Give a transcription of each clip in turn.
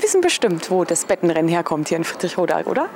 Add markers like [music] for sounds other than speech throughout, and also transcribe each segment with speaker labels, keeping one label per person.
Speaker 1: wissen bestimmt, wo das Bettenrennen herkommt hier in Friedrichrodal, oder?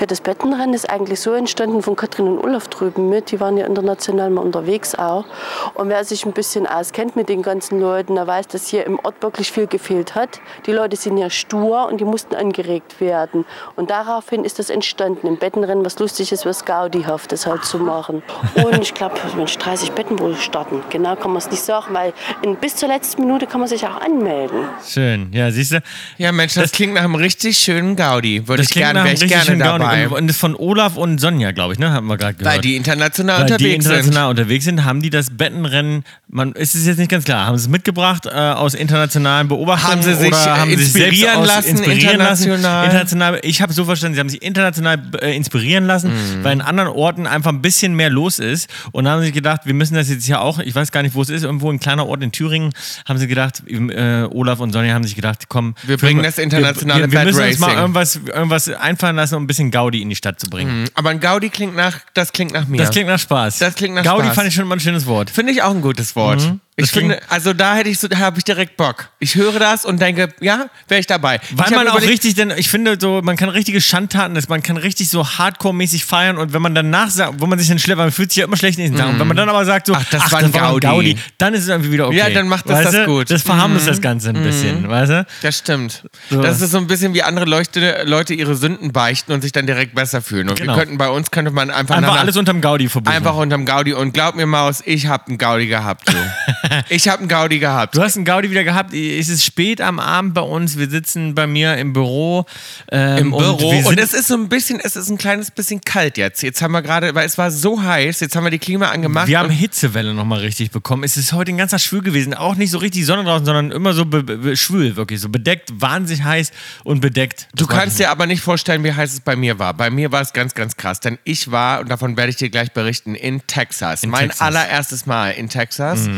Speaker 2: Ja, das Bettenrennen ist eigentlich so entstanden von Katrin und Olaf drüben mit. Die waren ja international mal unterwegs auch. Und wer sich ein bisschen auskennt mit den ganzen Leuten, der weiß, dass hier im Ort wirklich viel gefehlt hat. Die Leute sind ja stur und die mussten angeregt werden. Und daraufhin ist das entstanden, im Bettenrennen was Lustiges, was Gaudihaftes halt zu machen. Und ich glaube, Mensch, 30 Betten wohl starten. Genau kann man es nicht sagen, weil in, bis zur letzten Minute kann man sich auch anmelden.
Speaker 3: Schön. Ja, siehst du,
Speaker 4: Ja, Mensch, das, klingt nach einem richtig schönen Gaudi. Würde
Speaker 3: das
Speaker 4: ich
Speaker 3: klingt
Speaker 4: gerne,
Speaker 3: nach
Speaker 4: wäre
Speaker 3: einem
Speaker 4: ich
Speaker 3: richtig
Speaker 4: gerne
Speaker 3: schönen
Speaker 4: dabei.
Speaker 3: Gaudi. Und ist von Olaf und Sonja, glaube ich, ne? Haben wir gerade gehört.
Speaker 4: Weil die international
Speaker 3: Weil die
Speaker 4: unterwegs
Speaker 3: international unterwegs sind, haben die das Bettenrennen, man ist es jetzt nicht ganz klar, haben sie es mitgebracht äh, aus internationalen Beobachtungen
Speaker 4: Haben sie sich,
Speaker 3: oder
Speaker 4: äh,
Speaker 3: haben sie sich selbst
Speaker 4: inspirieren
Speaker 3: aus-
Speaker 4: lassen,
Speaker 3: inspirieren lassen?
Speaker 4: international?
Speaker 3: international ich habe so verstanden, sie haben sich international äh, inspirieren lassen,
Speaker 4: Mhm.
Speaker 3: weil in anderen Orten einfach ein bisschen mehr los ist und haben sich gedacht, wir müssen das jetzt hier auch, ich weiß gar nicht, wo es ist, irgendwo ein kleiner Ort in Thüringen, haben sie gedacht, äh, Olaf und Sonja haben sich gedacht, komm,
Speaker 4: Wir bringen das internationale
Speaker 3: wir, wir, wir
Speaker 4: Bad
Speaker 3: müssen uns mal
Speaker 4: Racing.
Speaker 3: irgendwas, irgendwas einfallen lassen, um ein bisschen Gaudi in die Stadt zu bringen.
Speaker 4: sind. Aber ein Gaudi klingt nach, das klingt nach mir.
Speaker 3: Das klingt nach Spaß.
Speaker 4: Das klingt nach
Speaker 3: Gaudi
Speaker 4: Spaß.
Speaker 3: fand ich schon immer ein schönes Wort.
Speaker 4: Finde ich auch ein gutes Wort.
Speaker 3: Mhm. Das
Speaker 4: Ich finde, also da hätte ich so, da habe ich direkt Bock. Ich höre das und denke, ja, wäre ich dabei.
Speaker 3: Weil
Speaker 4: ich hab
Speaker 3: man auch
Speaker 4: überlegt-
Speaker 3: richtig, denn ich finde so, man kann richtige Schandtaten, das, man kann richtig so Hardcore-mäßig feiern und wenn man danach sagt, wo man sich dann schleppt, man fühlt sich ja immer schlecht in diesen Tagen. Und wenn man dann aber sagt so,
Speaker 4: Mhm. Ach, das war ein Gaudi.
Speaker 3: dann ist es irgendwie wieder okay.
Speaker 4: Ja, dann macht das
Speaker 3: weißt
Speaker 4: das
Speaker 3: du?
Speaker 4: gut. Mhm.
Speaker 3: Das verharmlost das Ganze ein bisschen, weißt du?
Speaker 4: Das stimmt. Das ist so ein bisschen wie andere Leuchte, Leute ihre Sünden beichten und sich dann direkt besser fühlen. Und
Speaker 3: Genau.
Speaker 4: wir könnten bei uns könnte man einfach,
Speaker 3: Einfach
Speaker 4: nach-
Speaker 3: alles unterm Gaudi verbuchen.
Speaker 4: einfach unterm Gaudi und glaub mir Maus, ich hab einen Gaudi gehabt.
Speaker 3: [laughs]
Speaker 4: Du. ich hab einen Gaudi gehabt.
Speaker 3: Du hast einen Gaudi wieder gehabt. Es ist spät am Abend bei uns. Wir sitzen bei mir im Büro. ähm,
Speaker 4: im Büro.
Speaker 3: wir
Speaker 4: Und,
Speaker 3: sind-
Speaker 4: es ist so ein bisschen, es ist ein kleines bisschen kalt jetzt. Jetzt haben wir gerade, weil es war so heiß, jetzt haben wir die Klima angemacht.
Speaker 3: Wir haben
Speaker 4: und
Speaker 3: Hitzewelle nochmal richtig bekommen. Es ist heute den ganzen Tag schwül gewesen. Auch nicht so richtig Sonne draußen, sondern immer so be be schwül, wirklich. So bedeckt, wahnsinnig heiß und bedeckt.
Speaker 4: du kannst dir aber nicht vorstellen, wie heiß es bei mir war. Bei mir war es ganz, ganz krass, denn ich war, und davon werde ich dir gleich berichten, in Texas. mein
Speaker 3: Texas. Mhm.
Speaker 4: allererstes Mal in Texas.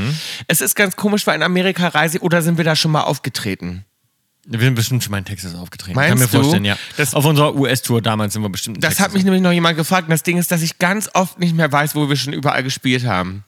Speaker 4: Es ist ganz komisch, weil in Amerika reise, oder sind wir da schon mal aufgetreten?
Speaker 3: Wir sind bestimmt schon mal in Texas aufgetreten.
Speaker 4: Meinst
Speaker 3: Kann mir
Speaker 4: du?
Speaker 3: vorstellen, ja.
Speaker 4: Das-
Speaker 3: Auf unserer US-Tour damals sind wir bestimmt in
Speaker 4: Das
Speaker 3: Texas.
Speaker 4: hat mich nämlich noch jemand gefragt. Und das Ding ist, dass ich ganz oft nicht mehr weiß, wo wir schon überall gespielt haben.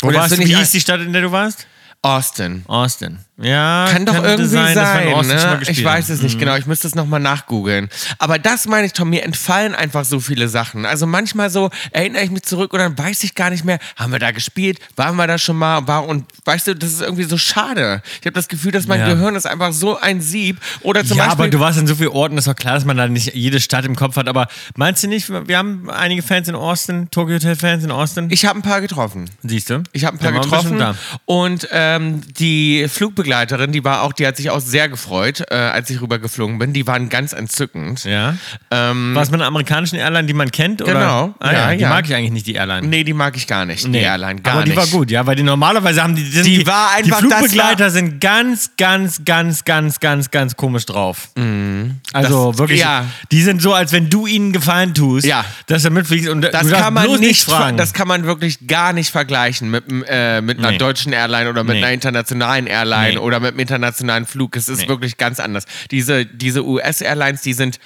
Speaker 3: Wo
Speaker 4: Oder
Speaker 3: warst,
Speaker 4: ist
Speaker 3: du?
Speaker 4: du nicht
Speaker 3: wie
Speaker 4: ein-
Speaker 3: hieß die Stadt, in der du warst?
Speaker 4: Austin.
Speaker 3: Austin. Ja.
Speaker 4: Kann doch
Speaker 3: könnte
Speaker 4: irgendwie sein,
Speaker 3: dass wir in Austin schon mal
Speaker 4: ne?
Speaker 3: gespielt Mhm.
Speaker 4: Ich
Speaker 3: haben.
Speaker 4: weiß es nicht genau. Ich müsste es nochmal nachgoogeln. Aber das meine ich, Tom. Mir entfallen einfach so viele Sachen. Also manchmal so erinnere ich mich zurück und dann weiß ich gar nicht mehr, haben wir da gespielt? Waren wir da schon mal? War und weißt du, das ist irgendwie so schade. Ich habe das Gefühl, dass mein
Speaker 3: Ja.
Speaker 4: Gehirn ist einfach so ein Sieb. Oder zum
Speaker 3: ja,
Speaker 4: Beispiel.
Speaker 3: aber du warst in so vielen Orten, ist doch klar, dass man da nicht jede Stadt im Kopf hat. Aber meinst du nicht, wir haben einige Fans in Austin, Tokyo Hotel Fans in Austin?
Speaker 4: ich habe ein paar getroffen.
Speaker 3: Siehst du?
Speaker 4: Ich habe ein paar
Speaker 3: Dann waren wir
Speaker 4: getroffen
Speaker 3: bestimmt Da.
Speaker 4: und ähm, die Flugbegleiterin, die war auch, die hat sich auch sehr gefreut, äh, als ich rübergeflogen bin. Die waren ganz entzückend.
Speaker 3: Ja. War es mit einer amerikanischen Airline, die man kennt? Oder?
Speaker 4: Ähm, Genau.
Speaker 3: Ah, ja,
Speaker 4: Ja,
Speaker 3: die
Speaker 4: ja.
Speaker 3: mag ich eigentlich nicht, die Airline.
Speaker 4: Nee, die mag ich gar nicht. Die Airline, gar
Speaker 3: Aber die
Speaker 4: nicht.
Speaker 3: war gut, ja, weil die normalerweise haben die. Die, sind,
Speaker 4: Die war einfach-
Speaker 3: Die
Speaker 4: das
Speaker 3: Flugbegleiter
Speaker 4: war-
Speaker 3: sind ganz, ganz, ganz, ganz, ganz, ganz komisch drauf. Also
Speaker 4: Mhm. Das-
Speaker 3: wirklich.
Speaker 4: ja.
Speaker 3: Die sind so, als wenn du ihnen Gefallen tust,
Speaker 4: Ja.
Speaker 3: dass er mitfliegt und
Speaker 4: Das
Speaker 3: du darfst
Speaker 4: kann man
Speaker 3: bloß
Speaker 4: nicht,
Speaker 3: nicht fragen.
Speaker 4: Das kann man wirklich gar nicht vergleichen mit, m- äh, mit einer
Speaker 3: Nee.
Speaker 4: deutschen Airline oder mit
Speaker 3: Nee.
Speaker 4: einer internationalen Airline
Speaker 3: Nee.
Speaker 4: oder mit einem internationalen Flug. Es ist
Speaker 3: Nee.
Speaker 4: wirklich ganz anders. Diese, diese US-Airlines, die sind.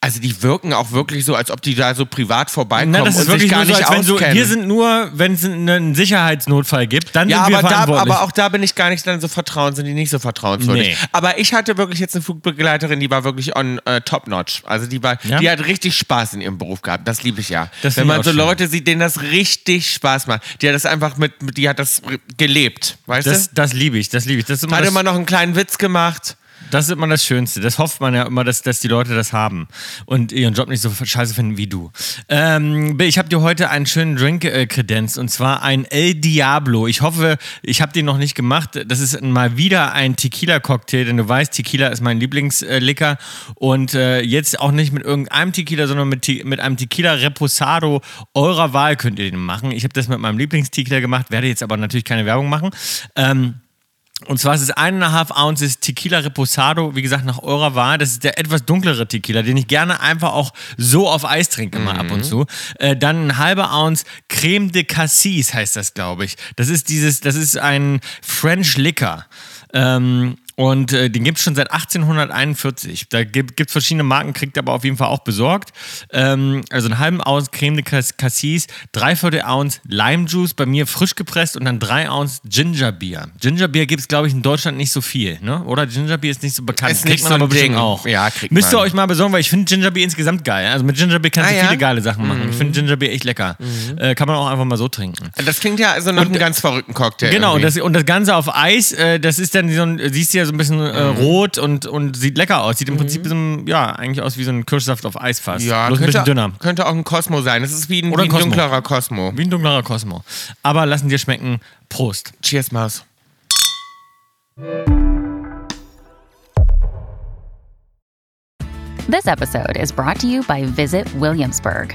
Speaker 4: Also die wirken auch wirklich so, als ob die da so privat vorbeikommen
Speaker 3: Na, das ist
Speaker 4: und sich
Speaker 3: wirklich
Speaker 4: gar
Speaker 3: nur so,
Speaker 4: nicht
Speaker 3: als wenn so,
Speaker 4: auskennen.
Speaker 3: wir sind nur, wenn es einen Sicherheitsnotfall gibt, dann
Speaker 4: ja,
Speaker 3: sind wir
Speaker 4: aber, da,
Speaker 3: verantwortlich.
Speaker 4: aber auch da bin ich gar nicht dann so vertrauen, sind die nicht so vertrauenswürdig.
Speaker 3: Nee.
Speaker 4: Aber ich hatte wirklich jetzt eine Flugbegleiterin, die war wirklich on äh, top notch. Also die war,
Speaker 3: Ja?
Speaker 4: die hat richtig Spaß in ihrem Beruf gehabt. Das liebe ich ja.
Speaker 3: Das
Speaker 4: Wenn
Speaker 3: finde
Speaker 4: man
Speaker 3: ich
Speaker 4: so
Speaker 3: auch schön.
Speaker 4: Leute sieht, denen das richtig Spaß macht. Die hat das einfach mit, mit- die hat das r- gelebt, weißt
Speaker 3: das,
Speaker 4: du?
Speaker 3: das liebe ich, das liebe ich. Das ist immer
Speaker 4: Hat
Speaker 3: das,
Speaker 4: immer noch einen kleinen Witz gemacht.
Speaker 3: Das ist immer das Schönste. Das hofft man ja immer, dass, dass die Leute das haben und ihren Job nicht so scheiße finden wie du. Ähm, Bill, ich habe dir heute einen schönen Drink äh, kredenzt und zwar ein El Diablo. Ich hoffe, ich habe den noch nicht gemacht. Das ist mal wieder ein Tequila-Cocktail, denn du weißt, Tequila ist mein Lieblingslicker und äh, jetzt auch nicht mit irgendeinem Tequila, sondern mit, Te- mit einem Tequila Reposado eurer Wahl könnt ihr den machen. Ich habe das mit meinem Lieblingstequila gemacht, werde jetzt aber natürlich keine Werbung machen. Ähm, und zwar ist es eineinhalb Ounces Tequila Reposado, wie gesagt, nach eurer Wahl. Das ist der etwas dunklere Tequila, den ich gerne einfach auch so auf Eis trinke, mal ab und zu. Äh, dann eine halbe Ounce Creme de Cassis heißt das, glaube ich. Das ist dieses, das ist ein French Liquor. Ähm, Und äh, den gibt es schon seit 1841. Da gibt es verschiedene Marken, kriegt aber auf jeden Fall auch besorgt. Ähm, also einen halben Ounce Creme de Cas- Cassis, dreiviertel Ounce Lime Juice, bei mir frisch gepresst und dann drei Ounce Ginger Beer. Ginger Beer gibt es, glaube ich, in Deutschland nicht so viel, ne? oder? Ginger Beer ist nicht so bekannt.
Speaker 4: Ist nicht so ein Ding.
Speaker 3: auch.
Speaker 4: Ja, kriegt
Speaker 3: Müsst ihr
Speaker 4: man.
Speaker 3: euch mal besorgen, weil ich finde Ginger Beer insgesamt geil. Also mit Ginger Beer kannst
Speaker 4: Ah,
Speaker 3: du
Speaker 4: ja? Mhm.
Speaker 3: viele geile Sachen machen. Ich finde Ginger Beer echt lecker. Äh, kann man auch einfach mal so trinken.
Speaker 4: Das klingt ja also nach einem ganz verrückten Cocktail.
Speaker 3: Genau, und
Speaker 4: irgendwie.
Speaker 3: das, und das Ganze auf Eis, äh, das ist dann so ein, siehst du ja so ein bisschen äh,
Speaker 4: Mhm.
Speaker 3: rot und, und sieht lecker aus. Sieht im Prinzip so ein, ja, eigentlich aus wie so ein Kirschsaft auf Eis fast.
Speaker 4: ja,
Speaker 3: Bloß ein
Speaker 4: könnte,
Speaker 3: bisschen dünner.
Speaker 4: könnte auch ein Cosmo sein. Das ist wie ein,
Speaker 3: Oder
Speaker 4: wie
Speaker 3: ein
Speaker 4: ein
Speaker 3: Cosmo.
Speaker 4: dunklerer Cosmo.
Speaker 3: Wie ein dunklerer Kosmo. Aber lassen dir schmecken. Prost.
Speaker 4: Cheers, Maus.
Speaker 5: This episode is brought to you by Visit Williamsburg.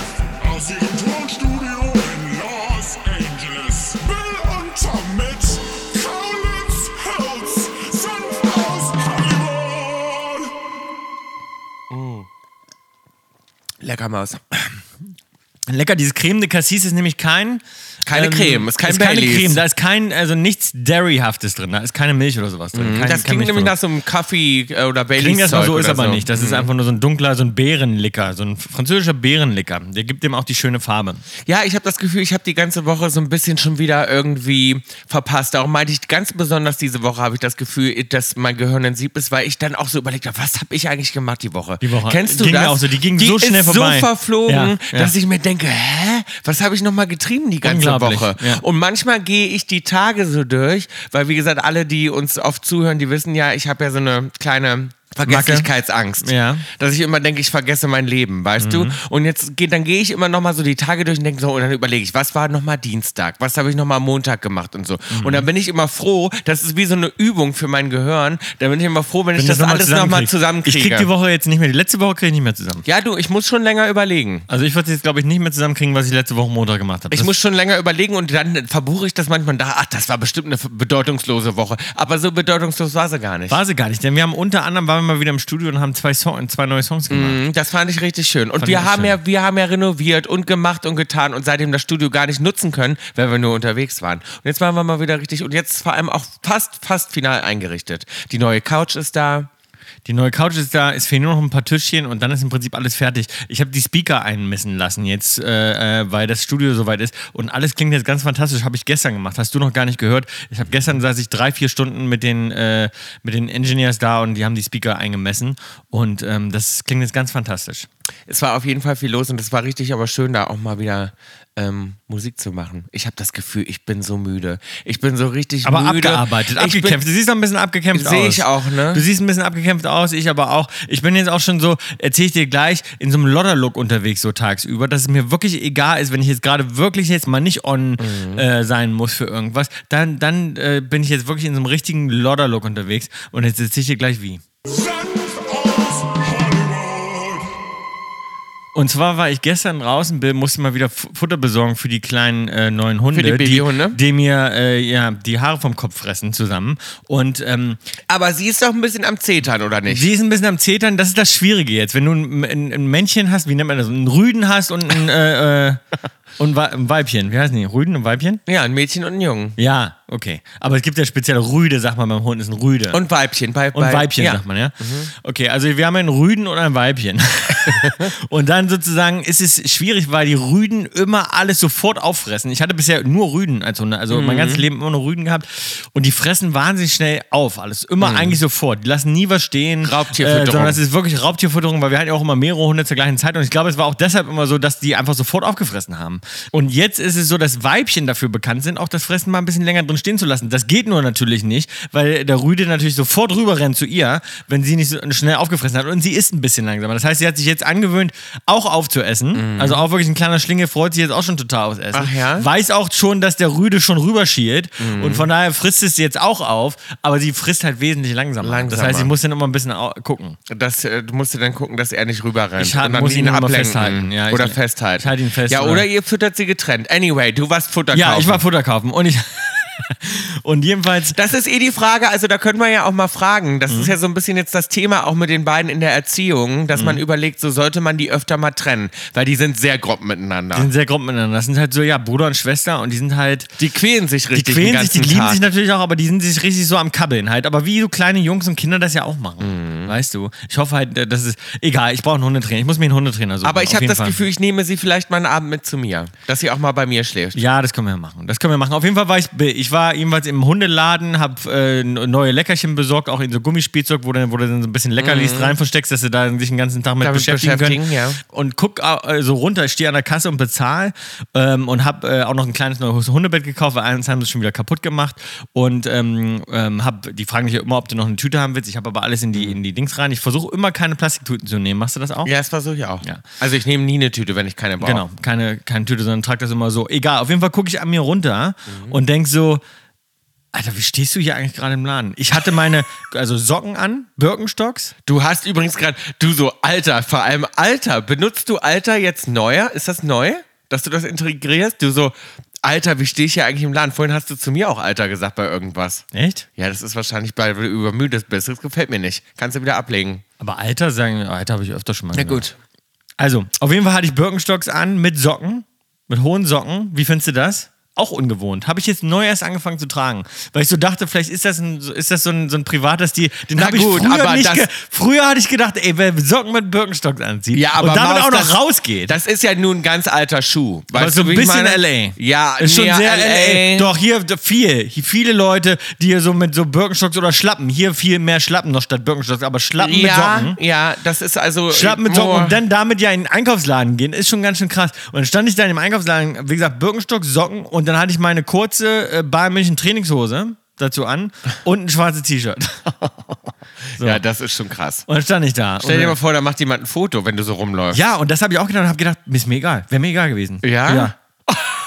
Speaker 6: aus ihrem Tonstudio in Los Angeles Bill und Tom mit Kaulitz Hills, Senf aus Hollywood.
Speaker 4: Lecker Maus.
Speaker 3: Lecker, dieses Creme de Cassis ist nämlich kein. ähm,
Speaker 4: Keine Creme, ist kein
Speaker 3: ist keine
Speaker 4: Baileys.
Speaker 3: Creme, da ist kein, also nichts Dairyhaftes drin, da ist keine Milch oder sowas drin. Kein,
Speaker 4: Mhm. Das
Speaker 3: kein
Speaker 4: klingt nämlich
Speaker 3: Milchprodukt.
Speaker 4: nach so einem Kaffee äh, oder Baileys.
Speaker 3: Klingt erstmal so, ist
Speaker 4: oder Mhm.
Speaker 3: aber nicht. Das ist einfach nur so ein dunkler, so ein Beerenlicker, so ein französischer Beerenlicker. Der gibt dem auch die schöne Farbe.
Speaker 4: Ja, ich habe das Gefühl, ich habe die ganze Woche so ein bisschen schon wieder irgendwie verpasst. Darum meinte ich ganz besonders diese Woche habe ich das Gefühl, dass mein Gehirn ein Sieb ist, weil ich dann auch so überlegt habe, was habe ich eigentlich gemacht die Woche?
Speaker 3: Die Woche
Speaker 4: Kennst du
Speaker 3: ging
Speaker 4: das?
Speaker 3: mir auch so, die ging so
Speaker 4: ist
Speaker 3: schnell vorbei.
Speaker 4: so verflogen,
Speaker 3: Ja, ja.
Speaker 4: dass ich mir denke, hä, was habe ich noch mal getrieben die ganze
Speaker 3: Unglaublich,
Speaker 4: Woche?
Speaker 3: ja.
Speaker 4: Und manchmal gehe ich die Tage so durch, weil wie gesagt, alle, die uns oft zuhören, die wissen ja, ich habe ja so eine kleine Vergesslichkeitsangst.
Speaker 3: Ja. Mhm.
Speaker 4: Dass ich immer denke, ich vergesse mein Leben, weißt du? Und jetzt geht, dann gehe ich immer nochmal so die Tage durch und denke so, und dann überlege ich, was war nochmal Dienstag? Was habe ich nochmal Montag gemacht und so?
Speaker 3: Mhm.
Speaker 4: Und dann bin ich immer froh, das ist wie so eine Übung für mein Gehirn. Da bin ich immer froh, wenn, ich das
Speaker 3: noch mal
Speaker 4: alles nochmal
Speaker 3: zusammenkrieg.
Speaker 4: zusammenkriege.
Speaker 3: Ich krieg die Woche jetzt nicht mehr. Die letzte Woche kriege ich nicht mehr zusammen.
Speaker 4: ja, du, ich muss schon länger überlegen.
Speaker 3: Also ich würde jetzt, glaube ich, nicht mehr zusammenkriegen, was ich letzte Woche Montag gemacht habe.
Speaker 4: Ich
Speaker 3: Das-
Speaker 4: muss schon länger überlegen und dann verbuche ich das manchmal und da, ach, das war bestimmt eine bedeutungslose Woche. Aber so bedeutungslos war sie gar nicht.
Speaker 3: war sie gar nicht, denn wir haben unter anderem waren wir mal wieder im Studio und haben zwei, Song, zwei neue Songs gemacht.
Speaker 4: Mhm, Das fand ich richtig schön. Und
Speaker 3: Fand ich
Speaker 4: wir
Speaker 3: auch
Speaker 4: haben
Speaker 3: schön.
Speaker 4: ja, wir haben ja renoviert und gemacht und getan und seitdem das Studio gar nicht nutzen können, weil wir nur unterwegs waren. Und jetzt waren wir mal wieder richtig und jetzt vor allem auch fast, fast final eingerichtet. Die neue Couch ist da.
Speaker 3: Die neue Couch ist da, es fehlen nur noch ein paar Tischchen und dann ist im Prinzip alles fertig. Ich habe die Speaker einmessen lassen jetzt, äh, äh, weil das Studio soweit ist und alles klingt jetzt ganz fantastisch. Habe ich gestern gemacht, hast du noch gar nicht gehört. Ich habe gestern saß ich drei, vier Stunden mit den äh, mit den Engineers da und die haben die Speaker eingemessen und ähm, das klingt jetzt ganz fantastisch.
Speaker 4: Es war auf jeden Fall viel los und es war richtig aber schön, da auch mal wieder ähm, Musik zu machen. Ich habe das Gefühl, ich bin so müde. Ich bin so richtig
Speaker 3: Aber
Speaker 4: müde.
Speaker 3: abgearbeitet,
Speaker 4: Ich bin-
Speaker 3: abgekämpft. Du siehst noch ein bisschen abgekämpft aus.
Speaker 4: Sehe ich auch, ne?
Speaker 3: Du siehst ein bisschen abgekämpft aus, ich aber auch. Ich bin jetzt auch schon so, erzähle ich dir gleich, in so einem Lodderlook unterwegs so tagsüber, dass es mir wirklich egal ist, wenn ich jetzt gerade wirklich jetzt mal nicht on
Speaker 4: Mhm.
Speaker 3: äh, sein muss für irgendwas, dann, dann äh, bin ich jetzt wirklich in so einem richtigen Lodderlook unterwegs und jetzt erzähle ich dir gleich wie.
Speaker 6: Senf aus Hollywood.
Speaker 3: Und zwar war ich gestern draußen, Bill musste mal wieder Fu- Futter besorgen für die kleinen äh, neuen Hunde,
Speaker 4: die Babyhunde?
Speaker 3: die, die mir äh, ja, die Haare vom Kopf fressen zusammen. Und ähm,
Speaker 4: Aber sie ist doch ein bisschen am Zetern, oder nicht?
Speaker 3: Sie ist ein bisschen am Zetern, das ist das Schwierige jetzt. Wenn du ein, ein, ein Männchen hast, wie nennt man das? Ein Rüden hast und ein, äh, äh, und Wa- ein Weibchen. Wie heißen die? Rüden und Weibchen?
Speaker 4: ja, ein Mädchen und ein Jungen.
Speaker 3: Ja, okay. Aber es gibt ja spezielle Rüde, sagt man beim Hund, ist ein Rüde.
Speaker 4: Und Weibchen. Bei,
Speaker 3: Und
Speaker 4: bei,
Speaker 3: Weibchen,
Speaker 4: ja. Mhm.
Speaker 3: sagt man, ja. Okay, also wir haben einen Rüden und ein Weibchen. [laughs] und dann sozusagen ist es schwierig, weil die Rüden immer alles sofort auffressen. Ich hatte bisher nur Rüden als Hunde, also
Speaker 4: Mhm.
Speaker 3: mein ganzes Leben immer nur Rüden gehabt. Und die fressen wahnsinnig schnell auf, alles.
Speaker 4: Mhm.
Speaker 3: Immer eigentlich sofort. Die lassen nie was stehen. Äh,
Speaker 4: Raubtierfütterung.
Speaker 3: sondern es ist wirklich Raubtierfütterung, weil wir hatten ja auch immer mehrere Hunde zur gleichen Zeit. Und ich glaube, es war auch deshalb immer so, dass die einfach sofort aufgefressen haben. Und jetzt ist es so, dass Weibchen dafür bekannt sind, auch das Fressen mal ein bisschen länger drin stehen zu lassen. Das geht nur natürlich nicht, weil der Rüde natürlich sofort rüber rennt zu ihr, wenn sie nicht so schnell aufgefressen hat. Und sie isst ein bisschen langsamer. Das heißt, sie hat sich jetzt angewöhnt, auch aufzuessen. Also auch wirklich ein kleiner Schlinge freut sich jetzt auch schon total aufs Essen.
Speaker 4: Mhm. Ach ja? Mhm.
Speaker 3: Weiß auch schon, dass der Rüde schon rüberschielt. Und von daher frisst es jetzt auch auf, aber sie frisst halt wesentlich langsamer. Das
Speaker 4: Langsamer.
Speaker 3: heißt, sie muss dann immer ein bisschen au- gucken.
Speaker 4: Das, äh, du musst ja dann gucken, dass er nicht rüberrennt.
Speaker 3: Ich hab-
Speaker 4: und dann
Speaker 3: muss ihn immer festhalten. Ja, ich- halt-
Speaker 4: oder festhalten.
Speaker 3: ich halte ihn fest,
Speaker 4: Ja,
Speaker 3: oder-
Speaker 4: oder, ihr füttert sie getrennt. Anyway, du warst Futter
Speaker 3: Ja,
Speaker 4: kaufen.
Speaker 3: ich war Futter kaufen. Und ich. [laughs] Und jedenfalls
Speaker 4: Das ist eh die Frage, also da können wir ja auch mal fragen. Das
Speaker 3: Mhm.
Speaker 4: ist ja so ein bisschen jetzt das Thema auch mit den beiden in der Erziehung, dass man überlegt, so sollte man die öfter mal trennen, weil die sind sehr grob
Speaker 3: Die
Speaker 4: miteinander.
Speaker 3: sind sehr grob miteinander. Das sind halt so, ja, Bruder und Schwester und die sind halt.
Speaker 4: Die quälen sich
Speaker 3: Die
Speaker 4: richtig. den
Speaker 3: quälen sich, die
Speaker 4: ganzen
Speaker 3: lieben
Speaker 4: Tag.
Speaker 3: sich natürlich auch, aber die sind sich richtig so am Kabbeln halt. Aber wie so kleine Jungs und Kinder das ja auch
Speaker 4: Mhm.
Speaker 3: machen. Weißt du? Ich hoffe halt, äh, das ist. Egal, ich brauche einen Hundetrainer. Ich muss mir einen Hundetrainer suchen.
Speaker 4: Aber
Speaker 3: auf
Speaker 4: ich habe
Speaker 3: jeden
Speaker 4: das
Speaker 3: Fall.
Speaker 4: Gefühl, ich nehme sie vielleicht mal einen Abend mit zu mir, dass sie auch mal bei mir schläft.
Speaker 3: Ja, das können wir machen. Das können wir machen. Auf jeden Fall war ich, ich war jedenfalls im Hundeladen, hab äh, neue Leckerchen besorgt, auch in so Gummispielzeug, wo du, wo du dann so ein bisschen Leckerlis rein versteckst, dass du da sich den ganzen Tag mit
Speaker 4: Mhm. Damit
Speaker 3: beschäftigen,
Speaker 4: beschäftigen,
Speaker 3: können.
Speaker 4: ja.
Speaker 3: Und guck äh, so runter, ich stehe an der Kasse und bezahle ähm, und hab äh, auch noch ein kleines neues Hundebett gekauft, weil eins haben sie schon wieder kaputt gemacht und ähm, ähm, hab, die fragen dich ja immer, ob du noch eine Tüte haben willst. Ich habe aber alles in
Speaker 4: Mhm.
Speaker 3: die, in die Dings rein. Ich versuche immer keine Plastiktüten zu nehmen. Machst du das auch?
Speaker 4: Ja, das versuche ich auch.
Speaker 3: Ja.
Speaker 4: Also ich nehme nie eine Tüte, wenn ich keine brauche.
Speaker 3: Genau, keine, keine Tüte, sondern trag das immer so. Egal, auf jeden Fall gucke ich an mir runter
Speaker 4: Mhm.
Speaker 3: und denk so, Alter, wie stehst du hier eigentlich gerade im Laden? Ich hatte meine, [laughs] also Socken an, Birkenstocks.
Speaker 4: Du hast übrigens gerade, du so Alter, vor allem Alter, benutzt du Alter jetzt neuer? Ist das neu, dass du das integrierst? Du so Alter, wie stehe ich hier eigentlich im Laden? Vorhin hast du zu mir auch Alter gesagt bei irgendwas.
Speaker 3: Echt?
Speaker 4: Ja, das ist wahrscheinlich, weil du übermüdet bist. Das gefällt mir nicht. Kannst du wieder ablegen.
Speaker 3: Aber Alter sagen, Alter habe ich öfter schon mal
Speaker 4: Na
Speaker 3: gesagt. Also, auf jeden Fall hatte ich Birkenstocks an mit Socken, mit hohen Socken. Wie findest du das? Auch ungewohnt. Habe ich jetzt neu erst angefangen zu tragen. Weil ich so dachte, vielleicht ist das, ein, ist das so, ein, so ein privates Stil. Den
Speaker 4: Na
Speaker 3: habe ich
Speaker 4: gut,
Speaker 3: früher
Speaker 4: aber
Speaker 3: nicht
Speaker 4: das-
Speaker 3: ge Früher hatte ich gedacht, ey, wer Socken mit Birkenstocks anzieht
Speaker 4: Ja, aber
Speaker 3: und damit
Speaker 4: Maus,
Speaker 3: auch noch
Speaker 4: das-
Speaker 3: rausgeht.
Speaker 4: Das ist ja nun ein ganz alter Schuh. Weißt
Speaker 3: Aber so
Speaker 4: du,
Speaker 3: ein
Speaker 4: wie ich
Speaker 3: bisschen
Speaker 4: meine?
Speaker 3: LA.
Speaker 4: Ja,
Speaker 3: ist schon
Speaker 4: näher
Speaker 3: sehr LA.
Speaker 4: LA.
Speaker 3: Doch hier viel, hier viele Leute, die hier so mit so Birkenstocks oder Schlappen, hier viel mehr Schlappen noch statt Birkenstocks, aber Schlappen
Speaker 4: Ja,
Speaker 3: mit Socken.
Speaker 4: ja, das ist also.
Speaker 3: Schlappen mit Socken
Speaker 4: Boah.
Speaker 3: und dann damit ja in den Einkaufsladen gehen, ist schon ganz schön krass. Und dann stand ich da in dem Einkaufsladen, wie gesagt, Birkenstock, Socken und dann hatte ich meine kurze äh, Bayern München Trainingshose dazu an und ein schwarzes [laughs] T-Shirt.
Speaker 4: Ja, das ist schon krass.
Speaker 3: Und dann stand ich da.
Speaker 4: Stell dir
Speaker 3: und,
Speaker 4: mal vor, da macht jemand ein Foto, wenn du so rumläufst.
Speaker 3: ja, und das habe ich auch gedacht und habe gedacht, ist mir egal, wäre mir egal gewesen.
Speaker 4: Ja?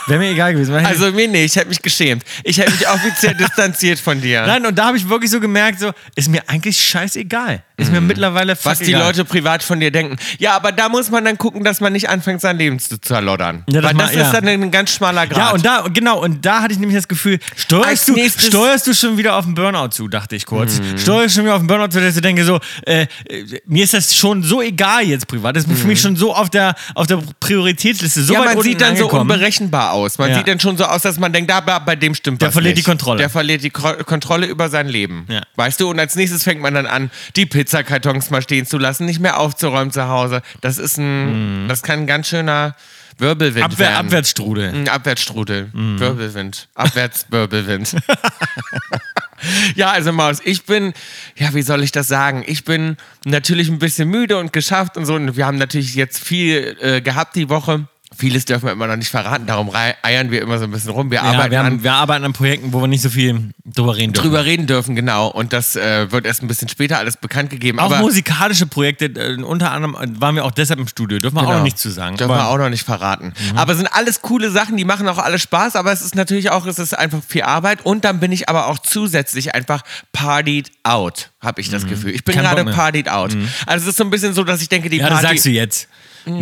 Speaker 3: Wäre mir egal gewesen. Weil-
Speaker 4: Also mir nicht, ich hätte mich geschämt. Ich hätte mich
Speaker 3: [laughs]
Speaker 4: offiziell distanziert von dir.
Speaker 3: Nein, und da habe ich wirklich so gemerkt, so, ist mir eigentlich scheißegal. Ist mir mittlerweile fuck
Speaker 4: Mhm. was die
Speaker 3: egal.
Speaker 4: Leute privat von dir denken. Ja, aber da muss man dann gucken, dass man nicht anfängt, sein Leben zu zerloddern.
Speaker 3: Ja, das
Speaker 4: Weil
Speaker 3: ma-
Speaker 4: das
Speaker 3: ja.
Speaker 4: ist dann ein ganz schmaler Grad.
Speaker 3: Ja, und da, genau, und da hatte ich nämlich das Gefühl,
Speaker 4: Als
Speaker 3: steuerst, du,
Speaker 4: nächstes- Mhm.
Speaker 3: steuerst du schon wieder auf den Burnout zu, dachte ich kurz. Steuerst du schon wieder auf den Burnout zu, dass ich denke so, äh, äh, mir ist das schon so egal jetzt privat. Das ist für mich schon so auf der, auf der Prioritätsliste. So
Speaker 4: Mhm. ja,
Speaker 3: weit
Speaker 4: man
Speaker 3: unten
Speaker 4: sieht dann
Speaker 3: angekommen.
Speaker 4: so unberechenbar aus. Man
Speaker 3: Ja.
Speaker 4: sieht dann schon so aus, dass man denkt, da, da bei dem stimmt
Speaker 3: Der
Speaker 4: was
Speaker 3: verliert
Speaker 4: nicht.
Speaker 3: die Kontrolle.
Speaker 4: Der verliert die Kro Kontrolle über sein Leben.
Speaker 3: Ja.
Speaker 4: Weißt du, und als nächstes fängt man dann an, die Pizzakartons mal stehen zu lassen, nicht mehr aufzuräumen zu Hause. Das ist ein, das kann ein ganz schöner Wirbelwind
Speaker 3: Mhm. Abwehr,
Speaker 4: werden.
Speaker 3: Abwärtsstrudel.
Speaker 4: Ein Abwärtsstrudel.
Speaker 3: Mhm.
Speaker 4: Wirbelwind. Abwärtswirbelwind. [laughs] ja, also Maus, ich bin, ja, wie soll ich das sagen? Ich bin natürlich ein bisschen müde und geschafft und so. Und wir haben natürlich jetzt viel äh, gehabt die Woche. Vieles dürfen wir immer noch nicht verraten, darum rei- eiern wir immer so ein bisschen rum. Wir
Speaker 3: Ja,
Speaker 4: arbeiten
Speaker 3: wir,
Speaker 4: an
Speaker 3: haben, wir arbeiten an Projekten, wo wir nicht so viel drüber reden dürfen.
Speaker 4: drüber reden dürfen, genau. Und das äh, wird erst ein bisschen später alles bekannt gegeben.
Speaker 3: Auch
Speaker 4: aber
Speaker 3: musikalische Projekte, äh, unter anderem äh, waren wir auch deshalb im Studio, dürfen wir auch
Speaker 4: Genau.
Speaker 3: noch nicht zu sagen.
Speaker 4: Dürfen
Speaker 3: Aber- Mhm.
Speaker 4: wir auch noch nicht verraten. Aber sind alles coole Sachen, die machen auch alle Spaß, aber es ist natürlich auch, es ist einfach viel Arbeit und dann bin ich aber auch zusätzlich einfach partied out, habe ich das Gefühl. Ich
Speaker 3: Mhm.
Speaker 4: bin
Speaker 3: Kein
Speaker 4: gerade
Speaker 3: Bock mehr. Mhm.
Speaker 4: partied out. Also es ist so ein bisschen so, dass ich denke, die
Speaker 3: Ja, das
Speaker 4: Party...
Speaker 3: sagst du jetzt.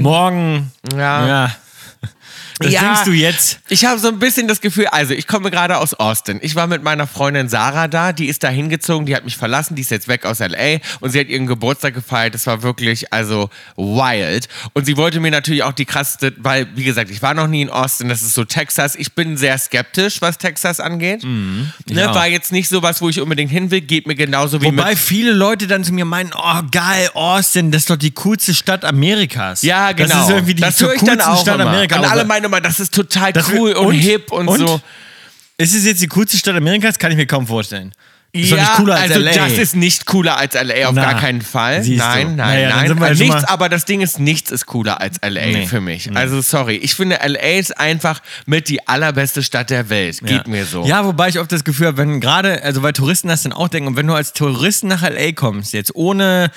Speaker 3: Morgen.
Speaker 4: Ja.
Speaker 3: ja. Das
Speaker 4: Ja.
Speaker 3: denkst du jetzt.
Speaker 4: Ich habe so ein bisschen das Gefühl, also ich komme gerade aus Austin. Ich war mit meiner Freundin Sarah da, die ist da hingezogen, die hat mich verlassen, die ist jetzt weg aus LA und sie hat ihren Geburtstag gefeiert. Das war wirklich, also wild. Und sie wollte mir natürlich auch die krasseste, weil, wie gesagt, ich war noch nie in Austin, das ist so Texas. Ich bin sehr skeptisch, was Texas angeht. Ne,
Speaker 3: Mhm. auch.
Speaker 4: war jetzt nicht so was, wo ich unbedingt hin will, geht mir genauso wie mit
Speaker 3: Wobei viele Leute dann zu mir meinen, oh geil, Austin, das ist doch die coolste Stadt Amerikas.
Speaker 4: Ja, genau.
Speaker 3: Das ist irgendwie die
Speaker 4: das höre ich dann
Speaker 3: coolste
Speaker 4: auch
Speaker 3: Stadt
Speaker 4: immer.
Speaker 3: Amerikas.
Speaker 4: Und alle
Speaker 3: Also,
Speaker 4: meinen immer, das ist total
Speaker 3: Das-
Speaker 4: cool und,
Speaker 3: und?
Speaker 4: hip und,
Speaker 3: Und?
Speaker 4: so.
Speaker 3: ist es jetzt die coolste Stadt Amerikas? Kann ich mir kaum vorstellen. Ist doch nicht cooler als
Speaker 4: also
Speaker 3: LA.
Speaker 4: das ist nicht cooler als LA, auf
Speaker 3: Na,
Speaker 4: gar keinen Fall.
Speaker 3: siehst du.
Speaker 4: Nein, nein,
Speaker 3: Naja, dann sind
Speaker 4: nein.
Speaker 3: wir ja schon
Speaker 4: nichts,
Speaker 3: mal-
Speaker 4: aber das Ding ist, nichts ist cooler als LA
Speaker 3: Nee, Mhm.
Speaker 4: für mich. Also sorry, ich finde LA ist einfach mit die allerbeste Stadt der Welt. Geht
Speaker 3: ja.
Speaker 4: mir so.
Speaker 3: Ja, wobei ich oft das Gefühl habe, wenn gerade, also weil Touristen das dann auch denken, und wenn du als Tourist nach L.A. kommst, jetzt ohne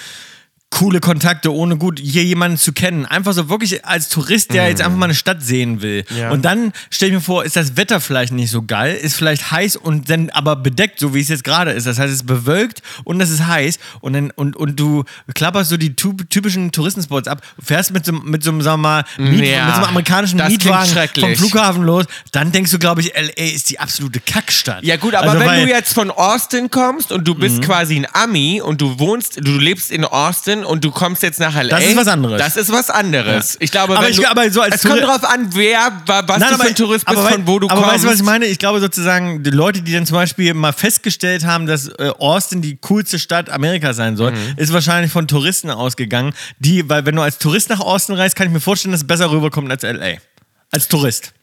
Speaker 3: coole Kontakte, ohne gut hier jemanden zu kennen, einfach so wirklich als Tourist, der jetzt einfach mal eine Stadt sehen will.
Speaker 4: Mhm. Ja.
Speaker 3: Und dann stell ich mir vor, ist das Wetter vielleicht nicht so geil, ist vielleicht heiß und dann aber bedeckt, so wie es jetzt gerade ist. Das heißt, es ist bewölkt und es ist heiß und dann und, und du klapperst so die tu- typischen Touristenspots ab, fährst mit so, mit so einem, sagen wir mal, Miet,
Speaker 4: Mm, Ja,
Speaker 3: mit so einem amerikanischen
Speaker 4: das klingt
Speaker 3: Mietwagen vom
Speaker 4: schrecklich.
Speaker 3: Flughafen los, dann denkst du, glaube ich, LA ist die absolute Kackstadt.
Speaker 4: Ja gut, aber
Speaker 3: Also,
Speaker 4: wenn
Speaker 3: weil- Mhm.
Speaker 4: du jetzt von Austin kommst und du bist quasi ein Ami und du wohnst, du lebst in Austin und du kommst jetzt nach LA.
Speaker 3: Das ist was anderes.
Speaker 4: Das ist was anderes. Ich glaube,
Speaker 3: Aber
Speaker 4: wenn
Speaker 3: ich-
Speaker 4: du,
Speaker 3: aber so als
Speaker 4: es kommt
Speaker 3: Touri-
Speaker 4: drauf an, wer, wa- was du für ein Tourist bist,
Speaker 3: aber,
Speaker 4: von wo du
Speaker 3: aber
Speaker 4: kommst.
Speaker 3: weißt du, was ich meine? Ich glaube sozusagen, die Leute, die dann zum Beispiel mal festgestellt haben, dass äh, Austin die coolste Stadt Amerikas sein soll,
Speaker 4: Mhm.
Speaker 3: ist wahrscheinlich von Touristen ausgegangen, die, weil wenn du als Tourist nach Austin reist, kann ich mir vorstellen, dass es besser rüberkommt als L.A. Als Tourist.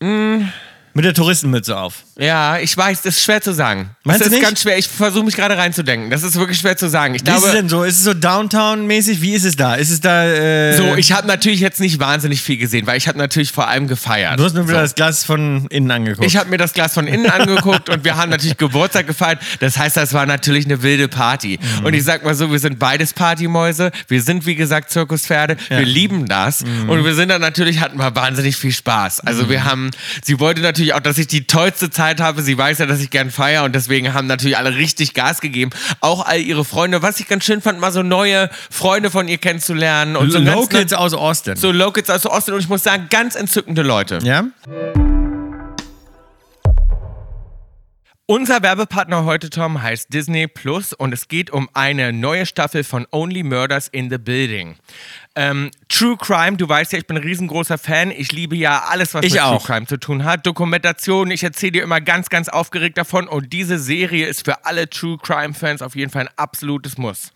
Speaker 4: Mhm.
Speaker 3: Mit der Touristenmütze auf.
Speaker 4: Ja, ich weiß, das ist schwer zu sagen.
Speaker 3: Meinst
Speaker 4: das
Speaker 3: du
Speaker 4: ist
Speaker 3: nicht?
Speaker 4: ganz schwer. Ich versuche mich gerade reinzudenken. Das ist wirklich schwer zu sagen. Ich
Speaker 3: Wie ist es
Speaker 4: glaube,
Speaker 3: denn so? Ist es so Downtown-mäßig? Wie ist es da? Ist es da. Äh,
Speaker 4: so, ich habe natürlich jetzt nicht wahnsinnig viel gesehen, weil ich habe natürlich vor allem gefeiert.
Speaker 3: du hast mir wieder
Speaker 4: so.
Speaker 3: das Glas von innen angeguckt.
Speaker 4: Ich habe mir das Glas von innen angeguckt und wir haben natürlich Geburtstag gefeiert. Das heißt, das war natürlich eine wilde Party. Und ich sag mal so, wir sind beides Partymäuse. Wir sind, wie gesagt, Zirkuspferde. Wir lieben das. Und wir sind dann natürlich, hatten wir wahnsinnig viel Spaß. Also wir haben, sie wollte natürlich auch, dass ich die tollste Zeit habe. Sie weiß ja, dass ich gern feiere und deswegen haben natürlich alle richtig Gas gegeben. Auch all ihre Freunde. Was ich ganz schön fand, mal so neue Freunde von ihr kennenzulernen. Und so ganz-
Speaker 3: Locals aus Austin.
Speaker 4: So Locals aus Austin und ich muss sagen, ganz entzückende Leute.
Speaker 3: ja?
Speaker 4: Unser Werbepartner heute, Tom, heißt Disney Plus und es geht um eine neue Staffel von Only Murders in the Building. Ähm, True Crime, du weißt ja, ich bin ein riesengroßer Fan. Ich liebe ja alles, was
Speaker 3: Ich
Speaker 4: mit
Speaker 3: auch.
Speaker 4: True Crime zu tun hat. Dokumentationen, ich erzähle dir immer ganz, ganz aufgeregt davon und diese Serie ist für alle True Crime-Fans auf jeden Fall ein absolutes Muss.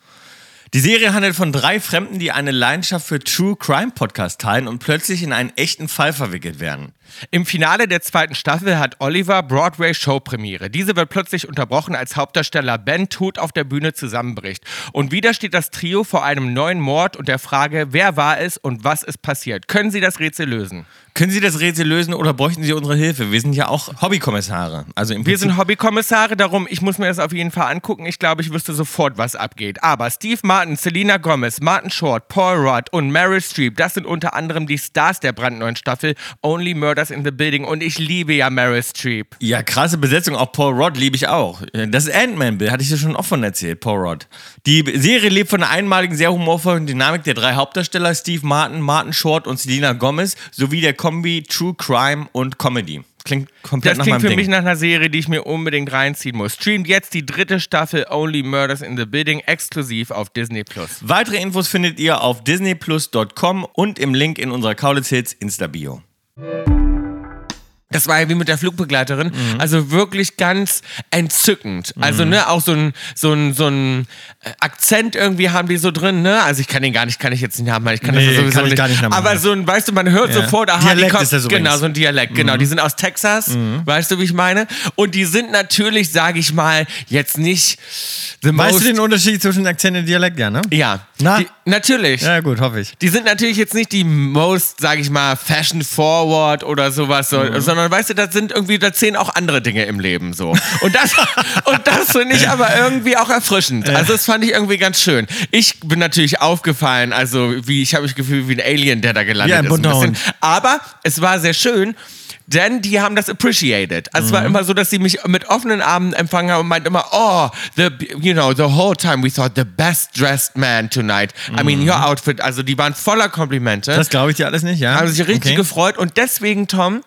Speaker 3: Die Serie handelt von drei Fremden, die eine Leidenschaft für True Crime Podcasts teilen und plötzlich in einen echten Fall verwickelt werden.
Speaker 4: Im Finale der zweiten Staffel hat Oliver Broadway Show Premiere. Diese wird plötzlich unterbrochen, als Hauptdarsteller Ben tot auf der Bühne zusammenbricht. Und wieder steht das Trio vor einem neuen Mord und der Frage, wer war es und was ist passiert. Können Sie das Rätsel lösen?
Speaker 3: Können Sie das Rätsel lösen oder bräuchten Sie unsere Hilfe? Wir sind ja auch Hobbykommissare. Also im
Speaker 4: Wir
Speaker 3: Prinzip-
Speaker 4: sind Hobbykommissare, darum, ich muss mir das auf jeden Fall angucken. Ich glaube, ich wüsste sofort, was abgeht. Aber Steve Martin, Selena Gomez, Martin Short, Paul Rudd und Meryl Streep, das sind unter anderem die Stars der brandneuen Staffel Only Murders in the Building. Und ich liebe ja Meryl Streep.
Speaker 3: ja krasse Besetzung. Auch Paul Rudd liebe ich auch. Das ist Ant-Man, Bill. Hatte ich dir schon oft von erzählt. Paul Rudd. Die Serie lebt von der einmaligen, sehr humorvollen Dynamik der drei Hauptdarsteller Steve Martin, Martin Short und Selena Gomez sowie der Kombi True Crime und Comedy. Klingt komplett
Speaker 4: Das
Speaker 3: nach
Speaker 4: klingt
Speaker 3: meinem
Speaker 4: für
Speaker 3: Ding.
Speaker 4: mich nach einer Serie, die ich mir unbedingt reinziehen muss. Streamt jetzt die dritte Staffel Only Murders in the Building exklusiv auf Disney Plus.
Speaker 3: Weitere Infos findet ihr auf disneyplus.com und im Link in unserer Kaulitz Hits Insta-Bio.
Speaker 4: Das war ja wie mit der Flugbegleiterin. Also wirklich ganz entzückend. Also, ne, auch so ein, so ein, so ein äh, Akzent irgendwie haben die so drin, ne? Also ich kann den gar nicht, kann ich jetzt nicht haben, weil ich kann
Speaker 3: Nee,
Speaker 4: das sowieso
Speaker 3: kann ich
Speaker 4: nicht.
Speaker 3: gar nicht nachmachen.
Speaker 4: Aber so ein, weißt du, man hört
Speaker 3: Ja.
Speaker 4: sofort, aha,
Speaker 3: Dialekt
Speaker 4: die kommen-
Speaker 3: ist das übrigens.
Speaker 4: Genau, so Mhm. ein Dialekt, genau. Die sind aus Texas, weißt du, wie ich meine? Und die sind natürlich, sage ich mal, jetzt nicht the
Speaker 3: Weißt
Speaker 4: most
Speaker 3: du den Unterschied zwischen Akzent und Dialekt, ja, ne?
Speaker 4: Ja,
Speaker 3: Na?
Speaker 4: Die, natürlich.
Speaker 3: Ja, gut, hoffe ich.
Speaker 4: Die sind natürlich jetzt nicht die most, sag ich mal, fashion forward oder sowas, so,
Speaker 3: Mhm.
Speaker 4: sondern weißt du, das sind irgendwie, da zählen auch andere Dinge im Leben so. Und das, [laughs] und das finde ich aber irgendwie auch erfrischend. Also das fand ich irgendwie ganz schön. Ich bin natürlich aufgefallen, also wie, ich habe mich gefühlt wie ein Alien, der da gelandet
Speaker 3: Ja, ein
Speaker 4: ist.
Speaker 3: bunter
Speaker 4: bisschen.
Speaker 3: Hund.
Speaker 4: Aber es war sehr schön. Denn die haben das appreciated. Also es war immer so, dass sie mich mit offenen Armen empfangen haben und meinten immer, oh, the, you know, the whole time we thought the best dressed man tonight. I mean, your outfit. Also die waren voller Komplimente.
Speaker 3: Das glaube Also, ich dir alles nicht, ja?
Speaker 4: haben sich richtig
Speaker 3: okay. Mhm.
Speaker 4: gefreut und deswegen, Tom,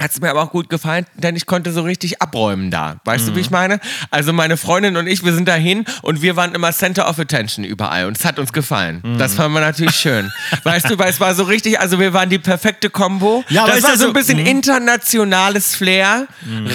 Speaker 4: hat es mir aber auch gut gefallen, denn ich konnte so richtig abräumen da. Weißt
Speaker 3: Mhm.
Speaker 4: du, wie ich meine? Also meine Freundin und ich, wir sind dahin und wir waren immer Center of Attention überall und es hat uns gefallen.
Speaker 3: Mhm.
Speaker 4: Das fanden wir
Speaker 3: [laughs]
Speaker 4: natürlich schön. weißt du, weil es war so richtig, also wir waren die perfekte Kombo.
Speaker 3: Ja, aber
Speaker 4: das
Speaker 3: ist
Speaker 4: war
Speaker 3: das
Speaker 4: so
Speaker 3: so-
Speaker 4: ein bisschen
Speaker 3: Mhm.
Speaker 4: internationales Flair,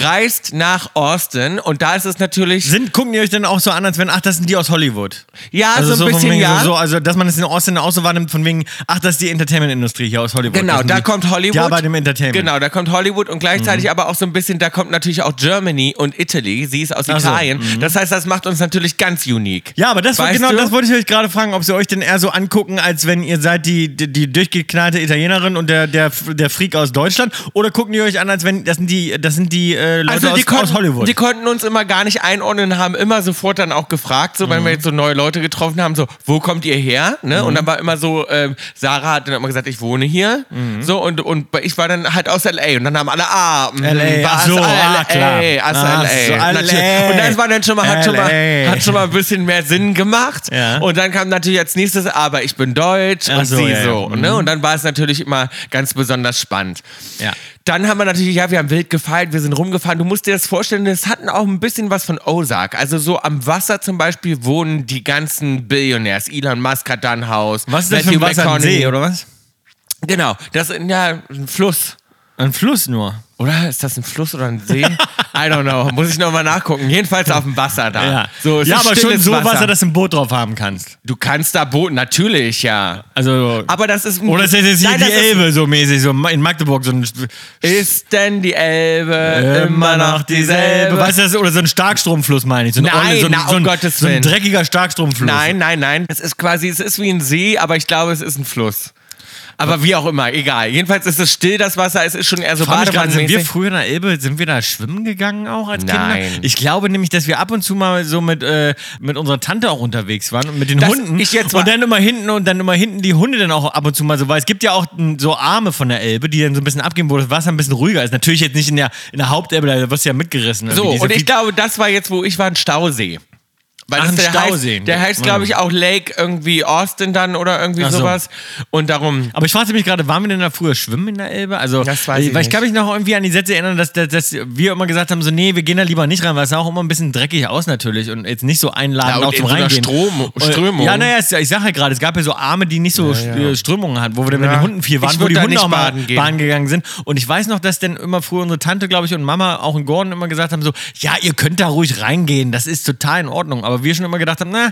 Speaker 4: reist nach Austin und da ist es natürlich...
Speaker 3: Sind, gucken die euch denn auch so an, als wenn, ach, das sind die aus Hollywood?
Speaker 4: Ja,
Speaker 3: also
Speaker 4: so ein
Speaker 3: von
Speaker 4: bisschen,
Speaker 3: wegen,
Speaker 4: ja.
Speaker 3: So, so, also, dass man es in Austin auch so wahrnimmt, von wegen, ach, das ist die Entertainment-Industrie hier aus Hollywood.
Speaker 4: Genau,
Speaker 3: Das sind
Speaker 4: da
Speaker 3: die,
Speaker 4: kommt Hollywood.
Speaker 3: Die arbeiten im Entertainment. Mhm.
Speaker 4: Genau, da kommt Hollywood Hollywood und gleichzeitig aber auch so ein bisschen, da kommt natürlich auch Germany und Italy. Sie ist aus
Speaker 3: Ach so, Mhm.
Speaker 4: Italien. Das heißt, das macht uns natürlich ganz unique.
Speaker 3: Ja, aber das war
Speaker 4: Weißt
Speaker 3: genau,
Speaker 4: du?
Speaker 3: das wollte ich euch gerade fragen, ob sie euch denn eher so angucken, als wenn ihr seid die, die, die durchgeknallte Italienerin und der, der, der Freak aus Deutschland, oder gucken die euch an, als wenn das sind die, das sind die äh, Leute
Speaker 4: Also die,
Speaker 3: aus,
Speaker 4: konnten,
Speaker 3: aus Hollywood.
Speaker 4: die konnten uns immer gar nicht einordnen, haben immer sofort dann auch gefragt, so wenn
Speaker 3: Mhm.
Speaker 4: wir jetzt so neue Leute getroffen haben, so wo kommt ihr her? Ne? Und dann war immer so, ähm, Sarah hat dann immer gesagt, ich wohne hier.
Speaker 3: Mhm.
Speaker 4: So und, und ich war dann halt aus LA und dann haben alle ah, mh,
Speaker 3: LA,
Speaker 4: war
Speaker 3: ach
Speaker 4: aus
Speaker 3: so,
Speaker 4: LA,
Speaker 3: ah, klar.
Speaker 4: aus
Speaker 3: Ach so,
Speaker 4: LA.
Speaker 3: LA.
Speaker 4: Natürlich. Und das war dann schon mal hat, schon mal
Speaker 3: LA.
Speaker 4: hat schon mal ein bisschen mehr Sinn gemacht.
Speaker 3: Ja.
Speaker 4: Und dann kam natürlich als nächstes, aber ich bin deutsch
Speaker 3: Ach
Speaker 4: und
Speaker 3: so,
Speaker 4: sie
Speaker 3: ja, ja.
Speaker 4: so.
Speaker 3: Mhm.
Speaker 4: Ne? Und dann war es natürlich immer ganz besonders spannend.
Speaker 3: Ja.
Speaker 4: Dann haben wir natürlich, ja, wir haben wild gefeilt, wir sind rumgefahren. Du musst dir das vorstellen, das hatten auch ein bisschen was von Ozark. Also so am Wasser zum Beispiel wohnen die ganzen Billionärs. Elon Musk hat da ein Haus.
Speaker 3: was ist das für ein
Speaker 4: Matthew
Speaker 3: Wasser? Ein
Speaker 4: McConaughey.
Speaker 3: See, oder was?
Speaker 4: Genau, das ist ja, ein Fluss.
Speaker 3: Ein Fluss nur.
Speaker 4: Oder ist das ein Fluss oder ein See?
Speaker 3: [laughs]
Speaker 4: I don't know. Muss ich nochmal nachgucken. Jedenfalls auf dem Wasser da.
Speaker 3: Ja,
Speaker 4: so, es
Speaker 3: ja
Speaker 4: ist
Speaker 3: aber schon
Speaker 4: stilles
Speaker 3: so
Speaker 4: Wasser.
Speaker 3: Wasser, dass du ein Boot drauf haben kannst.
Speaker 4: du kannst da booten, natürlich, ja.
Speaker 3: Also,
Speaker 4: Aber das ist.
Speaker 3: oder ist das jetzt hier
Speaker 4: Nein,
Speaker 3: die
Speaker 4: das ist-
Speaker 3: Elbe so mäßig, so in Magdeburg, so ein
Speaker 4: Ist denn die Elbe immer noch dieselbe?
Speaker 3: Weißt du, das, oder so ein Starkstromfluss meine ich. So ein
Speaker 4: Nein,
Speaker 3: ordentlich- so ein,
Speaker 4: na, um
Speaker 3: so ein,
Speaker 4: Gottes
Speaker 3: so ein
Speaker 4: Willen.
Speaker 3: dreckiger Starkstromfluss.
Speaker 4: Nein, nein, nein. Es ist quasi, es ist wie ein See, aber ich glaube, es ist ein Fluss. Aber wie auch immer, egal. Jedenfalls ist es still, das Wasser. Es ist schon eher so
Speaker 3: Frag mich gerade, sind wir
Speaker 4: bademannmäßig.
Speaker 3: früher in der Elbe, sind wir da schwimmen gegangen auch als
Speaker 4: Nein.
Speaker 3: Kinder? Ich glaube nämlich, dass wir ab und zu mal so mit, äh, mit unserer Tante auch unterwegs waren und mit den
Speaker 4: Das
Speaker 3: Hunden.
Speaker 4: ich jetzt mal-
Speaker 3: und dann immer hinten und dann immer hinten die Hunde dann auch ab und zu mal so, weil es gibt ja auch m, so Arme von der Elbe, die dann so ein bisschen abgehen, wo das Wasser ein bisschen ruhiger ist. Natürlich jetzt nicht in der, in der Hauptelbe, da wirst du ja mitgerissen.
Speaker 4: So,
Speaker 3: irgendwie. Die ist
Speaker 4: und ich
Speaker 3: viel-
Speaker 4: glaube, das war jetzt, wo ich war, ein Stausee. Weil
Speaker 3: Ach,
Speaker 4: das
Speaker 3: ein
Speaker 4: der
Speaker 3: Stausee. Mhm.
Speaker 4: Heißt, der heißt, glaube ich, auch Lake irgendwie Austin dann oder irgendwie
Speaker 3: Ach so.
Speaker 4: sowas. Und darum.
Speaker 3: Aber ich fragte mich gerade, waren wir denn da früher schwimmen in der Elbe? Also,
Speaker 4: Das weiß ich
Speaker 3: weil ich
Speaker 4: nicht.
Speaker 3: kann mich noch irgendwie an die Sätze erinnern, dass, dass, dass wir immer gesagt haben, so, nee, wir gehen da lieber nicht rein, weil es sah auch immer ein bisschen dreckig aus natürlich und jetzt nicht so einladend
Speaker 4: Ja, und
Speaker 3: auch zum
Speaker 4: in so einer
Speaker 3: Reingehen.
Speaker 4: Strom-
Speaker 3: Und-
Speaker 4: Strömung.
Speaker 3: Ja, naja, es- ich sage ja gerade, es gab ja so Arme, die nicht so äh, Strömungen hatten, wo wir dann mit
Speaker 4: Ja.
Speaker 3: den Hunden viel waren,
Speaker 4: Ich
Speaker 3: wo
Speaker 4: würd
Speaker 3: die
Speaker 4: da
Speaker 3: Hunde
Speaker 4: nicht
Speaker 3: auch mal
Speaker 4: baden gehen.
Speaker 3: baden gegangen sind. Und ich weiß noch, dass dann immer früher unsere Tante, glaube ich, und Mama, auch in Gordon immer gesagt haben, so, ja, ihr könnt da ruhig reingehen, das ist total in Ordnung. Aber wir schon immer gedacht haben, na,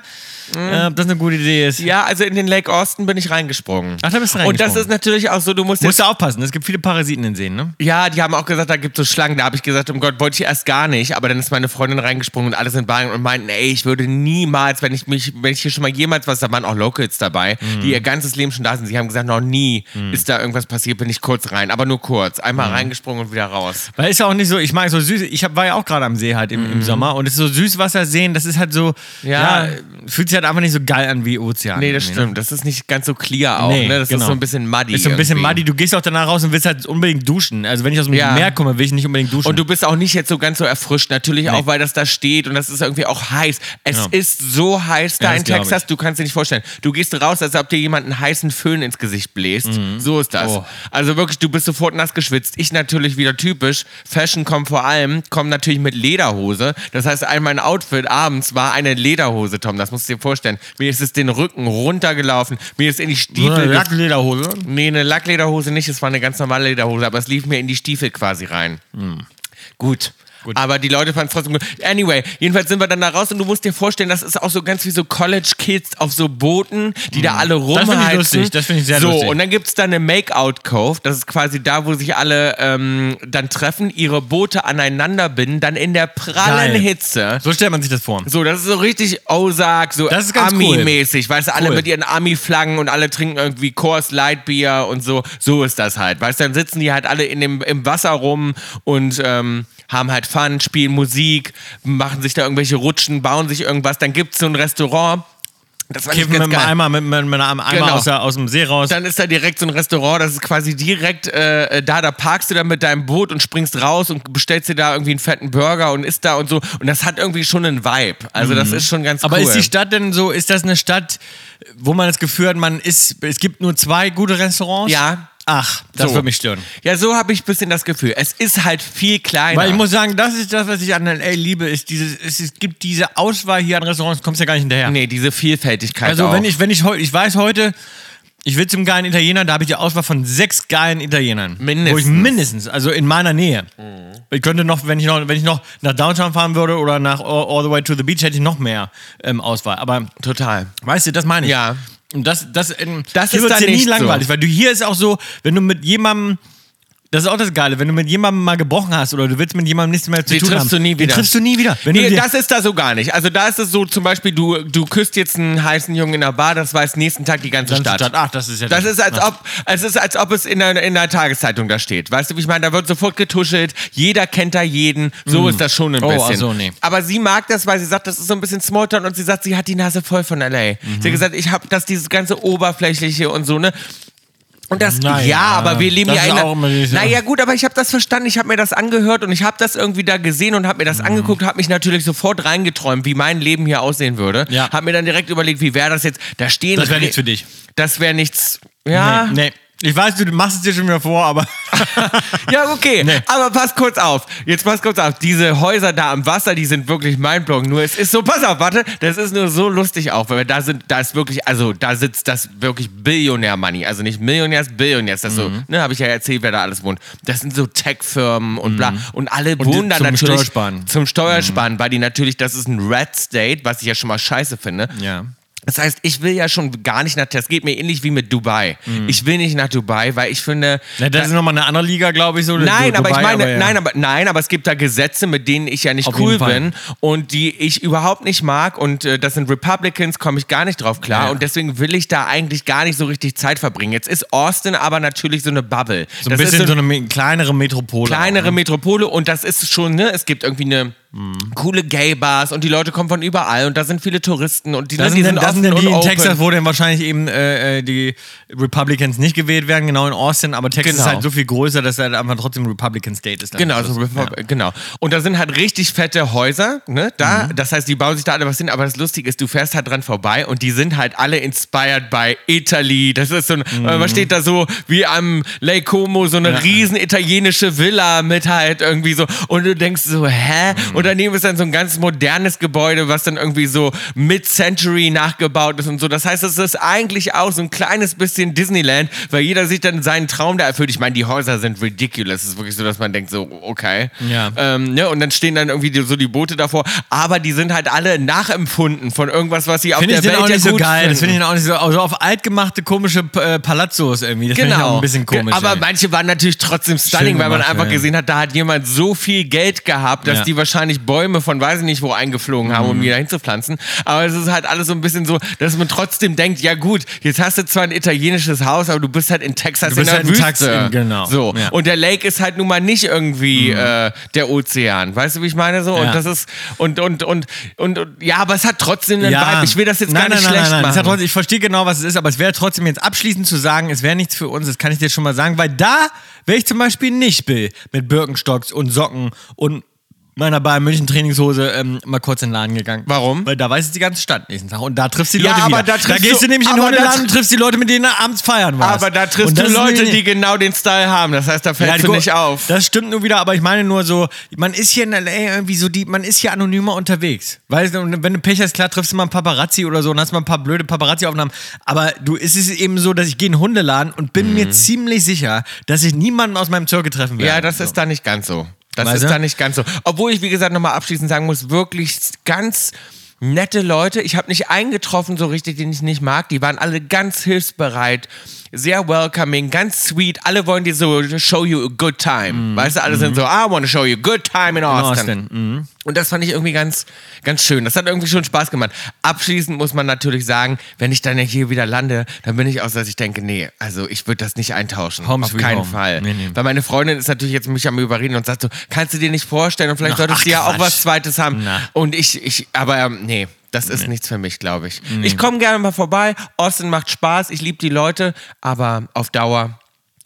Speaker 3: äh, ob das eine gute Idee ist.
Speaker 4: Mhm. Ja, also in den Lake Austin bin ich reingesprungen.
Speaker 3: Ach, da bist du
Speaker 4: Und das
Speaker 3: reingesprungen.
Speaker 4: ist natürlich auch so, du musst jetzt
Speaker 3: Musst du aufpassen, es gibt viele Parasiten in Seen, ne?
Speaker 4: Ja, die haben auch gesagt, da gibt es so Schlangen. Da habe ich gesagt, um Gott, wollte ich erst gar nicht. Aber dann ist meine Freundin reingesprungen und alle sind bei und meinten, ey, ich würde niemals, wenn ich mich, wenn ich hier schon mal jemals was, da waren auch Locals dabei,
Speaker 3: Mhm.
Speaker 4: die ihr ganzes Leben schon da sind. Sie haben gesagt, noch nie ist da irgendwas passiert, bin ich kurz rein. Aber nur kurz. Einmal
Speaker 3: Mhm.
Speaker 4: reingesprungen und wieder raus.
Speaker 3: Weil ist ja auch nicht so, ich mag so süß, ich hab, war ja auch gerade am See halt im, im Sommer und es ist so Süßwasser sehen, das ist halt so, ja,
Speaker 4: Mhm. Ja.
Speaker 3: fühlt sich halt einfach nicht so geil an wie Ozean.
Speaker 4: Nee, das
Speaker 3: irgendwie,
Speaker 4: stimmt. Das ist nicht ganz so clear auch.
Speaker 3: ne? Nee,
Speaker 4: ne? Das
Speaker 3: genau.
Speaker 4: ist so ein bisschen muddy.
Speaker 3: Ist so ein bisschen
Speaker 4: irgendwie.
Speaker 3: muddy, du gehst auch danach raus und willst halt unbedingt duschen. Also wenn ich aus dem
Speaker 4: Ja.
Speaker 3: Meer komme, will ich nicht unbedingt duschen.
Speaker 4: Und du bist auch nicht jetzt so ganz so erfrischt. Natürlich auch, weil das da steht und das ist irgendwie auch heiß. Es
Speaker 3: Ja.
Speaker 4: ist so heiß da
Speaker 3: Ja, das
Speaker 4: in
Speaker 3: glaub
Speaker 4: Texas,
Speaker 3: ich.
Speaker 4: du kannst dir nicht vorstellen. Du gehst raus, als ob dir jemand einen heißen Föhn ins Gesicht bläst. So ist das.
Speaker 3: Oh.
Speaker 4: Also wirklich, du bist sofort nass geschwitzt. Ich natürlich wieder typisch. Fashion kommt vor allem, kommt natürlich mit Lederhose. Das heißt, all mein Outfit abends war eine Lederhose, Tom. Das musst du dir vorstellen. Mir ist es den Rücken runtergelaufen. Mir ist in die
Speaker 3: so eine
Speaker 4: Stiefel. ge-
Speaker 3: Lacklederhose.
Speaker 4: Nee, eine Lacklederhose nicht, es war eine ganz normale Lederhose, aber es lief mir in die Stiefel quasi rein.
Speaker 3: Hm.
Speaker 4: Gut. Aber die Leute fanden es trotzdem gut. Anyway, jedenfalls sind wir dann da raus und du musst dir vorstellen, das ist auch so ganz wie so College-Kids auf so Booten, die da alle rumheizen.
Speaker 3: Hm. find ich lustig, das find ich sehr
Speaker 4: so,
Speaker 3: lustig.
Speaker 4: Und dann gibt es da eine Make-out-Cove, das ist quasi da, wo sich alle ähm, dann treffen, ihre Boote aneinander binden, dann in der prallen
Speaker 3: Geil.
Speaker 4: Hitze.
Speaker 3: So stellt man sich das vor.
Speaker 4: So, das ist so richtig Ozark, so
Speaker 3: Das ist ganz cool.
Speaker 4: Ami-mäßig. Weißt du, alle
Speaker 3: Cool.
Speaker 4: mit ihren Ami-Flaggen und alle trinken irgendwie Coors Light Bier und so. So ist das halt. Weißt du, dann sitzen die halt alle in dem, im Wasser rum und ähm, haben halt Fun, spielen Musik, machen sich da irgendwelche Rutschen, bauen sich irgendwas. Dann gibt es so ein Restaurant. Das war
Speaker 3: Kippen mit einem Eimer, mit, mit, mit einem Eimer
Speaker 4: Genau.
Speaker 3: aus, der, aus dem See raus.
Speaker 4: Dann ist da direkt so ein Restaurant, das ist quasi direkt äh, da, da parkst du dann mit deinem Boot und springst raus und bestellst dir da irgendwie einen fetten Burger und isst da und so. Und das hat irgendwie schon einen Vibe. Also das ist schon ganz
Speaker 3: Mhm. aber
Speaker 4: cool.
Speaker 3: ist die Stadt denn so, ist das eine Stadt, wo man das Gefühl hat, man ist, es gibt nur zwei gute Restaurants?
Speaker 4: Ja.
Speaker 3: Ach, das
Speaker 4: So.
Speaker 3: würde mich stören.
Speaker 4: Ja, so habe ich ein bisschen das Gefühl. Es ist halt viel kleiner.
Speaker 3: Weil ich muss sagen, das ist das, was ich an LA liebe, ist dieses, es, es gibt diese Auswahl hier an Restaurants, du kommst ja gar nicht hinterher.
Speaker 4: nee, diese Vielfältigkeit.
Speaker 3: also
Speaker 4: auch.
Speaker 3: wenn ich, wenn ich heute, ich weiß heute, ich will zum geilen Italiener, da habe ich die Auswahl von sechs geilen Italienern. Wo ich
Speaker 4: Mindestens. Mhm.
Speaker 3: mindestens, also in meiner Nähe. Ich könnte noch, wenn ich noch, wenn ich noch nach Downtown fahren würde oder nach All, all the Way to the Beach, hätte ich noch mehr ähm, Auswahl. Aber
Speaker 4: Total.
Speaker 3: Weißt du, das meine ich.
Speaker 4: Ja.
Speaker 3: Und das, das, ähm,
Speaker 4: Das
Speaker 3: hier
Speaker 4: ist
Speaker 3: wird's
Speaker 4: dann
Speaker 3: dir nie
Speaker 4: nicht so.
Speaker 3: langweilig, weil du hier ist auch so, wenn du mit jemandem Das ist auch das Geile, wenn du mit jemandem mal gebrochen hast oder du willst mit jemandem nichts mehr zu
Speaker 4: Die
Speaker 3: tun
Speaker 4: triffst
Speaker 3: haben.
Speaker 4: du nie
Speaker 3: Die
Speaker 4: wieder.
Speaker 3: triffst du nie wieder. Wenn
Speaker 4: nee,
Speaker 3: du dir-
Speaker 4: das ist da so gar nicht. Also da ist es so, zum Beispiel, du, du küsst jetzt einen heißen Jungen in der Bar, das weiß nächsten Tag die ganze
Speaker 3: Ganze
Speaker 4: Stadt.
Speaker 3: Stadt. Ach, das ist ja
Speaker 4: Das
Speaker 3: dann-
Speaker 4: ist, als
Speaker 3: Ja.
Speaker 4: ob, es ist, als ob es in einer, in einer Tageszeitung da steht. Weißt du, wie ich meine? Da wird sofort getuschelt, jeder kennt da jeden. So ist das schon ein
Speaker 3: Oh,
Speaker 4: bisschen.
Speaker 3: also nee.
Speaker 4: Aber sie mag das, weil sie sagt, das ist so ein bisschen Smalltown und sie sagt, sie hat die Nase voll von L.A.
Speaker 3: Mhm.
Speaker 4: Sie hat gesagt, ich habe das, dieses ganze Oberflächliche und so, ne? Und das,
Speaker 3: Naja,
Speaker 4: ja, aber wir leben
Speaker 3: das
Speaker 4: ja
Speaker 3: ist
Speaker 4: in einer,
Speaker 3: auch immer dieses-
Speaker 4: naja, gut, aber ich habe das verstanden, ich habe mir das angehört und ich habe das irgendwie da gesehen und habe mir das
Speaker 3: Mhm.
Speaker 4: angeguckt, habe mich natürlich sofort reingeträumt, wie mein Leben hier aussehen würde.
Speaker 3: Ja.
Speaker 4: Habe mir dann direkt überlegt, wie wäre das jetzt? Da stehen
Speaker 3: Das wär nichts für dich.
Speaker 4: Das wäre nichts. Ja.
Speaker 3: Nee, nee. Ich weiß, du machst es dir schon wieder vor, aber. [laughs]
Speaker 4: [laughs] Ja, okay,
Speaker 3: Nee.
Speaker 4: aber pass kurz auf. Jetzt pass kurz auf. Diese Häuser da am Wasser, die sind wirklich mindblowing. Nur es ist so, pass auf, warte, das ist nur so lustig auch, weil wir da sind, da ist wirklich, also da sitzt das wirklich Billionär-Money. Also nicht Millionärs, Billionärs. Das
Speaker 3: Mhm.
Speaker 4: so, ne, habe ich ja erzählt, wer da alles wohnt. Das sind so Tech-Firmen und bla. Und alle
Speaker 3: Mhm. Und
Speaker 4: wohnen da
Speaker 3: zum
Speaker 4: natürlich.
Speaker 3: Steuersparen. Mhm.
Speaker 4: Zum Steuersparen, weil die natürlich, das ist ein Red State, was ich ja schon mal scheiße finde.
Speaker 3: Ja.
Speaker 4: Das heißt, ich will ja schon gar nicht nach, das geht mir ähnlich wie mit Dubai. Ich will nicht nach Dubai, weil ich finde,
Speaker 3: Mhm. Na, das ist nochmal eine andere Liga, glaube ich. So
Speaker 4: Nein,
Speaker 3: Du-
Speaker 4: aber ich
Speaker 3: Dubai,
Speaker 4: meine,
Speaker 3: ja.
Speaker 4: nein, aber nein, aber es gibt da Gesetze, mit denen ich ja nicht
Speaker 3: Auf
Speaker 4: cool
Speaker 3: jeden Fall.
Speaker 4: bin und die ich überhaupt nicht mag und äh, das sind Republicans, komme ich gar nicht drauf klar
Speaker 3: Ja.
Speaker 4: und deswegen will ich da eigentlich gar nicht so richtig Zeit verbringen. Jetzt ist Austin aber natürlich so eine Bubble.
Speaker 3: So ein
Speaker 4: das
Speaker 3: bisschen
Speaker 4: ist
Speaker 3: so eine ne? me- kleinere Metropole.
Speaker 4: kleinere Metropole und das ist schon, ne, es gibt irgendwie eine
Speaker 3: Mhm.
Speaker 4: coole Gay-Bars und die Leute kommen von überall und da sind viele Touristen und die,
Speaker 3: Das
Speaker 4: ne, die
Speaker 3: sind, dann, das sind dann die in
Speaker 4: open.
Speaker 3: Texas, wo dann wahrscheinlich eben äh, äh, die Republicans nicht gewählt werden, genau in Austin, aber Texas
Speaker 4: Genau.
Speaker 3: ist halt so viel größer, dass er halt einfach trotzdem Republican State ist. dann.
Speaker 4: Genau, so Repub- genau. Und da sind halt richtig fette Häuser, ne? Da, das heißt, die bauen sich da alle was hin, aber das Lustige ist, du fährst halt dran vorbei und die sind halt alle inspired by Italy. Das ist so ein, äh, man steht da so wie am Lake Como, so eine riesen italienische Villa mit halt irgendwie so und du denkst so, hä?
Speaker 3: Mhm.
Speaker 4: Und daneben ist dann so ein ganz modernes Gebäude, was dann irgendwie so Mid-Century nachgebaut ist und so. Das heißt, es ist eigentlich auch so ein kleines bisschen Disneyland, weil jeder sich dann seinen Traum da erfüllt. Ich meine, die Häuser sind ridiculous. Es ist wirklich so, dass man denkt so, okay.
Speaker 3: Ja.
Speaker 4: Ähm, ne? Und dann stehen dann irgendwie die, so die Boote davor. Aber die sind halt alle nachempfunden von irgendwas, was sie auf
Speaker 3: Finde ich
Speaker 4: der
Speaker 3: den
Speaker 4: Welt
Speaker 3: auch
Speaker 4: ja
Speaker 3: nicht so
Speaker 4: gut
Speaker 3: geil. Das finde
Speaker 4: finden.
Speaker 3: ich den auch nicht so. Also auf altgemachte komische äh, Palazzos irgendwie. Das finde ich auch ein bisschen komisch.
Speaker 4: Genau. Aber
Speaker 3: ey.
Speaker 4: manche waren natürlich trotzdem stunning,
Speaker 3: Schön
Speaker 4: weil man
Speaker 3: gemacht,
Speaker 4: einfach
Speaker 3: ja.
Speaker 4: gesehen hat, da hat jemand so viel Geld gehabt, dass
Speaker 3: Ja. Mhm.
Speaker 4: die wahrscheinlich Bäume von weiß ich nicht wo eingeflogen haben, um die da hinzupflanzen. Aber es ist halt alles so ein bisschen so, dass man trotzdem denkt, ja gut, jetzt hast du zwar ein italienisches Haus, aber du bist halt in Texas
Speaker 3: Du bist
Speaker 4: in der
Speaker 3: halt in
Speaker 4: Wüste.
Speaker 3: Texas, genau.
Speaker 4: So.
Speaker 3: Ja. Mhm.
Speaker 4: Und der Lake ist halt nun mal nicht irgendwie äh, der Ozean. Weißt du, wie ich meine? So.
Speaker 3: Ja.
Speaker 4: Und das ist und und, und und und ja, aber es hat trotzdem einen Vibe. Ich will das jetzt
Speaker 3: nein,
Speaker 4: gar nicht
Speaker 3: nein, nein,
Speaker 4: schlecht
Speaker 3: nein, nein. Es
Speaker 4: machen.
Speaker 3: hat trotzdem, ich verstehe genau, was es ist, aber es wäre trotzdem jetzt abschließend zu sagen, es wäre nichts für uns, das kann ich dir schon mal sagen, weil da wäre ich zum Beispiel nicht Bill mit Birkenstocks und Socken und meiner Bayern München Trainingshose ähm, mal kurz in den Laden gegangen.
Speaker 4: Warum?
Speaker 3: Weil da weiß es die ganze Stadt nächsten Tag und da triffst du die
Speaker 4: Ja,
Speaker 3: Leute
Speaker 4: aber
Speaker 3: wieder.
Speaker 4: da triffst
Speaker 3: gehst
Speaker 4: du-
Speaker 3: du nämlich in den
Speaker 4: aber da
Speaker 3: Hundeladen
Speaker 4: tr-
Speaker 3: und triffst die Leute, mit denen du abends feiern warst.
Speaker 4: aber da
Speaker 3: Und
Speaker 4: triffst du
Speaker 3: das ist
Speaker 4: Leute,
Speaker 3: nämlich-
Speaker 4: die genau den Style haben. Das heißt, da fällst
Speaker 3: ja,
Speaker 4: du
Speaker 3: gu-
Speaker 4: nicht auf.
Speaker 3: Das stimmt nur wieder, aber ich meine nur so, man ist hier in LA irgendwie so die, man ist hier anonymer unterwegs. Weißt du, und wenn du Pech hast, klar triffst du mal einen Paparazzi oder so und hast mal ein paar blöde Paparazzi-Aufnahmen. Aber du ist es ist eben so, dass ich gehe in den Hundeladen und bin mir ziemlich sicher, dass ich niemanden aus meinem Circle treffen werde.
Speaker 4: Mhm. Ja, das ist da nicht ganz so. Das
Speaker 3: Weißt
Speaker 4: ist
Speaker 3: du?
Speaker 4: da nicht ganz so. Obwohl ich, wie gesagt, nochmal abschließend sagen muss, wirklich ganz nette Leute. Ich habe nicht eingetroffen so richtig, den ich nicht mag. Die waren alle ganz hilfsbereit, sehr welcoming, ganz sweet. Alle wollen dir so show you a good time. Weißt du, alle sind so, I want to show you a good time in Austin.
Speaker 3: Mhm. Austin, Mhm.
Speaker 4: Und das fand ich irgendwie ganz, ganz schön. Das hat irgendwie schon Spaß gemacht. Abschließend muss man natürlich sagen, wenn ich dann hier wieder lande, dann bin ich aus, dass ich denke, nee, also ich würde das nicht eintauschen.
Speaker 3: Home
Speaker 4: Auf
Speaker 3: sweet
Speaker 4: keinen
Speaker 3: home.
Speaker 4: Fall.
Speaker 3: Nee, nee.
Speaker 4: Weil meine Freundin ist natürlich jetzt mich am Überreden und sagt so, kannst du dir nicht vorstellen und vielleicht
Speaker 3: Ach,
Speaker 4: solltest
Speaker 3: ach,
Speaker 4: du ja auch
Speaker 3: Quatsch.
Speaker 4: was Zweites haben.
Speaker 3: Na.
Speaker 4: Und ich, ich, aber ähm, nee, das ist nichts für mich, glaube ich. Ich komme gerne mal vorbei. Austin macht Spaß. Ich liebe die Leute, aber auf Dauer.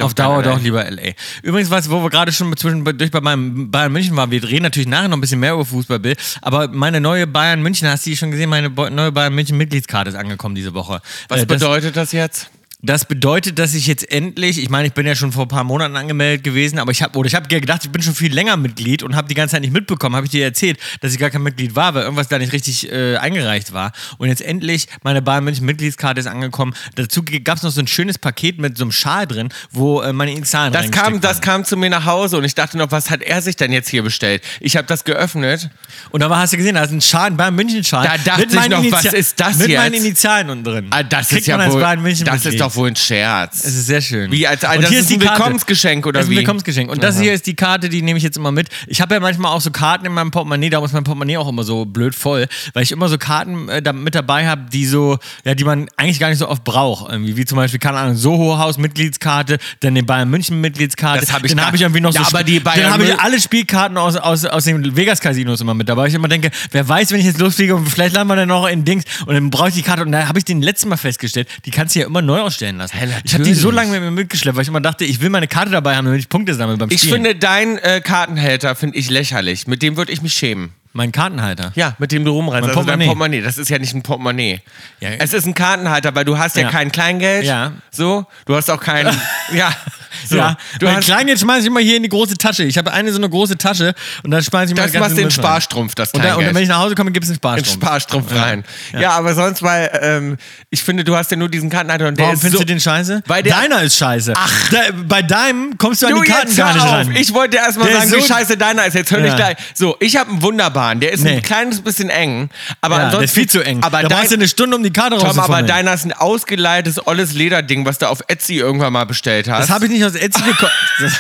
Speaker 3: Auf Dauer
Speaker 4: gerne.
Speaker 3: doch lieber LA. Übrigens, was, wo wir gerade schon zwischendurch bei meinem Bayern München waren, wir reden natürlich nachher noch ein bisschen mehr über Fußball, Bill, aber meine neue Bayern München, hast du die schon gesehen? Meine Bo- neue Bayern München Mitgliedskarte ist angekommen diese Woche. Äh,
Speaker 4: Was
Speaker 3: das-
Speaker 4: bedeutet das jetzt?
Speaker 3: Das bedeutet, dass ich jetzt endlich, ich meine, ich bin ja schon vor ein paar Monaten angemeldet gewesen, aber ich habe oder ich habe gedacht, ich bin schon viel länger Mitglied und habe die ganze Zeit nicht mitbekommen, habe ich dir erzählt, dass ich gar kein Mitglied war, weil irgendwas da nicht richtig äh, eingereicht war. Und jetzt endlich meine Bayern München Mitgliedskarte ist angekommen. Dazu gab es noch so ein schönes Paket mit so einem Schal drin, wo äh, meine Initialen
Speaker 4: Das
Speaker 3: reingesteckt
Speaker 4: kam, das
Speaker 3: waren.
Speaker 4: kam zu mir nach Hause und ich dachte noch, was hat er sich denn jetzt hier bestellt? Ich habe das geöffnet.
Speaker 3: Und da war, hast du gesehen, da ist ein Schal, ein Bayern München Schal.
Speaker 4: Da dachte
Speaker 3: mit
Speaker 4: ich
Speaker 3: meinen
Speaker 4: noch, was
Speaker 3: Initial-
Speaker 4: ist das
Speaker 3: Mit
Speaker 4: jetzt?
Speaker 3: meinen Initialen unten drin.
Speaker 4: Ah, das
Speaker 3: Kriegt
Speaker 4: ist ja
Speaker 3: man als
Speaker 4: wohl,
Speaker 3: Bayern München
Speaker 4: das ist
Speaker 3: Mitglied.
Speaker 4: doch doch wohl ein Scherz.
Speaker 3: Es ist sehr schön.
Speaker 4: Wie, als- als-
Speaker 3: Und
Speaker 4: das ist ein
Speaker 3: Karte.
Speaker 4: Willkommensgeschenk, oder
Speaker 3: das
Speaker 4: wie?
Speaker 3: Ist ein Willkommensgeschenk. Und das
Speaker 4: Aha.
Speaker 3: hier ist die Karte, die nehme ich jetzt immer mit. Ich habe ja manchmal auch so Karten in meinem Portemonnaie, da ist mein Portemonnaie auch immer so blöd voll, weil ich immer so Karten äh, da mit dabei habe, die so, ja, die man eigentlich gar nicht so oft braucht. Irgendwie, wie zum Beispiel, keine Ahnung, Soho-Haus-Mitgliedskarte, dann die Bayern München-Mitgliedskarte.
Speaker 4: Das hab ich
Speaker 3: Dann
Speaker 4: gar-
Speaker 3: habe ich irgendwie noch
Speaker 4: Ja,
Speaker 3: so.
Speaker 4: aber
Speaker 3: Sp-
Speaker 4: die Bayern
Speaker 3: dann habe ich
Speaker 4: Mün-
Speaker 3: alle Spielkarten aus, aus, aus den Vegas-Casinos immer mit dabei. Weil Ich immer denke, wer weiß, wenn ich jetzt losfliege und vielleicht landen wir dann noch in Dings und dann brauche ich die Karte. Und da habe ich den letzten Mal festgestellt, die kannst du ja immer neu ausstellen lassen.
Speaker 4: Ja,
Speaker 3: ich habe die so
Speaker 4: natürlich.
Speaker 3: lange mit mir mitgeschleppt, weil ich immer dachte, ich will meine Karte dabei haben, damit ich Punkte sammle beim
Speaker 4: Ich
Speaker 3: Spielen.
Speaker 4: finde deinen äh, Kartenhalter finde ich lächerlich. Mit dem würde ich mich schämen.
Speaker 3: Mein Kartenhalter.
Speaker 4: Ja, mit dem du rumrennst.
Speaker 3: Mein
Speaker 4: Also dein
Speaker 3: Portemonnaie.
Speaker 4: Portemonnaie. Das ist ja nicht ein Portemonnaie.
Speaker 3: Ja.
Speaker 4: Es ist ein Kartenhalter, weil du hast ja,
Speaker 3: Ja.
Speaker 4: kein Kleingeld.
Speaker 3: Ja.
Speaker 4: So, du hast
Speaker 3: [laughs]
Speaker 4: auch kein. ja. So.
Speaker 3: Ja,
Speaker 4: Du
Speaker 3: mein
Speaker 4: hast,
Speaker 3: Kleingeld schmeiße ich immer hier in die große Tasche. Ich habe eine so eine große Tasche und dann schmeiße ich immer
Speaker 4: das
Speaker 3: ganze
Speaker 4: machst den
Speaker 3: Mist rein.
Speaker 4: Sparstrumpf, das
Speaker 3: Und,
Speaker 4: Kleingeld.
Speaker 3: dann, und dann, wenn ich nach Hause komme, gibt es einen
Speaker 4: in
Speaker 3: Sparstrumpf.
Speaker 4: Sparstrumpf rein. Ja. aber sonst, weil ähm, ich finde, du hast ja nur diesen Kartenhalter und der
Speaker 3: Warum
Speaker 4: ist
Speaker 3: findest
Speaker 4: so,
Speaker 3: du den scheiße?
Speaker 4: Weil der-
Speaker 3: deiner ist scheiße. Ach. Da, bei deinem kommst du an
Speaker 4: Du,
Speaker 3: die Karten
Speaker 4: jetzt
Speaker 3: gar
Speaker 4: hör
Speaker 3: nicht
Speaker 4: auf.
Speaker 3: ran.
Speaker 4: Ich wollte erst mal
Speaker 3: Der
Speaker 4: sagen,
Speaker 3: ist so-
Speaker 4: wie scheiße deiner ist. Jetzt hör ich
Speaker 3: Ja.
Speaker 4: gleich. So, ich habe einen wunderbaren. Der ist
Speaker 3: Nee.
Speaker 4: ein kleines bisschen eng. Aber
Speaker 3: ja,
Speaker 4: ansonsten.
Speaker 3: der ist viel zu eng.
Speaker 4: Aber
Speaker 3: da
Speaker 4: dein,
Speaker 3: brauchst du eine Stunde, um die Karte
Speaker 4: Tom, aber
Speaker 3: rauszufinden.
Speaker 4: deiner ist ein ausgeleiertes, olles Lederding, was du auf Etsy irgendwann mal bestellt hast.
Speaker 3: Das habe ich nicht aus Etsy bekommen. [laughs] Das-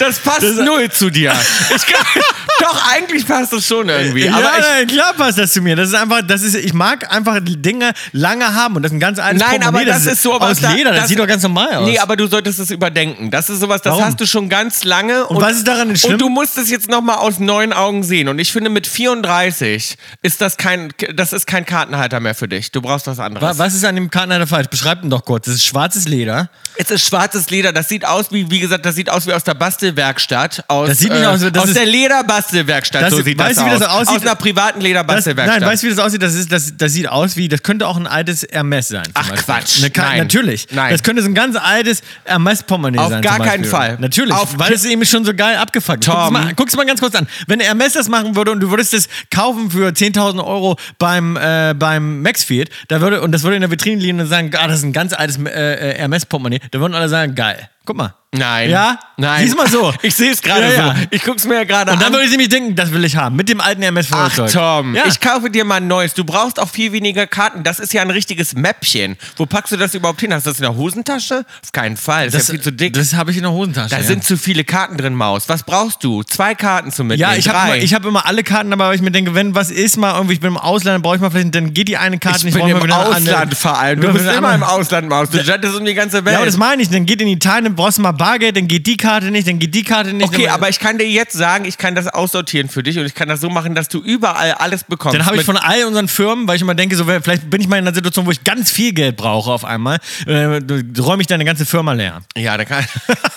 Speaker 4: Das passt null zu dir.
Speaker 3: [laughs]
Speaker 4: Ich kann, [laughs] doch, eigentlich passt das schon irgendwie.
Speaker 3: Ja,
Speaker 4: Aber ich,
Speaker 3: nein, klar passt das zu mir. Das ist einfach, das ist, ich mag einfach Dinge lange haben und das ist ein ganz altes
Speaker 4: Nein,
Speaker 3: Portemonnaie,
Speaker 4: aber das ist so aber
Speaker 3: aus
Speaker 4: da-
Speaker 3: Leder. Das, sieht doch ganz normal aus.
Speaker 4: Nee, aber du solltest es überdenken. Das ist sowas, das
Speaker 3: Warum?
Speaker 4: hast du schon ganz lange.
Speaker 3: Und was ist daran denn schlimm?
Speaker 4: Und du musst es jetzt nochmal aus neuen Augen sehen. Und ich finde, mit 34 ist das kein, das ist kein Kartenhalter mehr für dich. Du brauchst was anderes.
Speaker 3: Wa- was ist an dem Kartenhalter falsch? Beschreib ihn doch kurz. Das ist schwarzes Leder.
Speaker 4: Es ist schwarzes Leder. Das sieht aus wie, wie gesagt, das sieht aus wie aus der Bastelwerkstatt. Aus, äh,
Speaker 3: Das sieht nicht aus, das
Speaker 4: aus
Speaker 3: ist-
Speaker 4: der Lederbastelwerkstatt.
Speaker 3: Das
Speaker 4: So
Speaker 3: sieht-
Speaker 4: sieht
Speaker 3: weißt
Speaker 4: das
Speaker 3: du, wie
Speaker 4: aus.
Speaker 3: das aussieht?
Speaker 4: Aus einer privaten
Speaker 3: Das,
Speaker 4: Lederbastelwerkstatt.
Speaker 3: nein, weißt du, wie das aussieht? Das, ist, das, das sieht aus wie, das könnte auch ein altes Hermes sein. zum
Speaker 4: Ach,
Speaker 3: Beispiel.
Speaker 4: Quatsch.
Speaker 3: Eine Ka-
Speaker 4: Nein.
Speaker 3: Natürlich.
Speaker 4: Nein.
Speaker 3: Das könnte so ein ganz altes Hermes-Portemonnaie
Speaker 4: Auf
Speaker 3: sein.
Speaker 4: gar
Speaker 3: zum Beispiel.
Speaker 4: keinen Fall.
Speaker 3: Natürlich.
Speaker 4: Auf
Speaker 3: weil
Speaker 4: ke-
Speaker 3: es eben schon so geil abgefuckt ist. Guck's
Speaker 4: Tom.
Speaker 3: mal, guck's mal ganz kurz an. Wenn Hermes das machen würde und du würdest es kaufen für 10.000 Euro beim, äh, beim Maxfield, da würde, und das würde in der Vitrine liegen und sagen, ah, das ist ein ganz altes äh, äh, Hermes-Portemonnaie, da würden alle sagen, geil. Guck mal.
Speaker 4: Nein.
Speaker 3: Ja?
Speaker 4: Nein.
Speaker 3: Sieh's mal so.
Speaker 4: [laughs] Ich sehe es gerade
Speaker 3: Ja, ja.
Speaker 4: so. Ich guck's mir ja gerade an.
Speaker 3: Und dann würde ich nämlich denken, das will ich haben. Mit dem alten
Speaker 4: Ach
Speaker 3: Hermes-Feuerzeug.
Speaker 4: Tom,
Speaker 3: Ja.
Speaker 4: ich kaufe dir mal ein neues. Du brauchst auch viel weniger Karten. Das ist ja ein richtiges Mäppchen. Wo packst du das überhaupt hin? Hast du das in der Hosentasche? Auf keinen Fall. Das, ist ja viel zu dick.
Speaker 3: Das habe ich in der Hosentasche.
Speaker 4: da
Speaker 3: ja.
Speaker 4: sind zu viele Karten drin, Maus. Was brauchst du? Zwei Karten zum Mitnehmen.
Speaker 3: ja, ich habe
Speaker 4: Drei.
Speaker 3: immer, ich hab immer alle Karten dabei, weil ich mir denke, wenn was ist mal irgendwie, ich bin im Ausland, dann brauche ich mal vielleicht, dann geht die eine Karte
Speaker 4: Ich
Speaker 3: nicht.
Speaker 4: bin
Speaker 3: brauche
Speaker 4: im
Speaker 3: mal wieder eine
Speaker 4: Ausland
Speaker 3: andere.
Speaker 4: vor allem.
Speaker 3: Brauche
Speaker 4: Du
Speaker 3: ich
Speaker 4: bist
Speaker 3: wieder
Speaker 4: immer
Speaker 3: eine
Speaker 4: im
Speaker 3: andere-
Speaker 4: Ausland, Maus. Du jettest um die ganze Welt.
Speaker 3: Ja, aber das meine ich. Dann geht in Italien, brauchst du mal Bargeld, dann geht die Karte nicht, dann geht die Karte nicht.
Speaker 4: Okay,
Speaker 3: dann-
Speaker 4: aber ich kann dir jetzt sagen, ich kann das aussortieren für dich und ich kann das so machen, dass du überall alles bekommst.
Speaker 3: Dann habe ich von
Speaker 4: Mit-
Speaker 3: all unseren Firmen, weil ich immer denke, so, wer- vielleicht bin ich mal in einer Situation, wo ich ganz viel Geld brauche auf einmal, äh, räume ich deine ganze Firma leer.
Speaker 4: Ja, dann, kann, [laughs]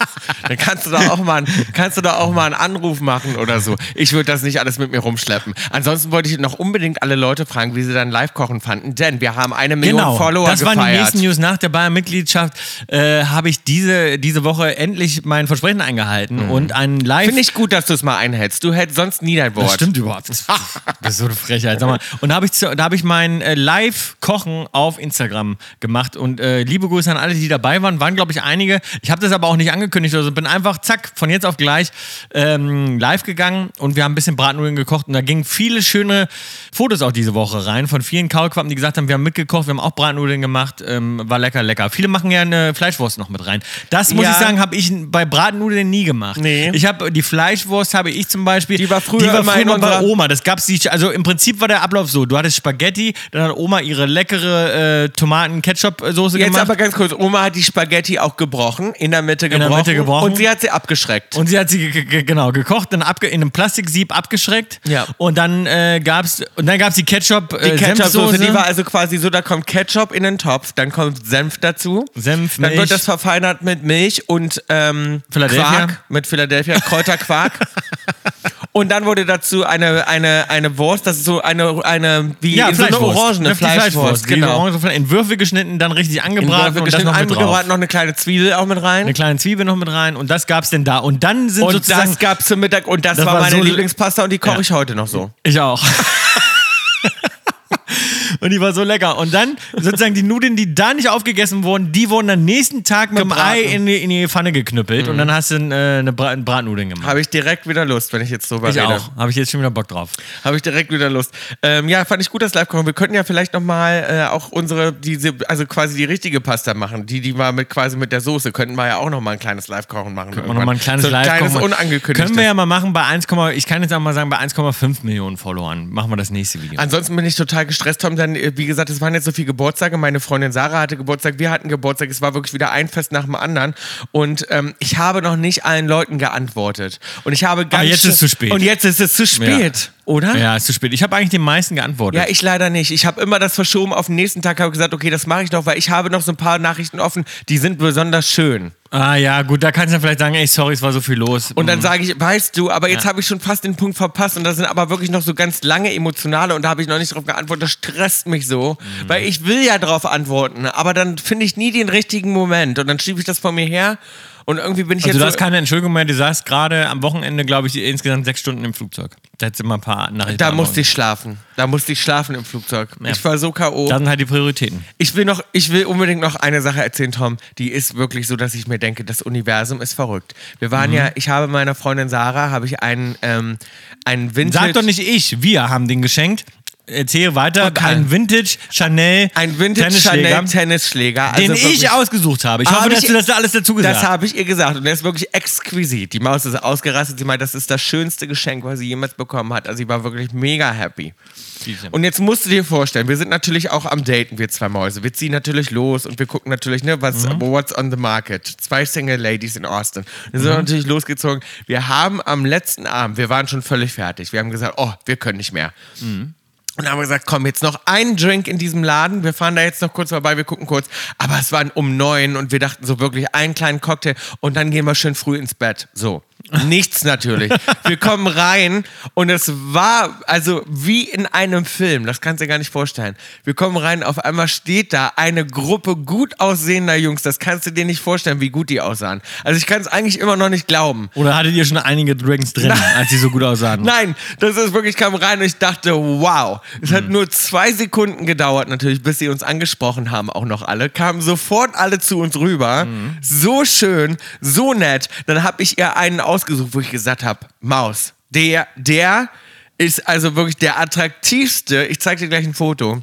Speaker 4: dann kannst, du da auch mal, einen- kannst du da auch mal einen Anruf machen oder so. Ich würde das nicht alles mit mir rumschleppen. Ansonsten wollte ich noch unbedingt alle Leute fragen, wie sie dann Live-Kochen fanden, denn wir haben eine Million
Speaker 3: Genau,
Speaker 4: Follower
Speaker 3: das
Speaker 4: gefeiert.
Speaker 3: waren die nächsten News nach der Bayern-Mitgliedschaft. Äh, habe ich diese, diese Woche endlich mein Versprechen eingehalten
Speaker 4: Mhm.
Speaker 3: und einen Live...
Speaker 4: Finde ich gut, dass du es mal einhältst. Du hättest sonst nie dein Wort.
Speaker 3: [laughs] Das stimmt überhaupt nicht. Das ist so eine Frechheit. Sag mal. Und da habe ich, zu- da hab ich mein äh, Live-Kochen auf Instagram gemacht. Und äh, liebe Grüße an alle, die dabei waren. Waren, glaube ich, einige. Ich habe das aber auch nicht angekündigt. Also bin einfach, zack, von jetzt auf gleich ähm, live gegangen. Und wir haben ein bisschen Bratnudeln gekocht. Und da gingen viele schöne Fotos auch diese Woche rein von vielen Kaulquappen, die gesagt haben, wir haben mitgekocht, wir haben auch Bratnudeln gemacht. Ähm, war lecker, lecker. Viele machen ja eine Fleischwurst noch mit rein. Das muss
Speaker 4: Ja.
Speaker 3: ich sagen, habe ich bei Bratnudeln nie gemacht.
Speaker 4: Nee.
Speaker 3: Ich habe die Fleischwurst habe ich zum Beispiel
Speaker 4: Die war früher immer in
Speaker 3: mal bei
Speaker 4: unserer-
Speaker 3: Oma. Das gab's die, also im Prinzip war der Ablauf so. Du hattest Spaghetti, dann hat Oma ihre leckere äh, Tomaten-Ketchup-Soße
Speaker 4: Jetzt
Speaker 3: gemacht.
Speaker 4: aber ganz kurz, Oma hat die Spaghetti auch gebrochen, in der Mitte
Speaker 3: der
Speaker 4: gebrochen,
Speaker 3: Mitte gebrochen.
Speaker 4: und sie hat sie abgeschreckt.
Speaker 3: und sie hat sie ge- ge- genau gekocht, dann abge in einem Plastiksieb abgeschreckt.
Speaker 4: Ja.
Speaker 3: Und dann äh, gab's und dann gab's die Ketchup,
Speaker 4: die
Speaker 3: äh,
Speaker 4: Ketchup-Soße,
Speaker 3: Senfsoße.
Speaker 4: die war also quasi so, da kommt Ketchup in den Topf, dann kommt Senf dazu.
Speaker 3: Senf,
Speaker 4: Dann
Speaker 3: Milch.
Speaker 4: wird das verfeinert mit Milch und ähm,
Speaker 3: Philadelphia.
Speaker 4: Quark, mit
Speaker 3: [laughs]
Speaker 4: Philadelphia, Kräuterquark. und dann wurde dazu eine, eine, eine Wurst, das ist so eine, eine wie
Speaker 3: ja,
Speaker 4: so eine
Speaker 3: Fleischwurst.
Speaker 4: orangene
Speaker 3: Ja, die
Speaker 4: Fleischwurst.
Speaker 3: Die
Speaker 4: genau.
Speaker 3: Orange- in Würfel geschnitten, dann richtig
Speaker 4: In
Speaker 3: angebraten
Speaker 4: Würfel
Speaker 3: und das
Speaker 4: geschnitten,
Speaker 3: noch mit drauf.
Speaker 4: angebraten, noch eine kleine Zwiebel auch mit rein.
Speaker 3: Eine kleine Zwiebel noch mit rein und das gab's denn da und dann sind
Speaker 4: Und
Speaker 3: sozusagen
Speaker 4: das gab's zum Mittag und das,
Speaker 3: Das
Speaker 4: war
Speaker 3: war
Speaker 4: meine
Speaker 3: so-
Speaker 4: Lieblingspasta und die koche
Speaker 3: Ja.
Speaker 4: ich heute noch so.
Speaker 3: Ich auch. [laughs] Und die war so lecker. Und dann sozusagen die Nudeln, die da nicht aufgegessen wurden, die wurden am nächsten Tag mit dem Ei in die, in die Pfanne geknüppelt.
Speaker 4: Mhm.
Speaker 3: Und dann hast du äh, eine Bra Bratnudeln gemacht.
Speaker 4: Habe ich direkt wieder Lust, wenn ich jetzt drüber
Speaker 3: ich
Speaker 4: rede.
Speaker 3: auch. Habe ich jetzt schon wieder Bock drauf.
Speaker 4: Habe ich direkt wieder Lust. Ähm, ja, fand ich gut, das Live-Kochen. Wir könnten ja vielleicht nochmal äh, auch unsere, diese, also quasi die richtige Pasta machen. Die, die war mit, quasi mit der Soße. Könnten wir ja auch nochmal ein kleines Live-Kochen machen.
Speaker 3: Können wir nochmal ein kleines
Speaker 4: so ein
Speaker 3: Live-Kochen
Speaker 4: kleines
Speaker 3: machen.
Speaker 4: unangekündigtes.
Speaker 3: Können wir ja mal machen bei 1, ich kann jetzt auch mal sagen, bei 1,5 Millionen Followern machen wir das nächste Video.
Speaker 4: Ansonsten bin ich total gestresst, Tom. Dann, äh, wie gesagt, es waren jetzt so viele Geburtstage. Meine Freundin Sarah hatte Geburtstag, wir hatten Geburtstag. Es war wirklich wieder ein Fest nach dem anderen. Und ähm, ich habe noch nicht allen Leuten geantwortet. Und ich habe ganz
Speaker 3: jetzt
Speaker 4: schön-
Speaker 3: ist es zu spät.
Speaker 4: Und jetzt ist es zu spät, oder?
Speaker 3: ja, ist zu spät. Ich habe eigentlich den meisten geantwortet.
Speaker 4: Ja, ich leider nicht. Ich habe immer das verschoben auf den nächsten Tag, habe gesagt, okay, das mache ich noch, weil ich habe noch so ein paar Nachrichten offen, die sind besonders schön.
Speaker 3: ah ja, gut, da kannst du ja vielleicht sagen, ey, sorry, es war so viel los.
Speaker 4: Und dann sage ich, weißt du, aber jetzt habe ich schon fast den Punkt verpasst und da sind aber wirklich noch so ganz lange emotionale und da habe ich noch nicht drauf geantwortet. Das stresst mich so,
Speaker 3: Mhm.
Speaker 4: weil ich will ja drauf antworten, aber dann finde ich nie den richtigen Moment und dann schiebe ich das vor mir her und irgendwie bin ich
Speaker 3: also
Speaker 4: jetzt
Speaker 3: du hast
Speaker 4: so,
Speaker 3: keine Entschuldigung mehr, du saßt gerade am Wochenende, glaube ich, insgesamt sechs Stunden im Flugzeug. Da hättest du mal ein paar Nachrichten.
Speaker 4: da
Speaker 3: antworten.
Speaker 4: musste ich schlafen. Da musste ich schlafen im Flugzeug. Ich war so K.O.
Speaker 3: Da sind halt die Prioritäten.
Speaker 4: Ich will noch, ich will unbedingt noch eine Sache erzählen, Tom. Die ist wirklich so, dass ich mir denke, das Universum ist verrückt. Wir
Speaker 3: Mhm.
Speaker 4: waren ja, ich habe meiner Freundin Sarah, habe ich einen, ähm, einen Vintage.
Speaker 3: Sag doch nicht ich, wir haben den geschenkt. Erzähle weiter.
Speaker 4: Okay.
Speaker 3: Ein Vintage Chanel
Speaker 4: Oh, Ein Vintage
Speaker 3: Tennisschläger,
Speaker 4: Chanel Tennisschläger.
Speaker 3: den
Speaker 4: also
Speaker 3: ich
Speaker 4: wirklich-
Speaker 3: ausgesucht habe. Ich
Speaker 4: Hab
Speaker 3: hoffe, dass
Speaker 4: ich-
Speaker 3: du das da alles dazu gesagt
Speaker 4: Das
Speaker 3: hast.
Speaker 4: habe ich ihr gesagt und der ist wirklich exquisit. Die Maus ist ausgerastet. Sie meint, das ist das schönste Geschenk, was sie jemals bekommen hat. Also sie war wirklich mega happy. Und jetzt musst du dir vorstellen, wir sind natürlich auch am Daten, wir zwei Mäuse. Wir ziehen natürlich los und wir gucken natürlich, ne, was, what's on the market. Zwei Single Ladies in Austin. Wir sind natürlich losgezogen. Wir haben am letzten Abend, wir waren schon völlig fertig. Wir haben gesagt, oh, wir können nicht mehr. Und haben wir gesagt, komm, jetzt noch einen Drink in diesem Laden. Wir fahren da jetzt noch kurz vorbei, wir gucken kurz. Aber es waren um neun und wir dachten so wirklich einen kleinen Cocktail und dann gehen wir schön früh ins Bett. So. Nichts natürlich. Wir kommen rein und es war also wie in einem Film. Das kannst du dir gar nicht vorstellen. Wir kommen rein, auf einmal steht da eine Gruppe gut aussehender Jungs. Das kannst du dir nicht vorstellen, wie gut die aussahen. Also ich kann es eigentlich immer noch nicht glauben.
Speaker 3: Oder hattet ihr schon einige Drinks drin, als sie so gut aussahen?
Speaker 4: Nein, das ist wirklich, kam rein und ich dachte, wow. Es hat nur zwei Sekunden gedauert, natürlich, bis sie uns angesprochen haben, auch noch alle. Kamen sofort alle zu uns rüber. So schön, so nett. Dann habe ich ihr einen ausgesucht, wo ich gesagt habe, Maus, der, der ist also wirklich der attraktivste. Ich zeige dir gleich ein Foto.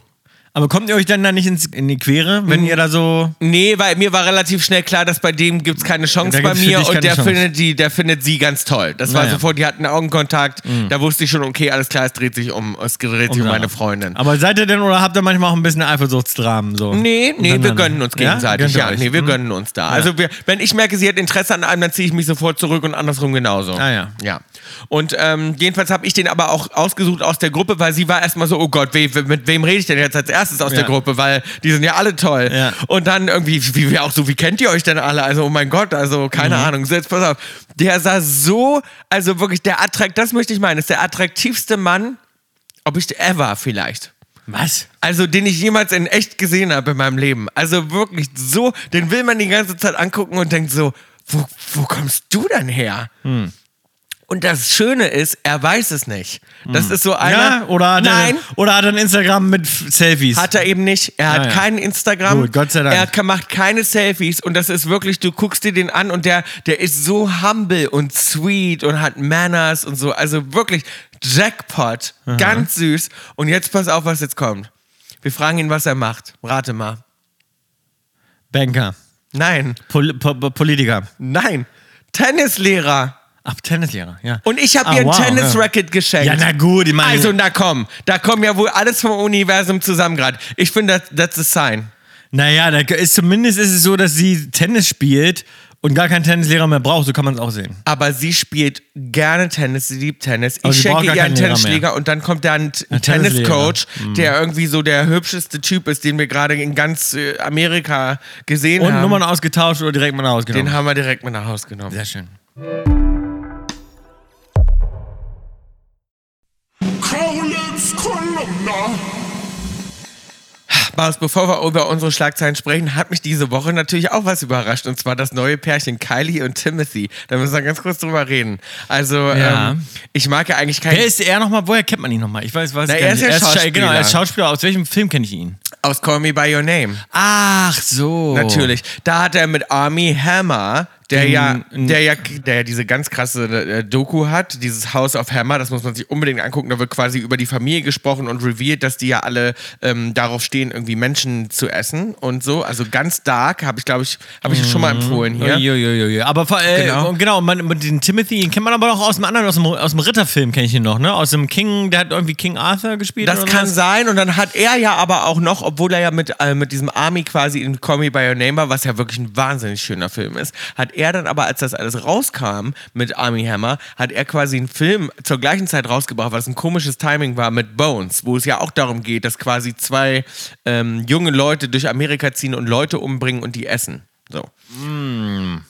Speaker 3: Aber kommt ihr euch dann da nicht ins, in die Quere,
Speaker 4: Mhm.
Speaker 3: wenn ihr da so.
Speaker 4: Nee, weil mir war relativ schnell klar, dass bei dem gibt's keine Chance
Speaker 3: Da
Speaker 4: bei
Speaker 3: gibt's für
Speaker 4: mir
Speaker 3: dich
Speaker 4: und
Speaker 3: keine
Speaker 4: der
Speaker 3: Chance.
Speaker 4: findet die, der findet sie ganz toll. Das war
Speaker 3: Naja. Mhm.
Speaker 4: sofort, die hatten Augenkontakt, da wusste ich schon, okay, alles klar, es dreht sich um, es dreht sich um meine Freundin.
Speaker 3: Aber seid ihr denn oder habt ihr manchmal auch ein bisschen Eifersuchtsdramen? So?
Speaker 4: Nee, nee, wir
Speaker 3: Untereinander?
Speaker 4: gönnen uns
Speaker 3: Ja?
Speaker 4: gegenseitig.
Speaker 3: Gönnt ihr
Speaker 4: Ja,
Speaker 3: euch? Mhm.
Speaker 4: nee, wir gönnen uns da. Also wir, wenn ich merke, sie hat Interesse an einem, dann ziehe ich mich sofort zurück und andersrum genauso.
Speaker 3: Ah, ja.
Speaker 4: Ja. Und ähm, jedenfalls habe ich den aber auch ausgesucht aus der Gruppe, weil sie war erstmal so, oh Gott, we, we- mit wem rede ich denn jetzt als erstes aus der
Speaker 3: Ja.
Speaker 4: Gruppe, weil die sind ja alle toll.
Speaker 3: Ja.
Speaker 4: Und dann irgendwie, wie wir auch so, wie kennt ihr euch denn alle? Also, oh mein Gott, also
Speaker 3: Mhm.
Speaker 4: keine Ahnung. So, jetzt pass auf. Der sah so, also wirklich der attrakt, das möchte ich meinen, ist der attraktivste Mann, ob ich ever vielleicht.
Speaker 3: Was?
Speaker 4: Also, den ich jemals in echt gesehen habe in meinem Leben. Also wirklich so, den will man die ganze Zeit angucken und denkt so, wo, wo kommst du denn her? Und das Schöne ist, er weiß es nicht. Das ist so einer.
Speaker 3: Ja, Ne? oder hat,
Speaker 4: Nein,
Speaker 3: Er, oder hat er ein Instagram mit F- Selfies?
Speaker 4: hat er eben nicht. Er hat
Speaker 3: Ah, ja.
Speaker 4: keinen Instagram.
Speaker 3: Gut, Gott sei Dank.
Speaker 4: Er hat- macht keine Selfies und das ist wirklich, du guckst dir den an und der, der ist so humble und sweet und hat Manners und so. Also wirklich Jackpot. Ganz süß. Und jetzt pass auf, was jetzt kommt. Wir fragen ihn, was er macht. Rate mal.
Speaker 3: Banker.
Speaker 4: Nein,
Speaker 3: Pol po po- Politiker.
Speaker 4: nein. Tennislehrer.
Speaker 3: Ach, Tennislehrer, ja.
Speaker 4: Und ich habe
Speaker 3: Ah,
Speaker 4: ihr ein
Speaker 3: wow,
Speaker 4: Tennis-Racket geschenkt.
Speaker 3: Ja, na gut, ich meine.
Speaker 4: also, na komm, da kommen ja wohl alles vom Universum zusammen gerade. Ich finde, that, that's a sign.
Speaker 3: naja, da ist, zumindest ist es so, dass sie Tennis spielt und gar keinen Tennislehrer mehr braucht. So kann man es auch sehen.
Speaker 4: aber sie spielt gerne Tennis, sie liebt Tennis. Ich
Speaker 3: Aber sie braucht
Speaker 4: schenke
Speaker 3: gar
Speaker 4: ihr einen
Speaker 3: keinen Lehrer
Speaker 4: Tennisschläger und dann kommt da ein, T- Tenniscoach,
Speaker 3: Mhm.
Speaker 4: der irgendwie so der hübscheste Typ ist, den wir gerade in ganz äh, Amerika gesehen
Speaker 3: Und
Speaker 4: haben.
Speaker 3: Nummern ausgetauscht oder direkt mal nach Hause genommen.
Speaker 4: den haben wir direkt mit nach Hause genommen.
Speaker 3: Sehr schön.
Speaker 6: Kaulitz Kolumna.
Speaker 4: Marius, bevor wir über unsere Schlagzeilen sprechen, hat mich diese Woche natürlich auch was überrascht. Und zwar das neue Pärchen Kylie und Timothy. Da müssen wir ganz kurz drüber reden. Also,
Speaker 3: Ja.
Speaker 4: ähm, ich mag ja eigentlich keinen.
Speaker 3: Wer ist er nochmal? Woher kennt man ihn nochmal? Ich weiß, weiß
Speaker 4: Na,
Speaker 3: gar
Speaker 4: er
Speaker 3: nicht.
Speaker 4: ist ja
Speaker 3: Scha- Genau, er ist
Speaker 4: Schauspieler.
Speaker 3: Schauspieler. Aus welchem Film kenne ich ihn?
Speaker 4: Aus Call Me By Your Name.
Speaker 3: Ach so.
Speaker 4: Natürlich. Da hat er mit Army Hammer, der ja, der ja, der ja diese ganz krasse äh, Doku hat, dieses House of Hammer, das muss man sich unbedingt angucken. Da wird quasi über die Familie gesprochen und revealed, dass die ja alle ähm, darauf stehen, irgendwie Menschen zu essen und so. Also ganz dark, habe ich, glaube ich, habe ich schon mal empfohlen
Speaker 3: Oh
Speaker 4: hier.
Speaker 3: Uiuiuiui. Aber vor- äh,
Speaker 4: Genau.
Speaker 3: genau, genau man, mit den Timothy, den kennt man aber auch aus dem anderen, aus dem, aus dem Ritterfilm kenne ich ihn noch, ne? Aus dem King, der hat irgendwie King Arthur gespielt.
Speaker 4: Das
Speaker 3: oder
Speaker 4: kann
Speaker 3: was?
Speaker 4: sein und dann hat er ja aber auch noch, obwohl er ja mit, äh, mit diesem Army quasi in Call Me By Your Name war, was ja wirklich ein wahnsinnig schöner Film ist, hat er dann aber, als das alles rauskam mit Army Hammer, hat er quasi einen Film zur gleichen Zeit rausgebracht, was ein komisches Timing war mit Bones, wo es ja auch darum geht, dass quasi zwei ähm, junge Leute durch Amerika ziehen und Leute umbringen und die essen. So.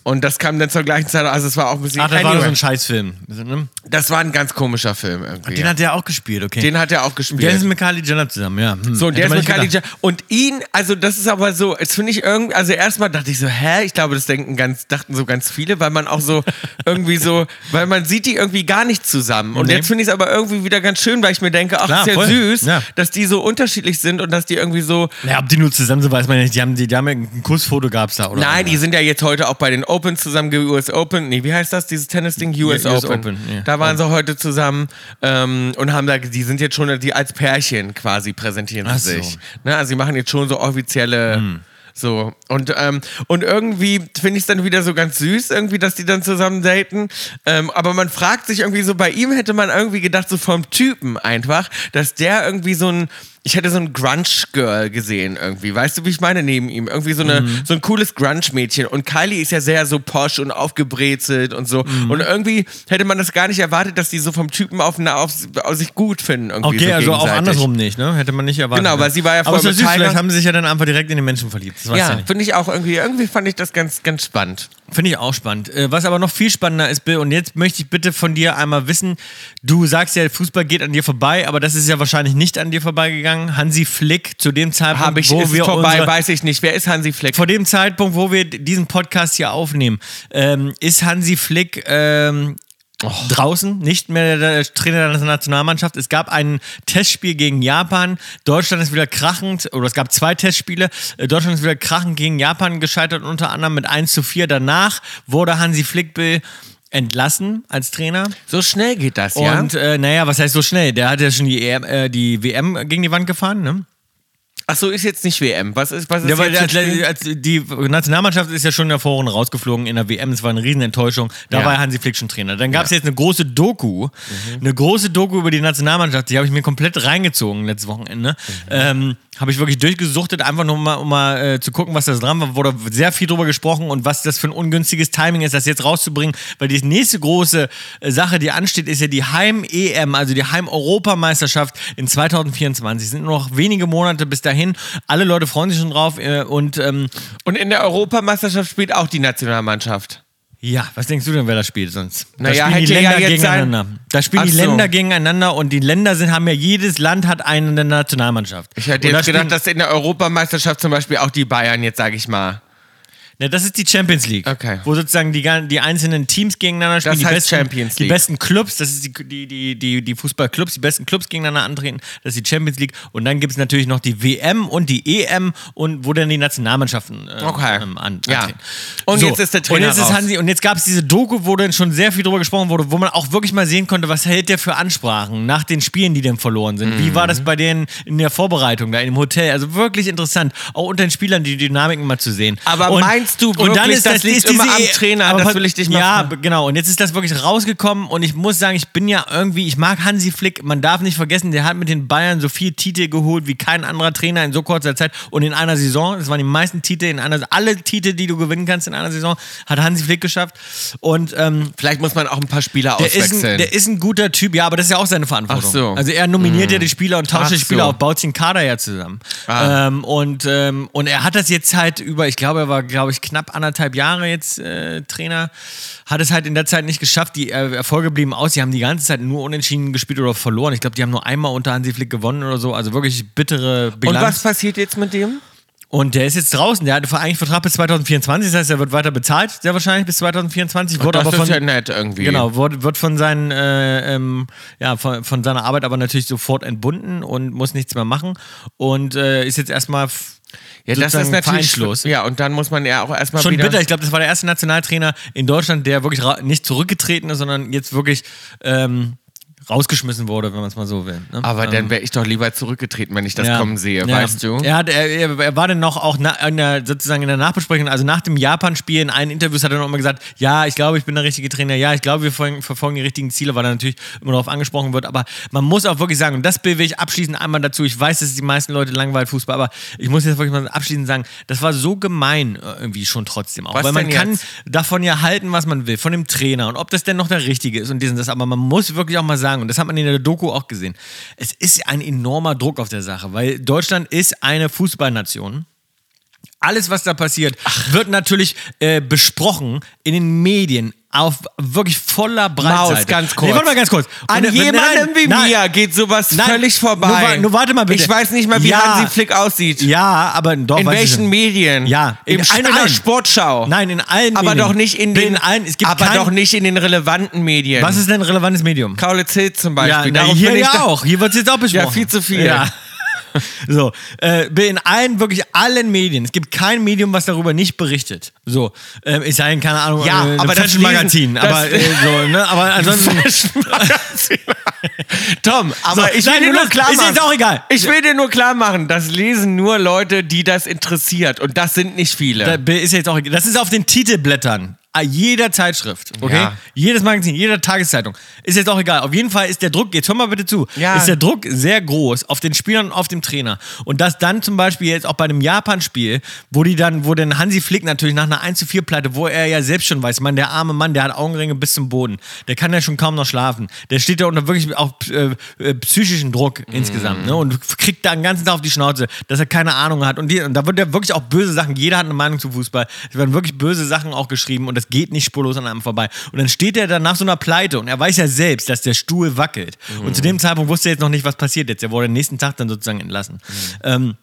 Speaker 4: Und das kam dann zur gleichen Zeit, also es war auch ein bisschen...
Speaker 3: Ach, Mm. Ah, das war
Speaker 4: Anyway,
Speaker 3: so ein Scheißfilm. ne?
Speaker 4: das war ein ganz komischer Film irgendwie.
Speaker 3: Den hat er auch gespielt, okay.
Speaker 4: Den hat er auch gespielt.
Speaker 3: der ist mit Kylie Jenner zusammen, ja. Hm.
Speaker 4: So, und der
Speaker 3: Hätte
Speaker 4: ist
Speaker 3: man
Speaker 4: mit
Speaker 3: nicht
Speaker 4: Kylie
Speaker 3: gedacht.
Speaker 4: Jenner. Und ihn, also das ist aber so, jetzt finde ich irgendwie, also erstmal dachte ich so, hä? Ich glaube, das denken ganz, dachten so ganz viele, weil man
Speaker 3: [laughs]
Speaker 4: auch so irgendwie so, weil man sieht die irgendwie gar nicht zusammen. Und
Speaker 3: Nee.
Speaker 4: jetzt finde ich es aber irgendwie wieder ganz schön, weil ich mir denke, ach,
Speaker 3: Klar,
Speaker 4: ist ja
Speaker 3: voll.
Speaker 4: süß,
Speaker 3: Ja.
Speaker 4: dass die so unterschiedlich sind und dass die irgendwie so.
Speaker 3: Naja, ob die nur zusammen sind, weiß man nicht. Die haben, die, die haben ja ein Kussfoto gab es da, oder?
Speaker 4: Nein, die sind ja jetzt heute auch bei den Opens zusammen, ge- US Open. Nee, wie heißt das, dieses Tennis-Ding? US,
Speaker 3: Ja, US
Speaker 4: Open.
Speaker 3: Open, ja.
Speaker 4: Da waren sie heute zusammen ähm, und haben da, die sind jetzt schon die als Pärchen quasi präsentieren
Speaker 3: Ach
Speaker 4: sie
Speaker 3: so.
Speaker 4: sich. Ne, also sie machen jetzt schon so offizielle.
Speaker 3: Hm.
Speaker 4: So, und, ähm, und irgendwie finde ich es dann wieder so ganz süß, irgendwie, dass die dann zusammen daten. Ähm, aber man fragt sich irgendwie so, bei ihm hätte man irgendwie gedacht, so vom Typen einfach, dass der irgendwie so ein, ich hätte so ein Grunge-Girl gesehen irgendwie. Weißt du, wie ich meine, neben ihm? Irgendwie so, eine,
Speaker 3: Mhm.
Speaker 4: so ein cooles Grunge-Mädchen. Und Kylie ist ja sehr so posch und aufgebrezelt und so.
Speaker 3: Mhm.
Speaker 4: Und irgendwie hätte man das gar nicht erwartet, dass die so vom Typen auf, na- auf, auf sich gut finden. Irgendwie
Speaker 3: Okay,
Speaker 4: so
Speaker 3: also auch
Speaker 4: gegenseitig.
Speaker 3: andersrum nicht, ne? Hätte man nicht erwartet.
Speaker 4: Genau, weil sie war ja
Speaker 3: Aber
Speaker 4: vorher
Speaker 3: ist ja
Speaker 4: mit
Speaker 3: süß,
Speaker 4: Tyler-
Speaker 3: vielleicht haben sie sich ja dann einfach direkt in den Menschen verliebt. Das weiß ja
Speaker 4: Ja,
Speaker 3: nicht.
Speaker 4: finde ich auch irgendwie. Irgendwie fand ich das ganz, ganz spannend.
Speaker 3: Finde ich auch spannend. Äh, Was aber noch viel spannender ist, Bill, und jetzt möchte ich bitte von dir einmal wissen, du sagst ja, Fußball geht an dir vorbei, aber das ist ja wahrscheinlich nicht an dir vorbeigegangen. Hansi Flick, zu dem Zeitpunkt,
Speaker 4: Habe ich,
Speaker 3: wo
Speaker 4: ist
Speaker 3: wir
Speaker 4: vorbei,
Speaker 3: unsere,
Speaker 4: weiß ich nicht. Wer ist Hansi Flick?
Speaker 3: vor dem Zeitpunkt, wo wir d- diesen Podcast hier aufnehmen, ähm, ist Hansi Flick ähm, draußen, nicht mehr der Trainer der Nationalmannschaft. Es gab ein Testspiel gegen Japan. Deutschland ist wieder krachend, oder es gab zwei Testspiele. Äh, Deutschland ist wieder krachend gegen Japan gescheitert, unter anderem mit 1 zu 4. Danach wurde Hansi Flick Bill, entlassen als Trainer.
Speaker 4: So schnell geht das, ja?
Speaker 3: Und äh, naja, was heißt so schnell? Der hat ja schon die, EM, äh, die WM gegen die Wand gefahren, ne?
Speaker 4: Ach so, ist jetzt nicht WM. Was ist, was ist
Speaker 3: Ja, weil
Speaker 4: jetzt
Speaker 3: der
Speaker 4: das Spiel?
Speaker 3: Atle- als die Nationalmannschaft ist ja schon in der Vorrunde rausgeflogen in der WM. Es war eine Riesenenttäuschung. Da
Speaker 4: Ja. Mhm.
Speaker 3: war Hansi Flick schon Trainer. Dann gab es jetzt eine große Doku. Eine große Doku über die Nationalmannschaft. Die habe ich mir komplett reingezogen letztes Wochenende.
Speaker 4: Mhm.
Speaker 3: Ähm, habe ich wirklich durchgesuchtet, einfach nur mal, um mal äh, zu gucken, was da so dran war. Wurde sehr viel drüber gesprochen und was das für ein ungünstiges Timing ist, das jetzt rauszubringen. Weil die nächste große äh, Sache, die ansteht, ist ja die Heim-EM, also die Heim-Europameisterschaft in 2024. Es sind nur noch wenige Monate bis dahin. Alle Leute freuen sich schon drauf. Äh, und ähm,
Speaker 4: Und in der Europameisterschaft spielt auch die Nationalmannschaft.
Speaker 3: ja, was denkst du denn, wer das spielt sonst?
Speaker 4: Naja,
Speaker 3: da spielen die
Speaker 4: hätte ja
Speaker 3: Länder
Speaker 4: jetzt
Speaker 3: gegeneinander.
Speaker 4: sein-
Speaker 3: Da spielen
Speaker 4: Ach
Speaker 3: die
Speaker 4: so.
Speaker 3: Länder gegeneinander und die Länder sind, haben ja jedes Land hat eine Nationalmannschaft.
Speaker 4: Ich hätte
Speaker 3: Und da
Speaker 4: jetzt gedacht,
Speaker 3: spielen-
Speaker 4: dass in der Europameisterschaft zum Beispiel auch die Bayern jetzt, sage ich mal.
Speaker 3: Na, Ne, das ist die Champions League.
Speaker 4: Okay.
Speaker 3: Wo sozusagen die, gan- die einzelnen Teams gegeneinander spielen.
Speaker 4: Das
Speaker 3: die
Speaker 4: heißt
Speaker 3: besten,
Speaker 4: Champions League.
Speaker 3: Die besten Clubs, das ist die, die, die, die, die Fußballclubs, die besten Clubs gegeneinander antreten. Das ist die Champions League. Und dann gibt es natürlich noch die WM und die EM und wo dann die Nationalmannschaften äh,
Speaker 4: Okay.
Speaker 3: ähm, an,
Speaker 4: Ja.
Speaker 3: antreten.
Speaker 4: Und jetzt ist der Trainer
Speaker 3: Und jetzt, ist
Speaker 4: raus.
Speaker 3: Hansi, und jetzt gab es diese Doku, wo dann schon sehr viel drüber gesprochen wurde, wo man auch wirklich mal sehen konnte, was hält der für Ansprachen nach den Spielen, die denn verloren sind. Wie war das
Speaker 4: Mhm.
Speaker 3: bei denen in der Vorbereitung da im Hotel? Also wirklich interessant. Auch unter den Spielern die Dynamiken mal zu sehen.
Speaker 4: Aber meinst du
Speaker 3: Und dann
Speaker 4: wirklich,
Speaker 3: ist
Speaker 4: das
Speaker 3: das,
Speaker 4: liegt
Speaker 3: ist diese, E-
Speaker 4: immer am Trainer?
Speaker 3: aber
Speaker 4: Das
Speaker 3: pass-
Speaker 4: will ich dich mal
Speaker 3: Ja,
Speaker 4: fragen.
Speaker 3: b- genau. Und jetzt ist das wirklich rausgekommen und ich muss sagen, ich bin ja irgendwie, ich mag Hansi Flick. Man darf nicht vergessen, der hat mit den Bayern so viel Titel geholt wie kein anderer Trainer in so kurzer Zeit und in einer Saison. Das waren die meisten Titel in einer, alle Titel, die du gewinnen kannst in einer Saison, hat Hansi Flick geschafft. Und ähm,
Speaker 4: Vielleicht muss man auch ein paar Spieler
Speaker 3: der ist, ein,
Speaker 4: auswechseln.
Speaker 3: der ist ein guter Typ, ja, aber das ist ja auch seine Verantwortung.
Speaker 4: Ach so. Mhm.
Speaker 3: Also er nominiert ja die Spieler und
Speaker 4: Ach
Speaker 3: tauscht die Spieler
Speaker 4: so.
Speaker 3: auf, baut den Kader ja zusammen.
Speaker 4: Ah.
Speaker 3: Ähm, und, ähm, und er hat das jetzt halt über, ich glaube, er war, glaube ich, knapp anderthalb Jahre jetzt äh, Trainer. Hat es halt in der Zeit nicht geschafft. Die äh, Erfolge blieben aus. Die haben die ganze Zeit nur unentschieden gespielt oder verloren. Ich glaube, die haben nur einmal unter Hansi Flick gewonnen oder so. Also wirklich bittere
Speaker 4: Und
Speaker 3: Bilanz.
Speaker 4: was passiert jetzt mit dem?
Speaker 3: Und der ist jetzt draußen. Der hatte eigentlich einen Vertrag bis 2024. Das heißt, er wird weiter bezahlt, sehr wahrscheinlich bis 2024. Wurde
Speaker 4: das
Speaker 3: aber
Speaker 4: ist
Speaker 3: von,
Speaker 4: ja nett irgendwie.
Speaker 3: Genau, wird, wird von, seinen, äh, ähm, ja, von, von seiner Arbeit aber natürlich sofort entbunden und muss nichts mehr machen. Und äh, ist jetzt erstmal. f-
Speaker 4: Ja, das ist
Speaker 3: sozusagen
Speaker 4: natürlich
Speaker 3: vereinslos.
Speaker 4: Ja, und dann muss man ja auch erstmal
Speaker 3: Schon
Speaker 4: wieder
Speaker 3: bitter. Ich glaube, das war der erste Nationaltrainer in Deutschland, der wirklich ra- nicht zurückgetreten ist, sondern jetzt wirklich ähm, rausgeschmissen wurde, wenn man es mal so will. Ne?
Speaker 4: Aber
Speaker 3: ähm,
Speaker 4: dann wäre ich doch lieber zurückgetreten, wenn ich das
Speaker 3: ja.
Speaker 4: kommen sehe,
Speaker 3: Ja.
Speaker 4: weißt du?
Speaker 3: Er, hat, er, er er war dann noch auch na, in der, sozusagen in der Nachbesprechung, also nach dem Japan-Spiel, in allen Interviews hat er noch immer gesagt, ja, ich glaube, ich bin der richtige Trainer, ja, ich glaube, wir verfolgen, verfolgen die richtigen Ziele, weil er natürlich immer darauf angesprochen wird. Aber man muss auch wirklich sagen, und das will ich abschließend einmal dazu, ich weiß, dass es die meisten Leute langweilt Fußball, aber ich muss jetzt wirklich mal abschließend sagen, das war so gemein äh, irgendwie schon trotzdem auch.
Speaker 4: Was
Speaker 3: weil man
Speaker 4: denn
Speaker 3: kann
Speaker 4: jetzt?
Speaker 3: davon ja halten, was man will, von dem Trainer und ob das denn noch der richtige ist und diesen das. Aber man muss wirklich auch mal sagen, und das hat man in der Doku auch gesehen, es ist ein enormer Druck auf der Sache, weil Deutschland ist eine Fußballnation. Alles, was da passiert, wird natürlich äh, besprochen in den Medien auf wirklich voller Breitseite.
Speaker 4: Maus, ganz kurz.
Speaker 3: Nee, warte mal ganz kurz.
Speaker 4: An
Speaker 3: Und, äh, wenn-
Speaker 4: jemandem
Speaker 3: nein,
Speaker 4: wie
Speaker 3: nein.
Speaker 4: mir geht sowas
Speaker 3: Nein.
Speaker 4: völlig vorbei.
Speaker 3: Nur wa- nur warte mal bitte.
Speaker 4: Ich weiß nicht mal, wie
Speaker 3: Ja.
Speaker 4: Hansi Flick aussieht.
Speaker 3: Ja, aber doch.
Speaker 4: In
Speaker 3: weiß ich
Speaker 4: welchen
Speaker 3: schon.
Speaker 4: Medien?
Speaker 3: Ja,
Speaker 4: in,
Speaker 3: in
Speaker 4: in einer
Speaker 3: allen.
Speaker 4: Sportschau.
Speaker 3: Nein, in allen
Speaker 4: aber
Speaker 3: Medien.
Speaker 4: doch nicht in den,
Speaker 3: in allen. Es gibt
Speaker 4: aber
Speaker 3: kein,
Speaker 4: doch nicht in den relevanten Medien.
Speaker 3: Was ist denn ein relevantes Medium?
Speaker 4: Kaulitz Hill zum
Speaker 3: Ja,
Speaker 4: Beispiel?
Speaker 3: na,
Speaker 4: Darum
Speaker 3: hier
Speaker 4: bin ich
Speaker 3: ja
Speaker 4: da-
Speaker 3: auch. Hier wird es jetzt auch besprochen.
Speaker 4: Ja, viel zu viel.
Speaker 3: Ja. [laughs] So, äh, in allen, wirklich allen Medien. Es gibt kein Medium, was darüber nicht berichtet. So, ähm, ich sage keine Ahnung,
Speaker 4: Ja,
Speaker 3: äh, ein
Speaker 4: aber das
Speaker 3: Fashion-Magazin.
Speaker 4: lesen- das-
Speaker 3: Aber, äh, so, ne?
Speaker 4: [laughs]
Speaker 3: aber ansonsten.
Speaker 4: Tom, [laughs] aber
Speaker 3: So,
Speaker 4: ich will
Speaker 3: nein,
Speaker 4: dir
Speaker 3: nur
Speaker 4: nur
Speaker 3: das-
Speaker 4: klar
Speaker 3: ist
Speaker 4: machen.
Speaker 3: jetzt auch egal.
Speaker 4: Ich will dir nur klar machen, das lesen nur Leute, die das interessiert. Und das sind nicht viele.
Speaker 3: Da Ist jetzt auch, das ist auf den Titelblättern Ah, jeder Zeitschrift, okay?
Speaker 4: Ja.
Speaker 3: Jedes Magazin, jeder Tageszeitung. Ist jetzt auch egal. Auf jeden Fall ist der Druck, jetzt hör mal bitte zu,
Speaker 4: Ja.
Speaker 3: ist der Druck sehr groß auf den Spielern und auf dem Trainer. Und das dann zum Beispiel jetzt auch bei einem Japan-Spiel, wo die dann, wo dann Hansi Flick natürlich nach einer 1 zu 4 Pleite, wo er ja selbst schon weiß, Mann, der arme Mann, der hat Augenringe bis zum Boden. Der kann ja schon kaum noch schlafen. Der steht ja unter wirklich auch äh, äh, psychischen Druck
Speaker 4: Mhm.
Speaker 3: insgesamt, ne? Und kriegt da den ganzen Tag auf die Schnauze, dass er keine Ahnung hat. Und, die, und da wird ja wirklich auch böse Sachen, jeder hat eine Meinung zu Fußball. Es werden wirklich böse Sachen auch geschrieben und das geht nicht spurlos an einem vorbei. Und dann steht er dann nach so einer Pleite und er weiß ja selbst, dass der Stuhl wackelt. Und zu dem Zeitpunkt wusste er jetzt noch nicht, was passiert jetzt. Er wurde am nächsten Tag dann sozusagen entlassen. Ähm,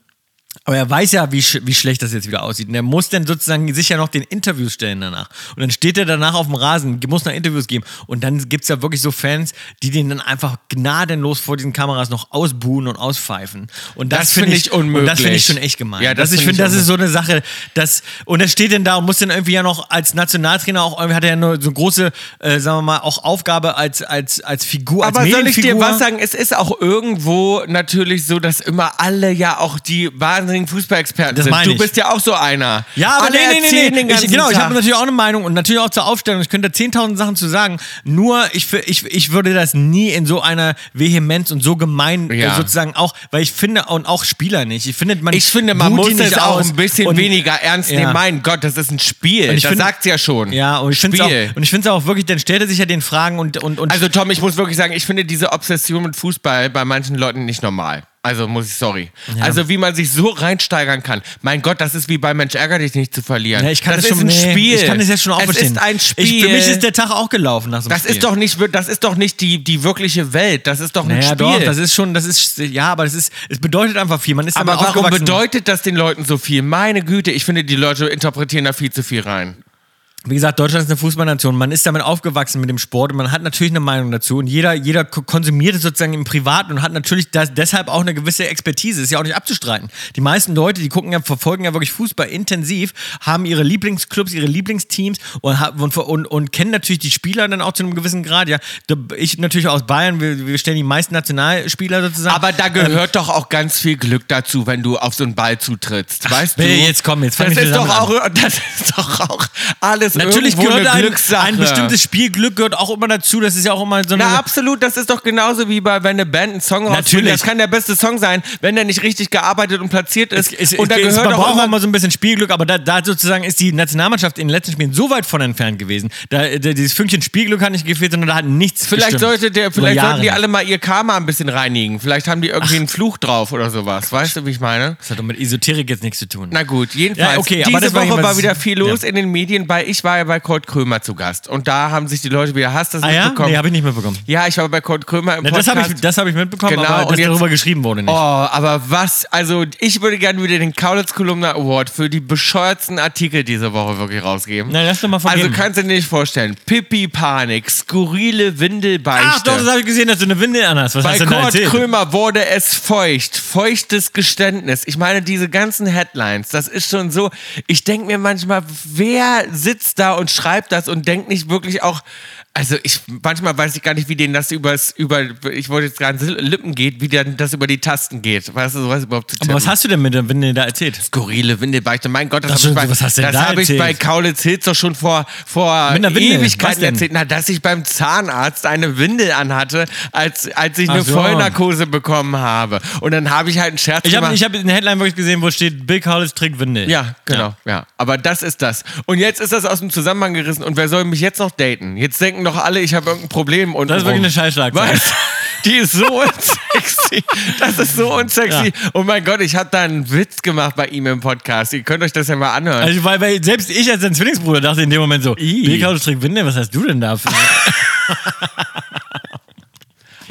Speaker 3: aber er weiß ja, wie, sch wie schlecht das jetzt wieder aussieht. Und er muss dann sozusagen sich ja noch den Interviews stellen danach. Und dann steht er danach auf dem Rasen, ge- muss noch Interviews geben. Und dann gibt es ja wirklich so Fans, die den dann einfach gnadenlos vor diesen Kameras noch ausbuhen und auspfeifen. Und das,
Speaker 4: Das
Speaker 3: finde
Speaker 4: find
Speaker 3: ich,
Speaker 4: ich
Speaker 3: Und das finde
Speaker 4: unmöglich.
Speaker 3: ich schon echt gemein.
Speaker 4: Ja, das
Speaker 3: das, ich
Speaker 4: find
Speaker 3: finde,
Speaker 4: ich
Speaker 3: das ist so eine Sache, dass. Und er steht denn da und muss dann irgendwie ja noch als Nationaltrainer auch irgendwie hat er ja nur so große, äh, sagen wir mal, auch Aufgabe als, als, als Figur, als
Speaker 4: Aber soll ich dir
Speaker 3: Medienfigur.
Speaker 4: was sagen? Es ist auch irgendwo natürlich so, dass immer alle ja auch die wahnsinnigen Fußballexperten
Speaker 3: Das
Speaker 4: sind.
Speaker 3: meine
Speaker 4: du
Speaker 3: ich.
Speaker 4: bist ja auch so einer. Ah,
Speaker 3: Ja, aber
Speaker 4: alle
Speaker 3: nee, nee, nee,
Speaker 4: erzählen
Speaker 3: nee.
Speaker 4: den ganzen
Speaker 3: ich, genau, ich
Speaker 4: Tag.
Speaker 3: habe natürlich auch eine Meinung und natürlich auch zur Aufstellung. Ich könnte da 10.000 Sachen zu sagen. Nur ich, fi- ich, ich würde das nie in so einer Vehemenz und so gemein äh,
Speaker 4: Ja.
Speaker 3: sozusagen auch, weil ich finde, und auch Spieler nicht. Ich finde, man
Speaker 4: Ich finde, man
Speaker 3: buht die
Speaker 4: muss es
Speaker 3: nicht
Speaker 4: auch
Speaker 3: aus
Speaker 4: ein bisschen
Speaker 3: und-
Speaker 4: weniger ernst nehmen.
Speaker 3: Ja.
Speaker 4: Mein Gott, das ist ein Spiel.
Speaker 3: Und ich
Speaker 4: das
Speaker 3: finde-
Speaker 4: sagt's ja schon.
Speaker 3: Ja, und ich finde es
Speaker 4: Spiel.
Speaker 3: auch, und ich find's auch wirklich, dann stellt er sich ja den Fragen und, und, und
Speaker 4: Also Tom, ich muss wirklich sagen, ich finde diese Obsession mit Fußball bei manchen Leuten nicht normal. Also muss ich, sorry. Also wie man sich so reinsteigern kann. Mein Gott, das ist wie bei Mensch ärger dich nicht zu verlieren.
Speaker 3: Ja, ich kann
Speaker 4: das
Speaker 3: das schon,
Speaker 4: ist ein
Speaker 3: nee,
Speaker 4: Spiel.
Speaker 3: Ich kann das jetzt schon auch
Speaker 4: Es
Speaker 3: verstehen.
Speaker 4: ist ein Spiel.
Speaker 3: Ich, für mich ist der Tag auch gelaufen nach so einem
Speaker 4: das
Speaker 3: Spiel.
Speaker 4: ist doch nicht, wir- das ist doch nicht die, die wirkliche Welt. Das ist doch ein
Speaker 3: naja,
Speaker 4: Spiel.
Speaker 3: doch, das ist schon, das ist, ja, aber das ist, es bedeutet einfach viel. Man ist
Speaker 4: aber
Speaker 3: damit
Speaker 4: warum
Speaker 3: aufgewachsen.
Speaker 4: bedeutet das den Leuten so viel? Meine Güte, ich finde, die Leute interpretieren da viel zu viel rein.
Speaker 3: wie gesagt, Deutschland ist eine Fußballnation. Man ist damit aufgewachsen mit dem Sport und man hat natürlich eine Meinung dazu. Und jeder, jeder ko- konsumiert es sozusagen im Privaten und hat natürlich das, deshalb auch eine gewisse Expertise. Ist ja auch nicht abzustreiten. Die meisten Leute, die gucken ja, verfolgen ja wirklich Fußball intensiv, haben ihre Lieblingsclubs, ihre Lieblingsteams und, ha- und, und, und kennen natürlich die Spieler dann auch zu einem gewissen Grad. Ja, da- ich natürlich aus Bayern, wir, wir stellen die meisten Nationalspieler sozusagen.
Speaker 4: Aber da
Speaker 3: Ähm,
Speaker 4: gehört doch auch ganz viel Glück dazu, wenn du auf so einen Ball zutrittst. Weißt
Speaker 3: Bill,
Speaker 4: du?
Speaker 3: jetzt komm, jetzt fang
Speaker 4: [laughs] das
Speaker 3: nicht
Speaker 4: ist
Speaker 3: so
Speaker 4: doch
Speaker 3: damit
Speaker 4: auch, Das ist doch auch alles ist
Speaker 3: Ähm, Natürlich
Speaker 4: irgendwo
Speaker 3: gehört
Speaker 4: eine
Speaker 3: ein,
Speaker 4: Glückssache.
Speaker 3: ein bestimmtes Spielglück gehört auch immer dazu. Das ist ja auch immer so eine.
Speaker 4: Na absolut, das ist doch genauso wie bei, wenn eine Band einen Song rausbringt.
Speaker 3: Natürlich.
Speaker 4: Das kann der beste Song sein, wenn der nicht richtig gearbeitet und platziert ist.
Speaker 3: Es- es-
Speaker 4: und da
Speaker 3: es-
Speaker 4: gehört
Speaker 3: man
Speaker 4: auch
Speaker 3: braucht
Speaker 4: immer
Speaker 3: auch mal so ein bisschen Spielglück, aber da, da sozusagen ist die Nationalmannschaft in den letzten Spielen so weit von entfernt gewesen. Da, da, dieses Fünkchen Spielglück hat nicht gefehlt, sondern da hat nichts
Speaker 4: Vielleicht,
Speaker 3: gestimmt.
Speaker 4: sollte der, vielleicht
Speaker 3: Über
Speaker 4: sollten die
Speaker 3: Jahre.
Speaker 4: alle mal ihr Karma ein bisschen reinigen. Vielleicht haben die irgendwie einen Fluch drauf oder sowas. Weißt du, wie ich meine?
Speaker 3: Das hat doch mit Esoterik jetzt nichts zu tun.
Speaker 4: Na gut, jedenfalls.
Speaker 3: Ja, okay, aber
Speaker 4: diese
Speaker 3: das war
Speaker 4: Woche
Speaker 3: jedenfalls-
Speaker 4: war wieder viel los
Speaker 3: Ja.
Speaker 4: in den Medien, weil ich war ja bei Kurt Krömer zu Gast. Und da haben sich die Leute wieder, hast du das
Speaker 3: ah ja?
Speaker 4: mitbekommen?
Speaker 3: Nee, habe ich nicht mitbekommen.
Speaker 4: ja, ich war bei Kurt Krömer im
Speaker 3: Na, das
Speaker 4: Podcast.
Speaker 3: habe ich, das hab ich mitbekommen,
Speaker 4: Genau,
Speaker 3: aber
Speaker 4: und
Speaker 3: dass
Speaker 4: jetzt-
Speaker 3: darüber geschrieben wurde nicht.
Speaker 4: Oh, aber was, also ich würde gerne wieder den Kaulitz Kolumna Award für die bescheuertsten Artikel diese Woche wirklich rausgeben.
Speaker 3: Na, lass doch mal vergeben.
Speaker 4: Also kannst du dir nicht vorstellen. Pipi-Panik, skurrile Windelbeichte.
Speaker 3: Ach doch, das habe ich gesehen, dass du eine Windel an hast. Was
Speaker 4: Bei
Speaker 3: hast du denn da
Speaker 4: Kurt
Speaker 3: erzählt?
Speaker 4: Krömer wurde es feucht. Feuchtes Geständnis. Ich meine, diese ganzen Headlines, das ist schon so. Ich denke mir manchmal, wer sitzt da und schreibt das und denkt nicht wirklich auch. Also ich manchmal weiß ich gar nicht, wie denen das übers, über, ich wollte jetzt gerade sagen, Lippen geht, wie denen das über die Tasten geht. Weißt du, sowas überhaupt zu
Speaker 3: aber was
Speaker 4: tippen.
Speaker 3: hast du denn mit der Windel da erzählt?
Speaker 4: Skurrile Windelbeichte. Mein Gott,
Speaker 3: Das
Speaker 4: das, habe
Speaker 3: stimmt,
Speaker 4: ich,
Speaker 3: was
Speaker 4: bei,
Speaker 3: hast du denn
Speaker 4: das
Speaker 3: da
Speaker 4: hab ich
Speaker 3: erzählt?
Speaker 4: bei Kaulitz Hills doch schon vor, vor
Speaker 3: Mit einer Windel, was
Speaker 4: Ewigkeiten
Speaker 3: denn?
Speaker 4: erzählt. Na, dass ich beim Zahnarzt eine Windel anhatte, als, als ich
Speaker 3: Ach
Speaker 4: eine
Speaker 3: so.
Speaker 4: Vollnarkose bekommen habe. Und dann habe ich halt einen Scherz
Speaker 3: Ich habe
Speaker 4: gemacht.
Speaker 3: ich hab eine Headline wirklich gesehen, wo steht, Bill Kaulitz trägt Windel.
Speaker 4: ja, genau. Ja. Aber das ist das. Und jetzt ist das aus dem Zusammenhang gerissen. Und wer soll mich jetzt noch daten? Jetzt denken doch alle, ich habe irgendein Problem. Und
Speaker 3: Das ist wirklich eine Scheißschlagzeile.
Speaker 4: Was? [laughs] Die ist so unsexy. Das ist so unsexy. Oh mein Gott, ich habe da einen Witz gemacht bei ihm im Podcast. Ihr könnt euch das ja mal anhören.
Speaker 3: Also, weil, weil selbst ich als dein Zwillingsbruder dachte in dem Moment so,
Speaker 4: Ih.
Speaker 3: Bill Kaulitz trägt Windel, was hast du denn
Speaker 4: [laughs]
Speaker 3: da? für-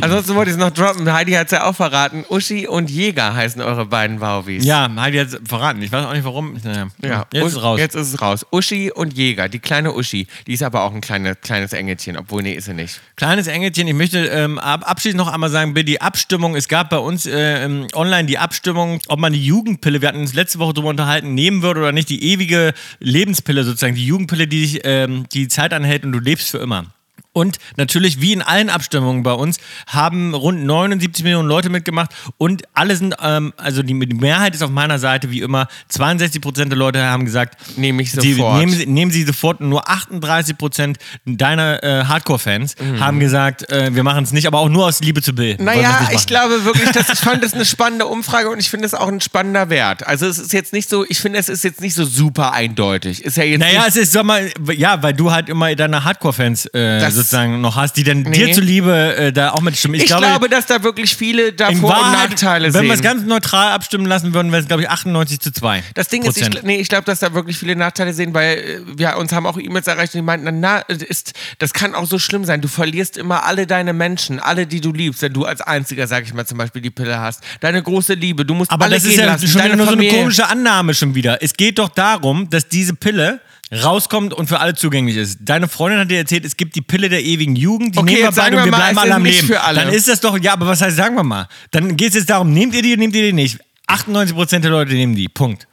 Speaker 4: Ansonsten wollte ich es noch droppen. Heidi hat es ja auch verraten. Uschi und Jäger heißen eure beiden Wauwis.
Speaker 3: ja, Heidi hat verraten. Ich weiß auch nicht warum. Naja.
Speaker 4: Ja,
Speaker 3: Jetzt
Speaker 4: Us-
Speaker 3: ist raus.
Speaker 4: Jetzt ist es raus. Uschi und Jäger, die kleine Uschi. Die ist aber auch ein kleine, kleines Engelchen, obwohl, nee, ist sie nicht.
Speaker 3: Kleines Engelchen, ich möchte ähm, ab, abschließend noch einmal sagen, Bill, die Abstimmung, es gab bei uns äh, ähm, online die Abstimmung, ob man die Jugendpille, wir hatten uns letzte Woche darüber unterhalten, nehmen würde oder nicht, die ewige Lebenspille sozusagen, die Jugendpille, die dich ähm, die Zeit anhält und du lebst für immer. Und natürlich, wie in allen Abstimmungen bei uns, haben rund 79 Millionen Leute mitgemacht und alle sind, ähm, also die, die Mehrheit ist auf meiner Seite, wie immer. 62 Prozent der Leute haben gesagt,
Speaker 4: Nehme ich
Speaker 3: Sie,
Speaker 4: sofort.
Speaker 3: nehmen, Sie- nehmen Sie sofort. Nur 38 Prozent deiner äh, Hardcore-Fans haben gesagt, äh, wir machen es nicht, aber auch nur aus Liebe zu Bill. Wollen wir's
Speaker 4: Mhm. Naja,
Speaker 3: nicht
Speaker 4: ich
Speaker 3: machen.
Speaker 4: glaube
Speaker 3: [laughs]
Speaker 4: wirklich, dass ich fand das eine spannende Umfrage und ich finde es auch ein spannender Wert. Also es ist jetzt nicht so, ich finde es ist jetzt nicht so super eindeutig. Ist ja jetzt
Speaker 3: Naja,
Speaker 4: nicht,
Speaker 3: es ist, sag mal, ja, weil du halt immer deine Hardcore-Fans äh,
Speaker 4: Das-
Speaker 3: sozusagen noch hast, die dann dir
Speaker 4: Nee.
Speaker 3: zuliebe äh, da auch mitstimmen.
Speaker 4: ich, glaube, dass da wirklich viele da
Speaker 3: in
Speaker 4: Vor- und
Speaker 3: Wahrheit,
Speaker 4: Nachteile
Speaker 3: wenn
Speaker 4: sehen.
Speaker 3: wir es ganz neutral abstimmen lassen würden, wäre es, glaube ich, 98 zu 2.
Speaker 4: Das Ding ist, ich, gl- nee, ich glaube, dass da wirklich viele Nachteile sehen, weil äh, wir uns haben auch E-Mails erreicht und die meinten, na, na, es ist, das kann auch so schlimm sein. Du verlierst immer alle deine Menschen, alle, die du liebst, wenn du als Einziger, sag ich mal, zum Beispiel die Pille hast. Deine große Liebe, du musst
Speaker 3: Aber
Speaker 4: alle
Speaker 3: das
Speaker 4: gehen
Speaker 3: ist ja
Speaker 4: lassen.
Speaker 3: schon
Speaker 4: deine
Speaker 3: wieder nur
Speaker 4: Familie.
Speaker 3: so eine komische Annahme schon wieder. Es geht doch darum, dass diese Pille rauskommt und für alle zugänglich ist. Deine Freundin hat dir erzählt, es gibt die Pille der ewigen Jugend, die
Speaker 4: Okay,
Speaker 3: nehmen wir
Speaker 4: jetzt
Speaker 3: beide
Speaker 4: sagen
Speaker 3: und
Speaker 4: wir
Speaker 3: wir
Speaker 4: mal,
Speaker 3: bleiben
Speaker 4: es
Speaker 3: alle
Speaker 4: ist
Speaker 3: am
Speaker 4: nicht
Speaker 3: Leben.
Speaker 4: für alle.
Speaker 3: Dann ist das doch, ja, aber was heißt, sagen wir mal. Dann geht es jetzt darum, nehmt ihr die, nehmt ihr die nicht. 98% der Leute nehmen die. Punkt.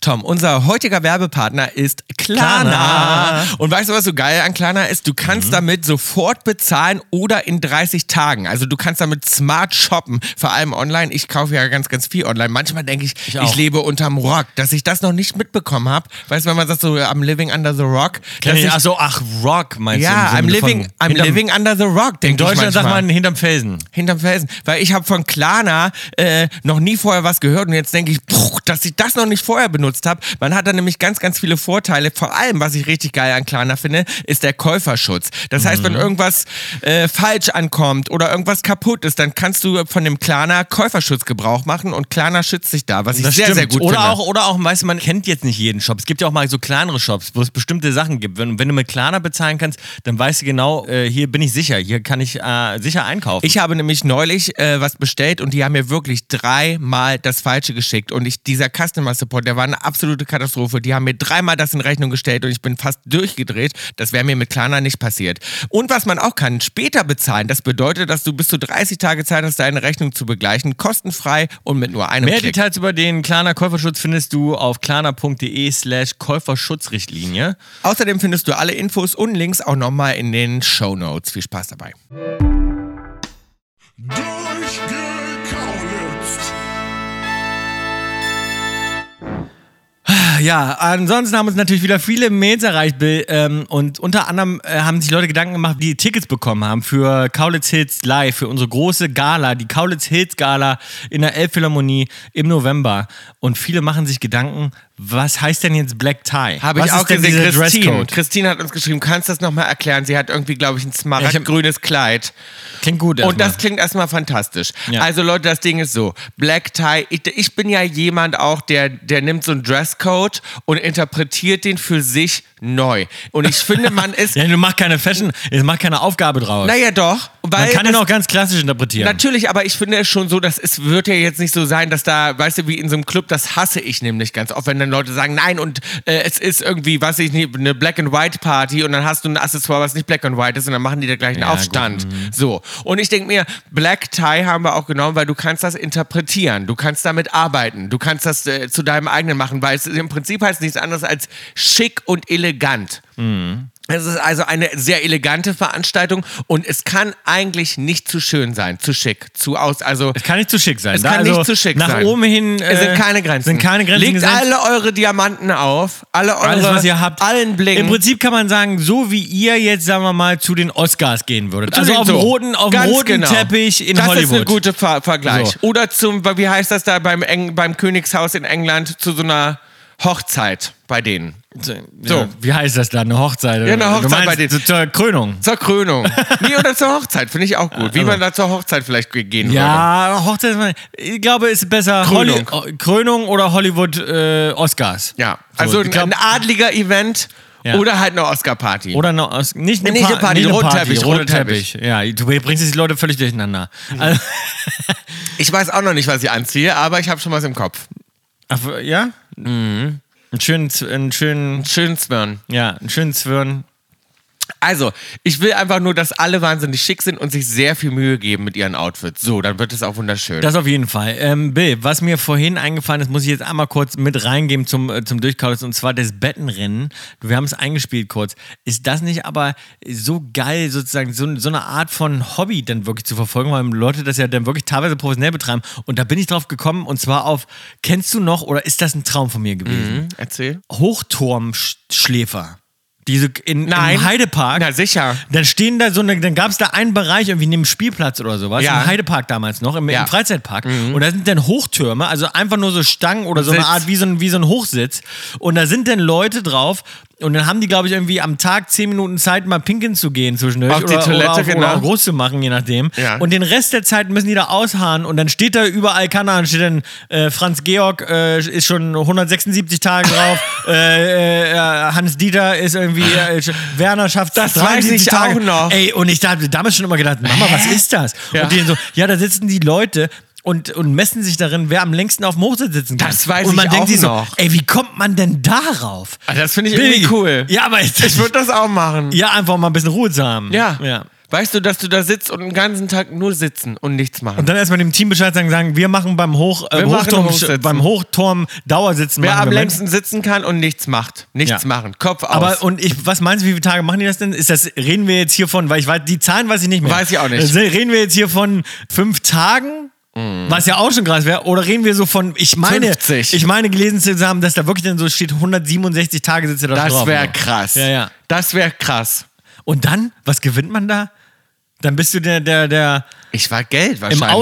Speaker 4: Tom, unser heutiger Werbepartner ist Klarna.
Speaker 3: Klarna. Mhm.
Speaker 4: Und weißt du, was so geil an Klarna ist? Du kannst damit sofort bezahlen oder in 30 Tagen. Also du kannst damit smart shoppen, vor allem online. Ich kaufe ja ganz, ganz viel online. Manchmal denke ich, ich,
Speaker 3: auch.
Speaker 4: lebe unterm Rock. Dass ich das noch nicht mitbekommen habe, weißt du, wenn man sagt so, I'm living under the rock.
Speaker 3: Kenn
Speaker 4: dass
Speaker 3: ich-
Speaker 4: ich-
Speaker 3: ach so, ach, Rock meinst
Speaker 4: ja,
Speaker 3: du?
Speaker 4: I'm
Speaker 3: im Sinne von
Speaker 4: living, I'm
Speaker 3: hinterm-
Speaker 4: living under the rock,
Speaker 3: In
Speaker 4: denke ich
Speaker 3: Deutschland sagt
Speaker 4: manchmal.
Speaker 3: man hinterm Felsen.
Speaker 4: Hinterm Felsen. Weil ich habe von Klarna äh, noch nie vorher was gehört und jetzt denke ich, puch, dass ich das noch nicht vorher benutzt habe. Man hat da nämlich ganz, ganz viele Vorteile. Vor allem, was ich richtig geil an Klarna finde, ist der Käuferschutz. Das heißt,
Speaker 3: Mhm.
Speaker 4: wenn irgendwas äh, falsch ankommt oder irgendwas kaputt ist, dann kannst du von dem Klarna Käuferschutz Gebrauch machen und Klarna schützt dich da, was ich
Speaker 3: Das
Speaker 4: sehr,
Speaker 3: stimmt.
Speaker 4: sehr gut
Speaker 3: oder
Speaker 4: finde.
Speaker 3: Auch, oder auch, weißt du, man kennt jetzt nicht jeden Shop. Es gibt ja auch mal so kleinere Shops, wo es bestimmte Sachen gibt. Wenn, wenn du mit Klarna bezahlen kannst, dann weißt du genau, äh, hier bin ich sicher, hier kann ich äh, sicher einkaufen.
Speaker 4: Ich habe nämlich neulich äh, was bestellt und die haben mir wirklich dreimal das Falsche geschickt. Und ich, dieser Customer Support, der war eine absolute Katastrophe. Die haben mir dreimal das in Rechnung gestellt und ich bin fast durchgedreht. Das wäre mir mit Klarna nicht passiert. Und was man auch kann, später bezahlen. Das bedeutet, dass du bis zu 30 Tage Zeit hast, deine Rechnung zu begleichen. Kostenfrei und mit nur einem
Speaker 3: Mehr
Speaker 4: Klick.
Speaker 3: Details über den Klarna Käuferschutz findest du auf klarna.de slash Käuferschutzrichtlinie.
Speaker 4: Außerdem findest du alle Infos und Links auch nochmal in den Show Notes. Viel Spaß dabei.
Speaker 6: Durchgekaulitzt.
Speaker 3: ja, ansonsten haben uns natürlich wieder viele Mails erreicht, Bill. Ähm, und unter anderem äh, haben sich Leute Gedanken gemacht, die Tickets bekommen haben für Kaulitz Hills Live, für unsere große Gala, die Kaulitz Hills Gala in der Elbphilharmonie im November. Und viele machen sich Gedanken, was heißt denn jetzt Black Tie?
Speaker 4: Habe
Speaker 3: was
Speaker 4: ich auch
Speaker 3: ist denn
Speaker 4: gesehen,
Speaker 3: dieser
Speaker 4: Christine.
Speaker 3: Dresscode?
Speaker 4: Christine hat uns geschrieben, kannst du das nochmal erklären? Sie hat irgendwie, glaube ich, ein
Speaker 3: ich hab-
Speaker 4: smaragdgrünes Kleid.
Speaker 3: Klingt gut.
Speaker 4: Und
Speaker 3: erstmal.
Speaker 4: das klingt erstmal fantastisch.
Speaker 3: Ja.
Speaker 4: Also Leute, das Ding ist so, Black Tie, ich, ich bin ja jemand auch, der, der nimmt so einen Dresscode und interpretiert den für sich neu. Und ich
Speaker 3: [laughs]
Speaker 4: finde, man ist...
Speaker 3: ja, du machst keine Fashion, du machst keine Aufgabe draus.
Speaker 4: Naja, doch. Weil
Speaker 3: Man kann den
Speaker 4: das-
Speaker 3: auch ganz klassisch interpretieren.
Speaker 4: Natürlich, aber ich finde es schon so, dass es wird ja jetzt nicht so sein, dass da, weißt du, wie in so einem Club, das hasse ich nämlich ganz oft, wenn dann Leute sagen, nein, und äh, es ist irgendwie, weiß ich nicht, eine Black and White Party und dann hast du ein Accessoire, was nicht Black and White ist und dann machen die da gleich einen
Speaker 3: Ja,
Speaker 4: Aufstand. So. Und ich denke mir, Black Tie haben wir auch genommen, weil du kannst das interpretieren, du kannst damit arbeiten, du kannst das äh, zu deinem eigenen machen, weil es im Prinzip heißt nichts anderes als schick und elegant. Es ist also eine sehr elegante Veranstaltung und es kann eigentlich nicht zu schön sein, zu schick, zu aus. Also
Speaker 3: Es kann nicht zu schick sein.
Speaker 4: es
Speaker 3: Da
Speaker 4: kann
Speaker 3: also
Speaker 4: nicht zu schick
Speaker 3: nach
Speaker 4: sein.
Speaker 3: Nach oben hin
Speaker 4: es
Speaker 3: äh,
Speaker 4: sind keine Grenzen. also
Speaker 3: Sind keine Grenzen
Speaker 4: Legt
Speaker 3: gesetzt.
Speaker 4: alle eure Diamanten auf, alle eure,
Speaker 3: alles, was ihr habt.
Speaker 4: allen Blicken.
Speaker 3: Im Prinzip kann man sagen, so wie ihr jetzt, sagen wir mal, zu den Oscars gehen würdet.
Speaker 4: Zu
Speaker 3: also
Speaker 4: den
Speaker 3: auf dem
Speaker 4: so.
Speaker 3: roten, auf dem
Speaker 4: Ganz
Speaker 3: roten
Speaker 4: genau.
Speaker 3: Teppich in
Speaker 4: das
Speaker 3: Hollywood.
Speaker 4: Das ist ein guter Ver Vergleich.
Speaker 3: So.
Speaker 4: Oder zum, wie heißt das da beim, Eng beim Königshaus in England, zu so einer Hochzeit bei denen.
Speaker 3: so. Ja, wie heißt das da? Eine Hochzeit?
Speaker 4: Ja, eine Hochzeit
Speaker 3: du meinst,
Speaker 4: bei den-
Speaker 3: zu- Zur Krönung. [laughs]
Speaker 4: Zur Krönung. Nee, oder zur Hochzeit, finde ich auch gut. Wie man da zur Hochzeit vielleicht ge- gehen würde.
Speaker 3: Also. Ja, Hochzeit. Ich glaube, ist besser
Speaker 4: Krönung.
Speaker 3: Holly, Krönung oder Hollywood äh, Oscars.
Speaker 4: Ja,
Speaker 3: So,
Speaker 4: also
Speaker 3: ich glaub,
Speaker 4: ein adliger Event
Speaker 3: Ja.
Speaker 4: oder halt eine Oscar-Party.
Speaker 3: Oder eine Os nicht eine,
Speaker 4: Nee, nicht
Speaker 3: pa
Speaker 4: eine Party,
Speaker 3: nicht eine
Speaker 4: roten
Speaker 3: Party,
Speaker 4: Teppich,
Speaker 3: roter
Speaker 4: roten Teppich. Mhm.
Speaker 3: Ja, du bringst jetzt die Leute völlig durcheinander. Also,
Speaker 4: Ich weiß auch noch nicht, was ich anziehe, aber ich habe schon was im Kopf.
Speaker 3: ach, [laughs] ja? Mhm. Einen schönen, Z- einen schönen,
Speaker 4: Schön Zwirn.
Speaker 3: ja, einen schönen Zwirn.
Speaker 4: Also, ich will einfach nur, dass alle wahnsinnig schick sind und sich sehr viel Mühe geben mit ihren Outfits. So, dann wird es auch wunderschön.
Speaker 3: Das auf jeden Fall. Ähm, Bill, was mir vorhin eingefallen ist, muss ich jetzt einmal kurz mit reingeben zum, äh, zum Durchkauz und zwar das Bettenrennen. Wir haben es eingespielt kurz. Ist das nicht aber so geil, sozusagen so, so eine Art von Hobby dann wirklich zu verfolgen, weil Leute das ja dann wirklich teilweise professionell betreiben. Und da bin ich drauf gekommen und zwar auf, kennst du noch oder ist das ein Traum von mir gewesen?
Speaker 4: Hm,
Speaker 3: [laughs]
Speaker 4: Erzähl.
Speaker 3: Hochturmschläfer. Diese in,
Speaker 4: Nein.
Speaker 3: im Heidepark.
Speaker 4: Na sicher.
Speaker 3: Dann stehen da so eine, dann gab es da einen Bereich irgendwie neben dem Spielplatz oder sowas,
Speaker 4: Ja.
Speaker 3: im Heidepark damals noch, im,
Speaker 4: Ja. Mhm.
Speaker 3: im Freizeitpark. Und da sind dann Hochtürme, also einfach nur so Stangen oder so eine
Speaker 4: Sitz.
Speaker 3: Art wie so ein, wie so ein Hochsitz. Und da sind dann Leute drauf und dann haben die, glaube ich, irgendwie am Tag zehn Minuten Zeit, mal pinkeln zu gehen zwischendurch.
Speaker 4: Auf die
Speaker 3: oder,
Speaker 4: Toilette,
Speaker 3: oder, auf,
Speaker 4: genau.
Speaker 3: oder auch groß zu machen, je nachdem.
Speaker 4: Ja.
Speaker 3: Und den Rest der Zeit müssen die da ausharren und dann steht da überall, kann da, steht dann äh, Franz Georg äh, ist schon 176 Tage
Speaker 4: [laughs]
Speaker 3: drauf, äh, äh, Hans Dieter ist irgendwie, äh, sch- Werner schafft das
Speaker 4: weiß ich
Speaker 3: Tage.
Speaker 4: auch noch.
Speaker 3: Ey, und ich habe damals schon immer gedacht, Mama, was ist das?
Speaker 4: Ja.
Speaker 3: Und die so, ja, da sitzen die Leute. Und, und messen sich darin, wer am längsten auf dem Hochsitz sitzen kann.
Speaker 4: Das weiß
Speaker 3: und man
Speaker 4: ich
Speaker 3: denkt
Speaker 4: auch
Speaker 3: sich so,
Speaker 4: noch.
Speaker 3: Ey, wie kommt man denn darauf?
Speaker 4: Ah, das finde ich irgendwie cool.
Speaker 3: Ja, aber [laughs]
Speaker 4: Ich würde das auch machen.
Speaker 3: ja einfach mal ein bisschen Ruhe zu haben. ja.
Speaker 4: Weißt du, dass du da sitzt und den ganzen Tag nur sitzen und nichts machen?
Speaker 3: Und dann erstmal dem Team Bescheid sagen, sagen wir machen beim, Hoch, äh,
Speaker 4: Wir machen
Speaker 3: Hochturm,
Speaker 4: Hochsitzen.
Speaker 3: beim Hochturm Dauersitzen.
Speaker 4: Wer
Speaker 3: machen
Speaker 4: am
Speaker 3: wir mit.
Speaker 4: längsten sitzen kann und nichts macht. Nichts
Speaker 3: Ja.
Speaker 4: machen. Kopf aus.
Speaker 3: Aber und ich, was meinst du, wie viele Tage machen die das denn? Ist das, reden wir jetzt hier von, weil ich weiß, die Zahlen weiß ich nicht mehr.
Speaker 4: Weiß ich auch nicht. Mhm.
Speaker 3: Also, reden wir jetzt hier von fünf Tagen? Was ja auch schon krass wäre. Oder reden wir so von, ich meine,
Speaker 4: 50.
Speaker 3: ich meine gelesen zu haben, dass da wirklich dann so steht, 167 Tage sitzt er da drauf.
Speaker 4: das wäre
Speaker 3: Ja.
Speaker 4: krass.
Speaker 3: Ja, ja.
Speaker 4: Das wäre krass.
Speaker 3: Und dann, was gewinnt man da? Dann bist du der, der, der
Speaker 4: Ich war Geld wahrscheinlich.
Speaker 3: im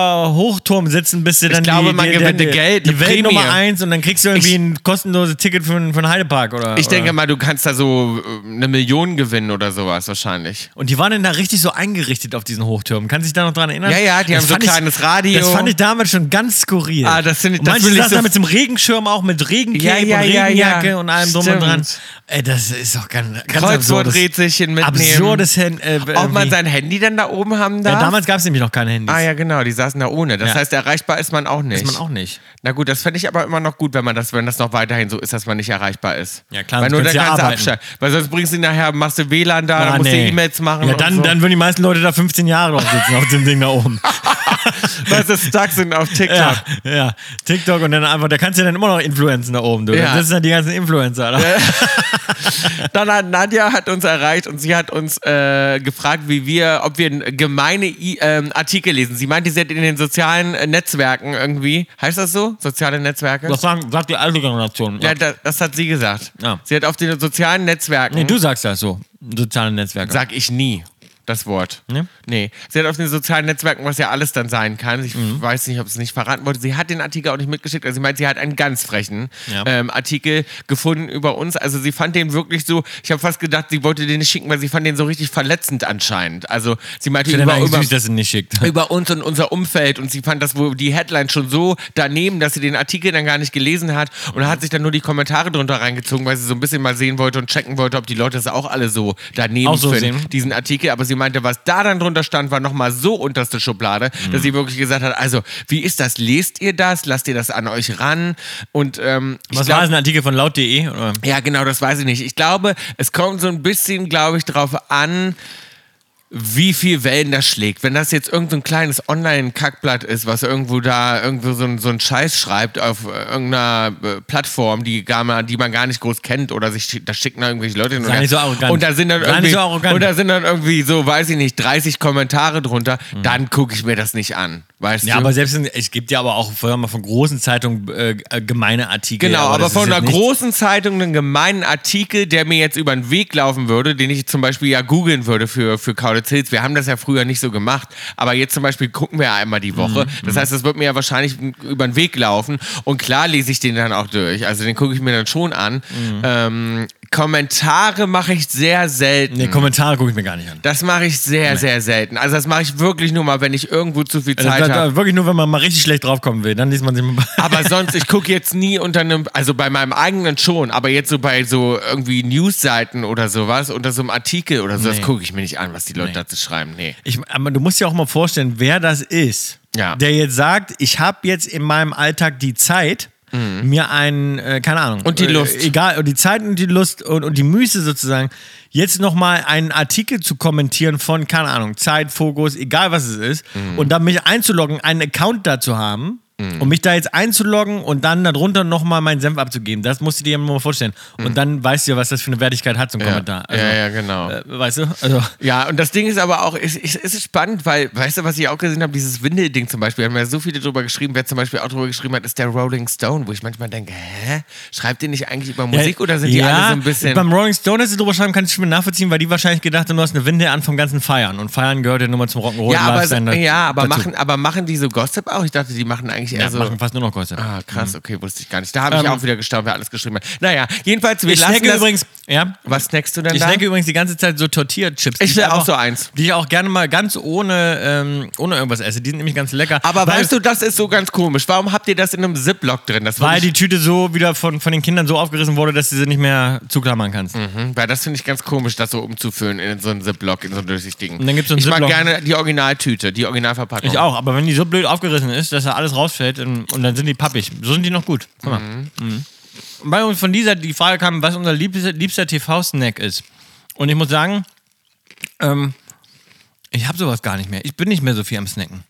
Speaker 3: Ausdauer-Hochturm sitzen, bist du dann
Speaker 4: glaube,
Speaker 3: die,
Speaker 4: man
Speaker 3: die,
Speaker 4: gewinnt
Speaker 3: die,
Speaker 4: Geld, eine
Speaker 3: die Welt Nummer
Speaker 4: Prämie.
Speaker 3: 1 und dann kriegst du irgendwie
Speaker 4: Ich-
Speaker 3: ein kostenloses Ticket für, einen- für einen Heidepark oder
Speaker 4: Ich denke
Speaker 3: oder.
Speaker 4: mal, du kannst da so äh, eine Million gewinnen oder sowas wahrscheinlich.
Speaker 3: Und die waren dann da richtig so eingerichtet auf diesen Hochtürmen. Kannst du dich da noch dran erinnern?
Speaker 4: Ja, ja, die haben so
Speaker 3: fand
Speaker 4: kleines Radio.
Speaker 3: Das fand ich damals schon ganz skurril.
Speaker 4: Ah, das finde ich-
Speaker 3: Und
Speaker 4: das
Speaker 3: Manche
Speaker 4: will ich
Speaker 3: saßen
Speaker 4: so-
Speaker 3: da mit dem Regenschirm auch, mit Regencape
Speaker 4: Ja, ja,
Speaker 3: und
Speaker 4: ja,
Speaker 3: Regenjacke
Speaker 4: ja.
Speaker 3: und allem drum und
Speaker 4: Stimmt.
Speaker 3: dran. Ey, das ist doch ganz, ganz absurdes.
Speaker 4: Kreuzworträtselchen mitnehmen.
Speaker 3: Absurdes Hand. Äh,
Speaker 4: Ob man
Speaker 3: irgendwie.
Speaker 4: sein Handy dann da oben haben darf?
Speaker 3: ja, damals gab es nämlich noch keine Handys.
Speaker 4: ah ja, genau, die saßen da ohne. Das
Speaker 3: Ja.
Speaker 4: heißt, erreichbar ist man auch nicht.
Speaker 3: Ist man auch nicht.
Speaker 4: Na gut, das fände ich aber immer noch gut, wenn man das, wenn das noch weiterhin so ist, dass man nicht erreichbar ist.
Speaker 3: Ja, klar,
Speaker 4: Weil
Speaker 3: sonst
Speaker 4: nur
Speaker 3: kannst
Speaker 4: dann
Speaker 3: du ja
Speaker 4: kannst du
Speaker 3: arbeiten.
Speaker 4: abschalten. Weil sonst bringst du ihn nachher, machst du WLAN da,
Speaker 3: Ah,
Speaker 4: dann musst
Speaker 3: nee.
Speaker 4: du E-Mails machen.
Speaker 3: Ja,
Speaker 4: und
Speaker 3: dann,
Speaker 4: so. [laughs]
Speaker 3: dann würden die meisten Leute da 15 Jahre drauf sitzen, auf dem Ding da oben.
Speaker 4: Weil sie stuck sind auf TikTok.
Speaker 3: [laughs] Ja, ja, TikTok und dann einfach, da kannst du ja dann immer noch Influenzen da oben, du.
Speaker 4: Ja.
Speaker 3: Das sind ja die ganzen Influencer. Alter.
Speaker 4: [laughs] Dann hat Nadja hat uns erreicht und sie hat uns äh, gefragt, wie wir, ob wir gemeine I die ähm, Artikel lesen. Sie meinte, sie hat in den sozialen äh, Netzwerken irgendwie, heißt das so? Soziale
Speaker 3: [laughs]
Speaker 4: Netzwerke?
Speaker 3: Das sagen, sagt die alte Generation.
Speaker 4: Ja, das, das hat sie gesagt.
Speaker 3: Ja.
Speaker 4: Sie hat auf den sozialen Netzwerken.
Speaker 3: nee, du sagst das so. Soziale Netzwerke.
Speaker 4: sag ich nie. Das Wort.
Speaker 3: Ne?
Speaker 4: Nee. Sie hat auf den sozialen Netzwerken, was ja alles dann sein kann. Ich
Speaker 3: Mhm.
Speaker 4: weiß nicht, ob sie es nicht verraten wollte. Sie hat den Artikel auch nicht mitgeschickt. Also sie meint, sie hat einen ganz frechen
Speaker 3: Ja.
Speaker 4: ähm, Artikel gefunden über uns. Also sie fand den wirklich so, ich habe fast gedacht, sie wollte den nicht schicken, weil sie fand den so richtig verletzend anscheinend. Also sie meinte
Speaker 3: ich finde
Speaker 4: über,
Speaker 3: eigentlich
Speaker 4: über,
Speaker 3: süß, dass sie nicht schickt.
Speaker 4: [laughs] über uns und unser Umfeld und sie fand das wohl die Headline schon so daneben, dass sie den Artikel dann gar nicht gelesen hat und hat sich dann nur die Kommentare drunter reingezogen, weil sie so ein bisschen mal sehen wollte und checken wollte, ob die Leute das auch alle so daneben
Speaker 3: Auch so
Speaker 4: finden,
Speaker 3: sehen.
Speaker 4: diesen Artikel. Aber sie meinte, was da dann drunter stand, war nochmal so unterste Schublade,
Speaker 3: Mhm.
Speaker 4: dass sie wirklich gesagt hat, also wie ist das? Lest ihr das? Lasst ihr das an euch ran? Und ähm, ich
Speaker 3: Was
Speaker 4: glaub-
Speaker 3: war das, ein Artikel von laut.de? oder?
Speaker 4: ja, genau, das weiß ich nicht. Ich glaube, es kommt so ein bisschen, glaube ich, drauf an, wie viel Wellen das schlägt. Wenn das jetzt irgendein so ein kleines Online-Kackblatt ist, was irgendwo da irgendwo so, ein, so ein Scheiß schreibt auf äh, irgendeiner äh, Plattform, die, gar mal, die man gar nicht groß kennt oder sich schi- da schicken da irgendwelche Leute hin
Speaker 3: Sei
Speaker 4: und her.
Speaker 3: nicht so arrogant.
Speaker 4: und da sind dann
Speaker 3: Sei nicht
Speaker 4: irgendwie
Speaker 3: so arrogant.
Speaker 4: und da sind dann irgendwie so, weiß ich nicht, 30 Kommentare drunter, dann gucke ich mir das nicht an, weißt
Speaker 3: Ja,
Speaker 4: du?
Speaker 3: aber selbst in, es gibt ja aber auch vorher mal von großen Zeitungen äh, äh, gemeine Artikel.
Speaker 4: Genau, aber
Speaker 3: das ist
Speaker 4: von
Speaker 3: jetzt
Speaker 4: einer
Speaker 3: nicht-
Speaker 4: großen Zeitung einen gemeinen Artikel, der mir jetzt über den Weg laufen würde, den ich zum Beispiel ja googeln würde für, für Kaulitz Hills. Wir haben das ja früher nicht so gemacht, aber jetzt zum Beispiel gucken wir ja einmal die
Speaker 3: Mhm,
Speaker 4: Woche. Das heißt, das wird mir ja wahrscheinlich über den Weg laufen und klar lese ich den dann auch durch. Also den gucke ich mir dann schon an.
Speaker 3: Mhm.
Speaker 4: Ähm, Kommentare mache ich sehr selten.
Speaker 3: Nee, Kommentare gucke ich mir gar nicht an.
Speaker 4: das mache ich sehr, sehr selten. Also das mache ich wirklich nur mal, wenn ich irgendwo zu viel
Speaker 3: Das,
Speaker 4: Zeit habe.
Speaker 3: Also wirklich nur, wenn man mal richtig schlecht draufkommen will, dann liest man sich mal. [laughs]
Speaker 4: Aber sonst, ich gucke jetzt nie unter einem, also bei meinem eigenen schon, aber jetzt so bei so irgendwie Newsseiten oder sowas, unter so einem Artikel oder so, das gucke ich mir nicht an, was die Leute dazu schreiben. Nee.
Speaker 3: Ich, aber du musst dir auch mal vorstellen, wer das ist,
Speaker 4: Ja.
Speaker 3: der jetzt sagt, ich habe jetzt in meinem Alltag die Zeit, mir einen, äh, keine Ahnung.
Speaker 4: Mhm. Und die Lust.
Speaker 3: Äh, egal, und die Zeit und die Lust und, und die Müße sozusagen, jetzt nochmal einen Artikel zu kommentieren von, keine Ahnung, Zeit, Fokus, egal was es ist,
Speaker 4: Mhm.
Speaker 3: und dann mich einzuloggen, einen Account da zu haben. Und mich da jetzt einzuloggen und dann darunter nochmal meinen Senf abzugeben. Das musst du dir mal vorstellen. Und dann weißt du ja, was das für eine Wertigkeit hat, so ein Kommentar. Also,
Speaker 4: Mhm. ja, ja, genau.
Speaker 3: äh, weißt du? Also,
Speaker 4: Ja, und das Ding ist aber auch, es ist, ist, ist spannend, weil, weißt du, was ich auch gesehen habe, dieses Windelding zum Beispiel, haben ja so viele drüber geschrieben, wer zum Beispiel auch drüber geschrieben hat, ist der Rolling Stone, wo ich manchmal denke, hä? Schreibt ihr nicht eigentlich über Musik oder sind die
Speaker 3: ja,
Speaker 4: alle so ein bisschen.
Speaker 3: Beim Rolling Stone, dass sie drüber schreiben, kann ich mir nachvollziehen, weil die wahrscheinlich gedacht haben, du hast eine Winde an vom ganzen Feiern. Und Feiern gehört ja nur mal zum Rock'n'Roll.
Speaker 4: ja, aber,
Speaker 3: Lifestyle da-
Speaker 4: ja, aber
Speaker 3: ne, dazu.
Speaker 4: machen, aber machen die so Gossip auch? Ich dachte, die machen eigentlich eher
Speaker 3: Ja,
Speaker 4: so.
Speaker 3: machen fast nur noch Gossip.
Speaker 4: Ah, krass, okay, wusste ich gar nicht. Da habe ich
Speaker 3: Mhm. Ähm,
Speaker 4: auch wieder gestaunt, wer alles geschrieben hat. Naja, jedenfalls, wir
Speaker 3: ich
Speaker 4: lassen
Speaker 3: snacke
Speaker 4: das.
Speaker 3: übrigens, ja,
Speaker 4: was snackst du denn
Speaker 3: ich
Speaker 4: da?
Speaker 3: snacke übrigens die ganze Zeit so Tortilla-Chips. die
Speaker 4: Ich will auch
Speaker 3: aber-
Speaker 4: so eins.
Speaker 3: Die ich auch gerne mal ganz ohne, ähm, ohne irgendwas esse. Die sind nämlich ganz lecker.
Speaker 4: aber
Speaker 3: Weil-
Speaker 4: weißt du, das ist so ganz komisch. Warum habt ihr das in einem Ziplock drin? Das
Speaker 3: Weil
Speaker 4: find
Speaker 3: die Tüte so wieder von, von den Kindern so aufgerissen wurde, dass du sie nicht mehr zuklammern kannst.
Speaker 4: ich, hm, weil das finde ich ganz komisch, das so umzufüllen in so einen Ziplock, in so einen durchsichtigen.
Speaker 3: Und dann gibt's so einen
Speaker 4: ich mag
Speaker 3: Ziplock.
Speaker 4: gerne die Originaltüte, die Originalverpackung.
Speaker 3: Ich auch, aber wenn die so blöd aufgerissen ist, dass da alles rausfällt ähm, und, und dann sind die pappig. So sind die noch gut. Guck mal. Mhm. Weil uns von dieser die Frage kam, was unser liebster, liebster TV-Snack ist. Und ich muss sagen, ähm, ich habe sowas gar nicht mehr. Ich bin nicht mehr so viel am Snacken.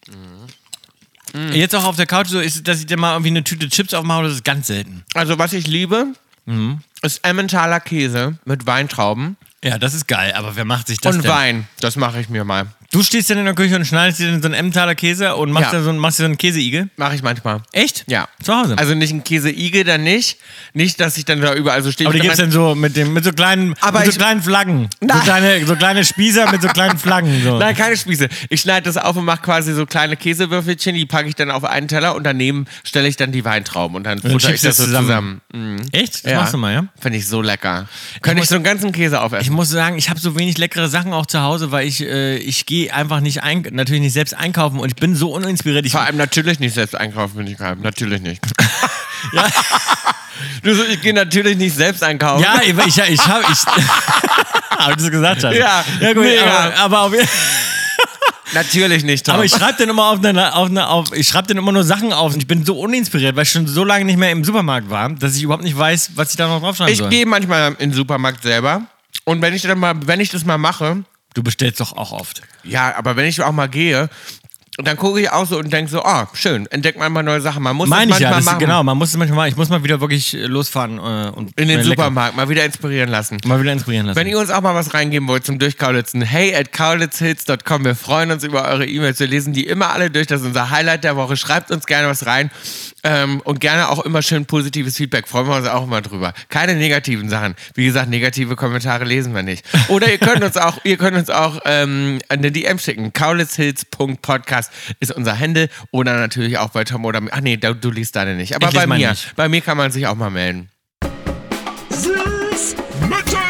Speaker 3: Jetzt auch auf der Couch so ist, dass ich dir mal irgendwie eine Tüte Chips aufmache, das ist ganz selten.
Speaker 4: Also, was ich liebe,
Speaker 3: Mhm.
Speaker 4: ist Emmentaler Käse mit Weintrauben
Speaker 3: Ja, das ist geil, aber wer macht sich das
Speaker 4: und
Speaker 3: denn?
Speaker 4: Wein. Das mache ich mir mal.
Speaker 3: Du stehst dann in der Küche und schneidest dir dann so einen Emmentaler Käse und machst,
Speaker 4: Ja.
Speaker 3: dir so, einen- machst dir so einen Käseigel.
Speaker 4: Mache ich manchmal.
Speaker 3: Echt?
Speaker 4: Ja.
Speaker 3: Zu Hause.
Speaker 4: Also nicht ein Käseigel, dann nicht. Nicht, dass ich dann da überall so stehe.
Speaker 3: Aber die gibt's dann so mit, dem, mit so kleinen,
Speaker 4: Aber
Speaker 3: mit so
Speaker 4: ich-
Speaker 3: kleinen Flaggen. So
Speaker 4: Nein.
Speaker 3: kleine, so kleine Spießer mit [laughs] so kleinen Flaggen. So.
Speaker 4: Nein, keine Spieße. Ich schneide das auf und mache quasi so kleine Käsewürfelchen, die packe ich dann auf einen Teller und daneben stelle ich dann die Weintrauben und dann futter ich
Speaker 3: schiebst du
Speaker 4: das so
Speaker 3: das
Speaker 4: zusammen.
Speaker 3: zusammen.
Speaker 4: Mhm.
Speaker 3: Echt? Das machst du mal, ja?
Speaker 4: Finde ich so lecker. Könnte ich
Speaker 3: muss-
Speaker 4: so einen ganzen Käse
Speaker 3: Ich
Speaker 4: aufessen.
Speaker 3: muss sagen, ich habe so wenig leckere Sachen auch zu Hause, weil ich, äh, ich gehe einfach nicht ein, natürlich nicht selbst einkaufen und ich bin so uninspiriert. Ich, [laughs]
Speaker 4: Vor allem natürlich nicht selbst einkaufen, bin ich geheim. Natürlich nicht. [laughs] du so, ich gehe natürlich nicht selbst einkaufen.
Speaker 3: ja, ich, ich, ich habe [laughs] ich, hab ich das gesagt schon.
Speaker 4: Ja,
Speaker 3: ja gut,
Speaker 4: mega.
Speaker 3: aber, aber auf,
Speaker 4: [laughs] Natürlich nicht, Tom.
Speaker 3: Aber ich schreibe dann immer auf eine, auf eine, auf, ich schreibe dann immer nur Sachen auf und ich bin so uninspiriert, weil ich schon so lange nicht mehr im Supermarkt war, dass ich überhaupt nicht weiß, was ich da noch draufschreiben
Speaker 4: ich
Speaker 3: soll.
Speaker 4: gehe manchmal in den Supermarkt selber und wenn ich, dann mal, wenn ich das mal mache,
Speaker 3: Du bestellst doch auch oft.
Speaker 4: Ja, aber wenn ich auch mal gehe, Und dann gucke ich auch so und denke so, ah, schön, entdeckt man mal neue Sachen. Man muss
Speaker 3: Meine
Speaker 4: das
Speaker 3: ich ja,
Speaker 4: manchmal
Speaker 3: das
Speaker 4: machen.
Speaker 3: genau. Man muss es manchmal machen. Ich muss mal wieder wirklich äh, losfahren äh, und
Speaker 4: In den
Speaker 3: mir lecker-
Speaker 4: Supermarkt, mal wieder inspirieren lassen.
Speaker 3: Mal wieder inspirieren lassen.
Speaker 4: Wenn ihr uns auch mal was reingeben wollt zum Durchkaulitzen, hey at kaulitzhits.com. Wir freuen uns über eure E-Mails. Wir lesen die immer alle durch. Das ist unser Highlight der Woche. Schreibt uns gerne was rein. Ähm, und gerne auch immer schön positives Feedback. Freuen wir uns auch immer drüber. Keine negativen Sachen. Wie gesagt, negative Kommentare lesen wir nicht. Oder ihr könnt uns auch, ihr könnt uns auch ähm, eine DM schicken. kaulitzhits.podcast ist unser Handle. Oder natürlich auch bei Tom oder mir. Ach nee, du, du liest deine nicht. Aber
Speaker 3: Ich
Speaker 4: bei
Speaker 3: lese meine
Speaker 4: mir.
Speaker 3: nicht.
Speaker 4: Bei mir kann man sich auch mal melden.
Speaker 6: Süß, mittel,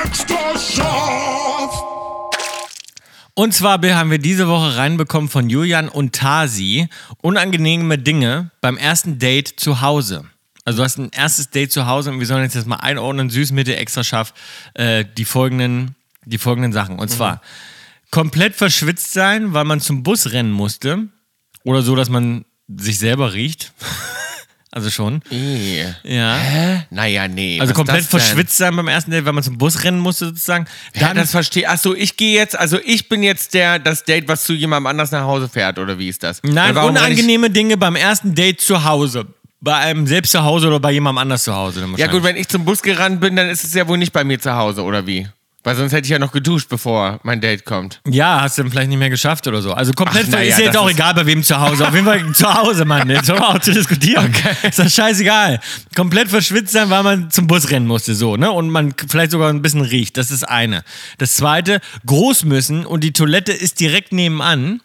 Speaker 6: extra scharf.
Speaker 3: Und zwar Bill, haben wir diese Woche reinbekommen von Julian und Tasi unangenehme Dinge beim ersten Date zu Hause. Also du hast ein erstes Date zu Hause und wir sollen jetzt das mal einordnen, süß, mittel, extra scharf, äh, die, folgenden, die folgenden Sachen.
Speaker 4: Mhm.
Speaker 3: Und zwar komplett verschwitzt sein, weil man zum Bus rennen musste oder so, dass man sich selber riecht. [laughs] also schon.
Speaker 4: Ih.
Speaker 3: Ja.
Speaker 4: Naja, nee.
Speaker 3: Also
Speaker 4: was
Speaker 3: komplett
Speaker 4: ist das denn?
Speaker 3: verschwitzt sein beim ersten Date, weil man zum Bus rennen musste sozusagen.
Speaker 4: Ja, das verstehe. Ach so, ich gehe jetzt, also ich bin jetzt der, das Date, was zu jemandem anders nach Hause fährt, oder wie ist das?
Speaker 3: Nein,
Speaker 4: Weil warum renn ich-
Speaker 3: unangenehme Dinge beim ersten Date zu Hause. Bei einem selbst zu Hause oder bei jemandem anders zu Hause. dann
Speaker 4: Ja gut,
Speaker 3: wahrscheinlich.
Speaker 4: wenn ich zum Bus gerannt bin, dann ist es ja wohl nicht bei mir zu Hause, oder wie? Weil sonst hätte ich ja noch geduscht, bevor mein Date kommt.
Speaker 3: ja, hast du dann vielleicht nicht mehr geschafft oder so. Also komplett
Speaker 4: Ach, na
Speaker 3: ist
Speaker 4: ja,
Speaker 3: jetzt
Speaker 4: das
Speaker 3: auch
Speaker 4: ist-
Speaker 3: egal, bei wem zu Hause. Auf jeden Fall zu Hause, Mann. Jetzt haben wir auch zu diskutieren. Ist das scheißegal. Komplett verschwitzt sein, weil man zum Bus rennen musste, so, ne? Und man k- vielleicht sogar ein bisschen riecht. Das ist eine. Das zweite, groß müssen und die Toilette ist direkt nebenan.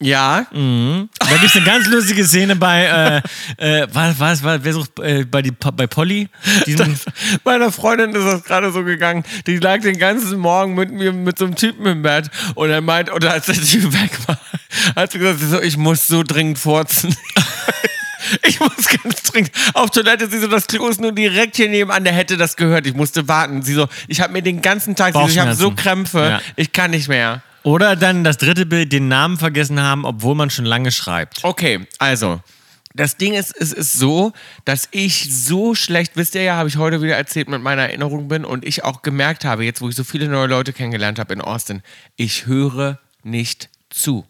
Speaker 4: Ja?
Speaker 3: Mhm. Da gibt es eine ganz lustige Szene bei, äh, äh, was, was, was, wer sucht, äh, bei, die, bei Polly? Diesem-
Speaker 4: Meiner Freundin ist das gerade so gegangen. Die lag den ganzen Morgen mit mir mit so einem Typen im Bett und er meint, oder als der Typ weg war, hat sie gesagt, sie so, ich muss so dringend furzen. [laughs] Ich muss ganz dringend auf Toilette. Sie so, das Klo ist nur direkt hier nebenan. Der hätte das gehört. Ich musste warten. Sie so, ich habe mir den ganzen Tag, sie so, ich habe so
Speaker 3: Bauchschmerzen.
Speaker 4: Krämpfe.
Speaker 3: Ja.
Speaker 4: Ich kann nicht mehr.
Speaker 3: Oder dann das dritte Bild, den Namen vergessen haben, obwohl man schon lange schreibt.
Speaker 4: Okay, also. Das Ding ist, es ist so, dass ich so schlecht, wisst ihr ja, habe ich heute wieder erzählt, mit meiner Erinnerung bin und ich auch gemerkt habe, jetzt wo ich so viele neue Leute kennengelernt habe in Austin, ich höre nicht zu.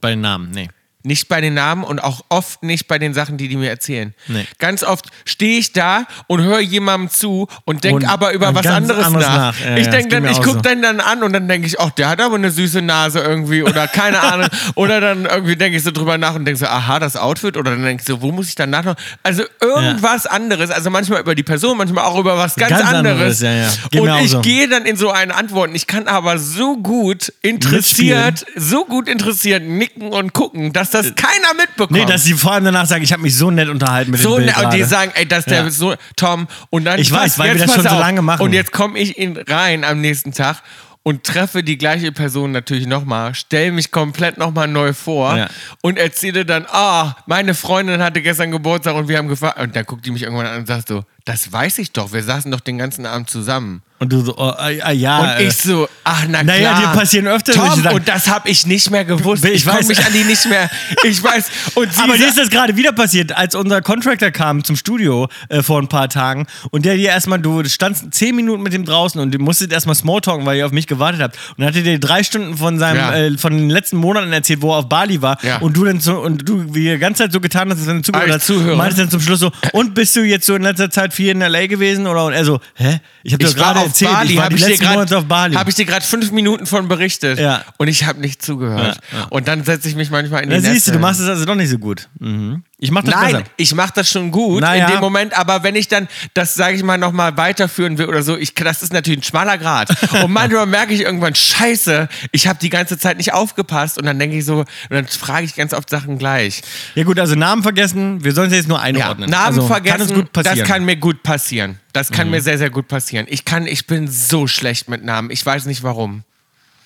Speaker 3: Bei den Namen, nee.
Speaker 4: Nicht bei den Namen und auch oft nicht bei den Sachen, die die mir erzählen.
Speaker 3: Nee.
Speaker 4: Ganz oft stehe ich da und höre jemandem zu und
Speaker 3: Und
Speaker 4: denke aber über
Speaker 3: ein
Speaker 4: was
Speaker 3: ganz
Speaker 4: anderes,
Speaker 3: anderes
Speaker 4: nach.
Speaker 3: nach. Ja,
Speaker 4: ich
Speaker 3: ja,
Speaker 4: denk
Speaker 3: das geht
Speaker 4: dann,
Speaker 3: mir
Speaker 4: ich
Speaker 3: auch
Speaker 4: gucke
Speaker 3: so.
Speaker 4: dann dann an und dann denke ich, ach, der hat aber eine süße Nase irgendwie
Speaker 3: [laughs]
Speaker 4: oder keine Ahnung. oder dann irgendwie denke ich so drüber nach und denke so, aha, das Outfit. Oder dann denke ich so, wo muss ich danach noch? Also irgendwas anderes. Also manchmal über die Person, manchmal auch über was ganz,
Speaker 3: Ganz anderes,
Speaker 4: anderes.
Speaker 3: ja, ja. Geht mir
Speaker 4: Und
Speaker 3: auch
Speaker 4: ich
Speaker 3: so.
Speaker 4: gehe dann in so einen Antworten. Ich kann aber so gut interessiert so gut interessiert nicken und gucken, dass das keiner mitbekommt.
Speaker 3: Äh, Nee, dass sie vor allem danach sagen, ich habe mich so nett unterhalten mit
Speaker 4: so
Speaker 3: dem Bild
Speaker 4: ne, und die
Speaker 3: gerade.
Speaker 4: sagen, ey, dass der
Speaker 3: Ja.
Speaker 4: so Tom und dann
Speaker 3: Ich weiß,
Speaker 4: pass,
Speaker 3: weil wir
Speaker 4: jetzt
Speaker 3: das schon
Speaker 4: pass
Speaker 3: so
Speaker 4: auf.
Speaker 3: lange machen.
Speaker 4: Und jetzt komme ich in rein am nächsten Tag und treffe die gleiche Person natürlich nochmal, stelle mich komplett nochmal neu vor
Speaker 3: Ja.
Speaker 4: und erzähle dann, ah, meine Freundin hatte gestern Geburtstag und wir haben gefragt und dann guckt die mich irgendwann an und sagt so, das weiß ich doch, wir saßen doch den ganzen Abend zusammen.
Speaker 3: Und du so, oh, äh, äh, ja.
Speaker 4: Und
Speaker 3: äh,
Speaker 4: ich so, ach na klar.
Speaker 3: Naja, dir passieren öfter solche
Speaker 4: Tom,
Speaker 3: Sachen.
Speaker 4: und das habe ich nicht mehr gewusst.
Speaker 3: Ich
Speaker 4: Ich, ich
Speaker 3: weiß.
Speaker 4: konnte mich an die nicht mehr. Ich weiß. Und sie
Speaker 3: aber
Speaker 4: sa-
Speaker 3: dir ist das gerade wieder passiert, als unser Contractor kam zum Studio äh, vor ein paar Tagen und der dir erstmal, du standst zehn Minuten mit dem draußen und du musstet erstmal Smalltalken, weil ihr auf mich gewartet habt. Und dann hat er dir drei Stunden von seinem,
Speaker 4: Ja.
Speaker 3: äh, von den letzten Monaten erzählt, wo er auf Bali war
Speaker 4: Ja.
Speaker 3: und du dann so, und du wie die ganze Zeit so getan hast, als wenn du zugehört
Speaker 4: Ah, ich
Speaker 3: hast,
Speaker 4: zuhöre.
Speaker 3: und meintest dann zum Schluss so, und bist du jetzt so in letzter Zeit viel in L.A. gewesen oder? Und er so, hä? Ich hab dir
Speaker 4: ich war
Speaker 3: gerade
Speaker 4: auf
Speaker 3: erzählt,
Speaker 4: Bali,
Speaker 3: ich war
Speaker 4: hab
Speaker 3: die
Speaker 4: ich dir
Speaker 3: letzten
Speaker 4: grad,
Speaker 3: Monate auf Bali.
Speaker 4: Habe ich dir gerade fünf Minuten von berichtet
Speaker 3: Ja.
Speaker 4: und ich habe nicht zugehört.
Speaker 3: Ja, ja.
Speaker 4: Und dann setze ich mich manchmal in die
Speaker 3: da siehst du, du
Speaker 4: Nesseln.
Speaker 3: machst es also doch nicht so gut. Mhm. Ich mach das
Speaker 4: Nein,
Speaker 3: besser.
Speaker 4: ich mache das schon gut
Speaker 3: Naja.
Speaker 4: in dem Moment, aber wenn ich dann das, sage ich mal, nochmal weiterführen will oder so, ich, das ist natürlich ein schmaler
Speaker 3: [laughs]
Speaker 4: Grad. Und manchmal merke ich irgendwann, scheiße, ich habe die ganze Zeit nicht aufgepasst und dann denke ich so, und dann frage ich ganz oft Sachen gleich.
Speaker 3: Ja gut, also Namen vergessen, wir sollen es jetzt nur
Speaker 4: Ja,
Speaker 3: einordnen.
Speaker 4: Namen
Speaker 3: also,
Speaker 4: vergessen,
Speaker 3: kann uns gut passieren. Mhm.
Speaker 4: das kann mir gut passieren. Das kann mir sehr, sehr gut passieren. Ich kann, ich bin so schlecht mit Namen. Ich weiß nicht warum.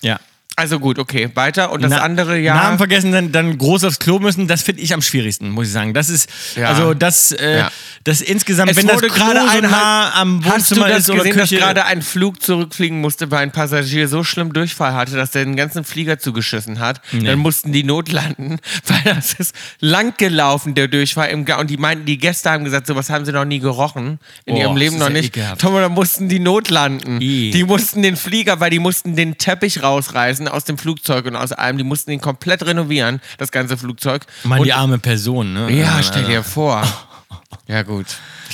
Speaker 3: ja.
Speaker 4: Also gut, okay, weiter. Und das
Speaker 3: Na-
Speaker 4: andere, ja.
Speaker 3: Namen vergessen, dann, dann groß aufs Klo müssen, das finde ich am schwierigsten, muss ich sagen. Das ist,
Speaker 4: Ja.
Speaker 3: also das, äh,
Speaker 4: Ja.
Speaker 3: das insgesamt,
Speaker 4: Es
Speaker 3: wenn das
Speaker 4: wurde
Speaker 3: Klo
Speaker 4: gerade
Speaker 3: so
Speaker 4: ein-
Speaker 3: nah am
Speaker 4: Hast du
Speaker 3: Wohnzimmer
Speaker 4: das
Speaker 3: ist oder
Speaker 4: gesehen, dass
Speaker 3: Küche,
Speaker 4: gerade ein Flug zurückfliegen musste, weil ein Passagier so schlimm Durchfall hatte, dass der den ganzen Flieger zugeschissen hat? Dann mussten die notlanden, [laughs] weil das ist lang gelaufen, der Durchfall. Im Ga und die meinten, die Gäste haben gesagt, sowas haben sie noch nie gerochen. In
Speaker 3: Oh,
Speaker 4: ihrem Leben
Speaker 3: das
Speaker 4: noch
Speaker 3: ist ja
Speaker 4: nicht.
Speaker 3: ekelhaft.
Speaker 4: Tom, und dann mussten die notlanden.
Speaker 3: I.
Speaker 4: Die mussten den Flieger, weil die mussten den Teppich rausreißen aus dem Flugzeug und aus allem. Die mussten ihn komplett renovieren, das ganze Flugzeug.
Speaker 3: Mann,
Speaker 4: und,
Speaker 3: die arme Person, ne?
Speaker 4: ja,
Speaker 3: Also,
Speaker 4: stell
Speaker 3: [laughs]
Speaker 4: dir vor. Ja, gut.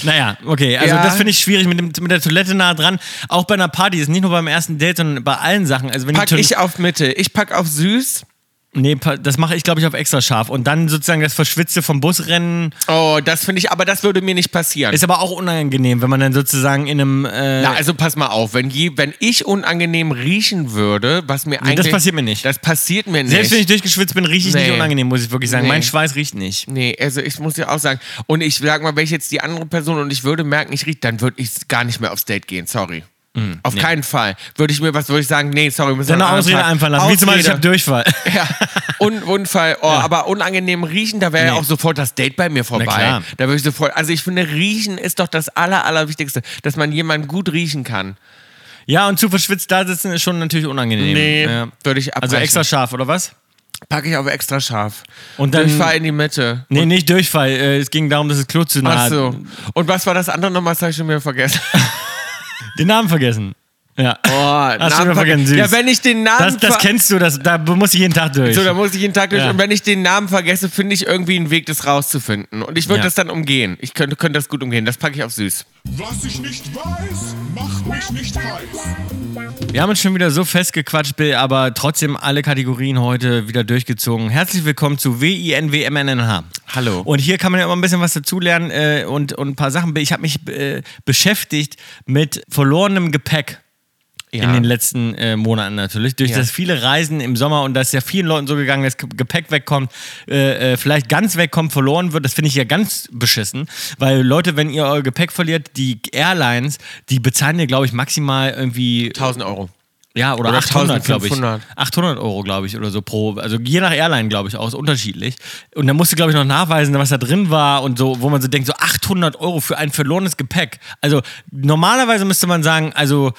Speaker 3: Naja, okay, also
Speaker 4: Ja.
Speaker 3: das finde ich schwierig mit, dem, mit der Toilette nah dran. Auch bei einer Party ist nicht nur beim ersten Date, sondern bei allen Sachen. Also wenn die
Speaker 4: Pack
Speaker 3: Toil-
Speaker 4: ich auf Mitte. Ich pack auf süß.
Speaker 3: Nee, pa- das mache ich, glaube ich, auf extra scharf. Und dann sozusagen das Verschwitzte vom Busrennen
Speaker 4: Oh, das finde ich, aber das würde mir nicht passieren.
Speaker 3: ist aber auch unangenehm, wenn man dann sozusagen in einem. Äh,
Speaker 4: Na, also pass mal auf, wenn, je, wenn ich unangenehm riechen würde, was mir eigentlich.
Speaker 3: passiert mir nicht.
Speaker 4: Das passiert mir nicht.
Speaker 3: selbst wenn ich durchgeschwitzt bin, rieche ich
Speaker 4: Nee.
Speaker 3: nicht unangenehm, muss ich wirklich sagen.
Speaker 4: Nee.
Speaker 3: Mein Schweiß riecht nicht.
Speaker 4: Nee, also ich muss ja auch sagen, und ich sag mal, wenn ich jetzt die andere Person und ich würde merken, ich rieche, dann würde ich gar nicht mehr aufs Date gehen, sorry. Auf keinen Fall. Würde ich mir was, würde ich sagen, nee, sorry, wir müssen
Speaker 3: Dann
Speaker 4: an
Speaker 3: eine
Speaker 4: einem
Speaker 3: Mm, Ausrede
Speaker 4: anderen Tag-
Speaker 3: einfallen lassen. Wie zum Beispiel, ich habe
Speaker 4: Ausrede.
Speaker 3: [laughs] Durchfall.
Speaker 4: ja, Un Unfall, oh, aber unangenehm riechen, da wäre ja
Speaker 3: Nee.
Speaker 4: auch sofort das Date bei mir vorbei.
Speaker 3: klar.
Speaker 4: Da würde ich sofort, also ich finde, riechen ist doch das aller, allerwichtigste, dass man jemanden gut riechen kann.
Speaker 3: Ja, und zu verschwitzt da sitzen ist schon natürlich unangenehm. Ja.
Speaker 4: würde ich abbrechen.
Speaker 3: Also extra scharf, oder was?
Speaker 4: packe ich auf extra scharf.
Speaker 3: Und dann-
Speaker 4: ich fahre in die Mitte.
Speaker 3: Nee, nicht Durchfall. Äh, es ging darum, dass es Klo zu nah
Speaker 4: Ach so. Und was war das andere nochmal? Das habe ich schon wieder vergessen.
Speaker 3: Den Namen vergessen. Ja.
Speaker 4: Oh,
Speaker 3: Hast du wieder vergessen, süß.
Speaker 4: Ja, wenn ich den Namen
Speaker 3: das, das
Speaker 4: ver-
Speaker 3: kennst du, das, da muss ich jeden Tag durch.
Speaker 4: so, Also da muss ich jeden Tag durch.
Speaker 3: Ja.
Speaker 4: Und wenn ich den Namen vergesse, finde ich irgendwie einen Weg, das rauszufinden. Und ich würde
Speaker 3: Ja.
Speaker 4: das dann umgehen. Ich könnte, könnte das gut umgehen. Das packe ich auf süß.
Speaker 6: Was ich nicht weiß, macht mich nicht heiß.
Speaker 3: Wir haben uns schon wieder so festgequatscht, Bill, aber trotzdem alle Kategorien heute wieder durchgezogen. Herzlich willkommen zu WINWMNNH.
Speaker 4: Hallo.
Speaker 3: Und hier kann man ja immer ein bisschen was dazulernen äh, und, und ein paar Sachen. Bill, Ich habe mich äh, beschäftigt mit verlorenem Gepäck. In den letzten äh, Monaten natürlich. Durch
Speaker 4: Ja.
Speaker 3: das viele Reisen im Sommer und dass ja vielen Leuten so gegangen ist, Gepäck wegkommt, äh, äh, vielleicht ganz wegkommt, verloren wird, das finde ich ja ganz beschissen. Weil Leute, wenn ihr euer Gepäck verliert, die Airlines, die bezahlen dir, glaube ich, maximal irgendwie
Speaker 4: 1000 Euro.
Speaker 3: ja, oder,
Speaker 4: Oder
Speaker 3: 800, glaube ich.
Speaker 4: 1500.
Speaker 3: 800 Euro, glaube ich, oder so pro. Also je nach Airline, glaube ich, auch, ist unterschiedlich. Und dann musst du, glaube ich, noch nachweisen, was da drin war und so, wo man so denkt, so 800 Euro für ein verlorenes Gepäck. Also normalerweise müsste man sagen, also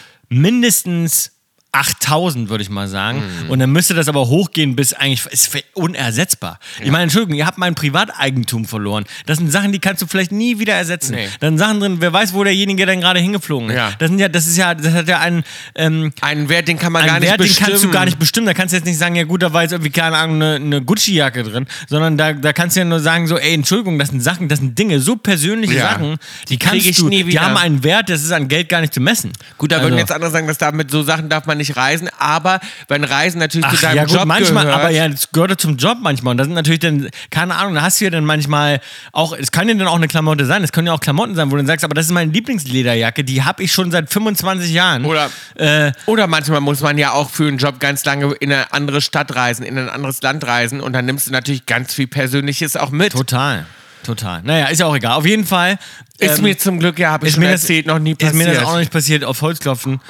Speaker 3: mindestens 8000, würde ich mal sagen.
Speaker 4: Mhm.
Speaker 3: Und dann müsste das aber hochgehen bis eigentlich, ist fe- unersetzbar. Ich meine, Entschuldigung, ihr habt mein Privateigentum verloren. Das sind Sachen, die kannst du vielleicht nie wieder ersetzen.
Speaker 4: Nee.
Speaker 3: Dann Sachen drin, wer weiß, wo derjenige dann gerade hingeflogen ist.
Speaker 4: Ja.
Speaker 3: Das sind ja, das ist ja, das hat ja einen, ähm,
Speaker 4: Einen Wert, den kann man gar
Speaker 3: einen
Speaker 4: nicht
Speaker 3: Wert,
Speaker 4: bestimmen.
Speaker 3: den kannst du gar nicht bestimmen. Da kannst du jetzt nicht sagen, ja gut, da war jetzt irgendwie, keine Ahnung, eine, eine Gucci-Jacke drin, sondern da, da kannst du ja nur sagen, so, ey, Entschuldigung, das sind Sachen, das sind Dinge, so persönliche
Speaker 4: Ja.
Speaker 3: Sachen, die,
Speaker 4: krieg
Speaker 3: kannst
Speaker 4: ich
Speaker 3: du,
Speaker 4: nie
Speaker 3: die
Speaker 4: wieder.
Speaker 3: haben einen Wert, das ist an Geld gar nicht zu messen.
Speaker 4: Gut, da würden
Speaker 3: Also-
Speaker 4: jetzt andere sagen, dass da mit so Sachen darf man nicht reisen, aber wenn Reisen natürlich zu deinem
Speaker 3: ja, gut,
Speaker 4: Job
Speaker 3: manchmal,
Speaker 4: gehört.
Speaker 3: aber ja, das gehört ja zum Job manchmal. Und da sind natürlich dann, keine Ahnung, da hast du ja dann manchmal auch, es kann ja dann auch eine Klamotte sein, es können ja auch Klamotten sein, wo du dann sagst, aber das ist meine Lieblingslederjacke, die habe ich schon seit 25 Jahren.
Speaker 4: Oder,
Speaker 3: Äh,
Speaker 4: oder manchmal muss man ja auch für einen Job ganz lange in eine andere Stadt reisen, in ein anderes Land reisen und dann nimmst du natürlich ganz viel Persönliches auch mit.
Speaker 3: total, total. Naja, ist ja auch egal. Auf jeden Fall.
Speaker 4: Ist
Speaker 3: ähm,
Speaker 4: mir zum Glück, ja, habe ich
Speaker 3: Ist
Speaker 4: schon
Speaker 3: mir, das,
Speaker 4: erzählt, noch nie
Speaker 3: ist
Speaker 4: passiert.
Speaker 3: mir das auch nicht passiert, auf Holz klopfen.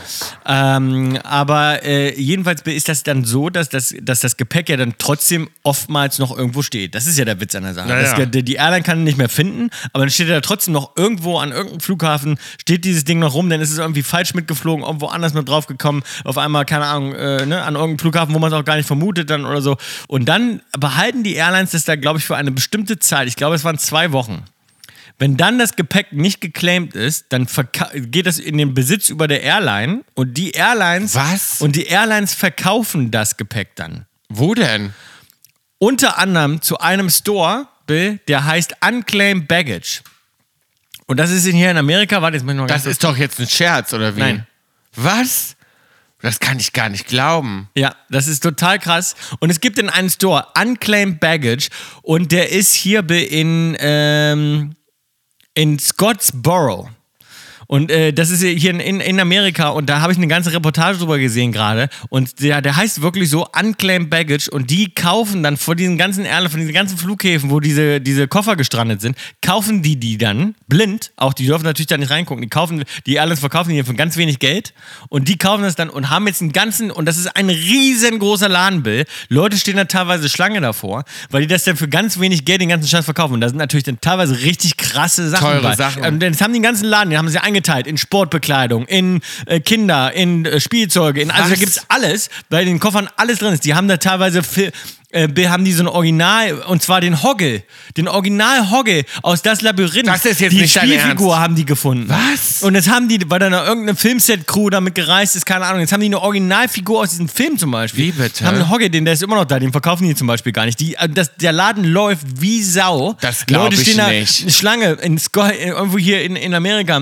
Speaker 3: Ähm, aber äh, jedenfalls ist das dann so, dass das, dass das Gepäck ja dann trotzdem oftmals noch irgendwo steht. Das ist ja der Witz an der Sache.
Speaker 4: Naja.
Speaker 3: Das, die die Airline kann ihn nicht mehr finden, aber dann steht er trotzdem noch irgendwo an irgendeinem Flughafen, steht dieses Ding noch rum, dann ist es irgendwie falsch mitgeflogen, irgendwo anders mit draufgekommen, auf einmal, keine Ahnung, äh, ne, an irgendeinem Flughafen, wo man es auch gar nicht vermutet dann oder so. Und dann behalten die Airlines das da, glaube ich, für eine bestimmte Zeit. Ich glaube, es waren zwei Wochen. Wenn dann das Gepäck nicht geclaimed ist, dann verka- geht das in den Besitz über der Airline und die Airlines
Speaker 4: Was?
Speaker 3: und die Airlines verkaufen das Gepäck dann
Speaker 4: Wo denn?
Speaker 3: unter anderem zu einem Store, Bill, der heißt Unclaimed Baggage. Und das ist in hier in Amerika, warte, jetzt muss ich noch
Speaker 4: Das
Speaker 3: ganz-
Speaker 4: ist doch jetzt ein Scherz, oder wie?
Speaker 3: Nein.
Speaker 4: Was? Das kann ich gar nicht glauben.
Speaker 3: Ja, das ist total krass. Und es gibt in einem Store Unclaimed Baggage und der ist hier be- in, ähm, in Scottsboro. Und äh, das ist hier in, in, in Amerika und da habe ich eine ganze Reportage drüber gesehen gerade. Und der, der heißt wirklich so Unclaimed Baggage und die kaufen dann von diesen ganzen Erle, von diesen ganzen Flughäfen, wo diese, diese Koffer gestrandet sind, kaufen die die dann blind. Auch die dürfen natürlich da nicht reingucken. Die kaufen, die alles verkaufen die für ganz wenig Geld und die kaufen das dann und haben jetzt einen ganzen, und das ist ein riesengroßer Ladenbill. Leute stehen da teilweise Schlange davor, weil die das dann für ganz wenig Geld den ganzen Scheiß verkaufen. Und da sind natürlich dann teilweise richtig krasse Sachen.
Speaker 4: Teure
Speaker 3: bei.
Speaker 4: Sachen.
Speaker 3: Ähm, denn das haben die den ganzen Laden, den haben sie eingeteilt in Sportbekleidung, in äh, Kinder, in äh, Spielzeuge, in also da
Speaker 4: Was?
Speaker 3: gibt's alles, weil in den Koffern alles drin ist. Die haben da teilweise Fil äh, be- haben die so ein Original, und zwar den Hoggle, den Original Hoggle aus Das Labyrinth.
Speaker 4: Das ist jetzt
Speaker 3: die
Speaker 4: nicht dein
Speaker 3: Spielfigur
Speaker 4: Ernst.
Speaker 3: haben die gefunden.
Speaker 4: Was?
Speaker 3: Und jetzt haben die, weil da noch irgendeine Filmset-Crew damit gereist ist, keine Ahnung, jetzt haben die eine Originalfigur aus diesem Film zum Beispiel.
Speaker 4: Wie bitte?
Speaker 3: Haben einen Hoggle, den, der ist immer noch da, den verkaufen die zum Beispiel gar nicht. Die, äh, das, der Laden läuft wie Sau.
Speaker 4: Das glaub
Speaker 3: Leute
Speaker 4: ich
Speaker 3: stehen da,
Speaker 4: nicht.
Speaker 3: Eine Schlange in Sco- irgendwo hier in, in Amerika.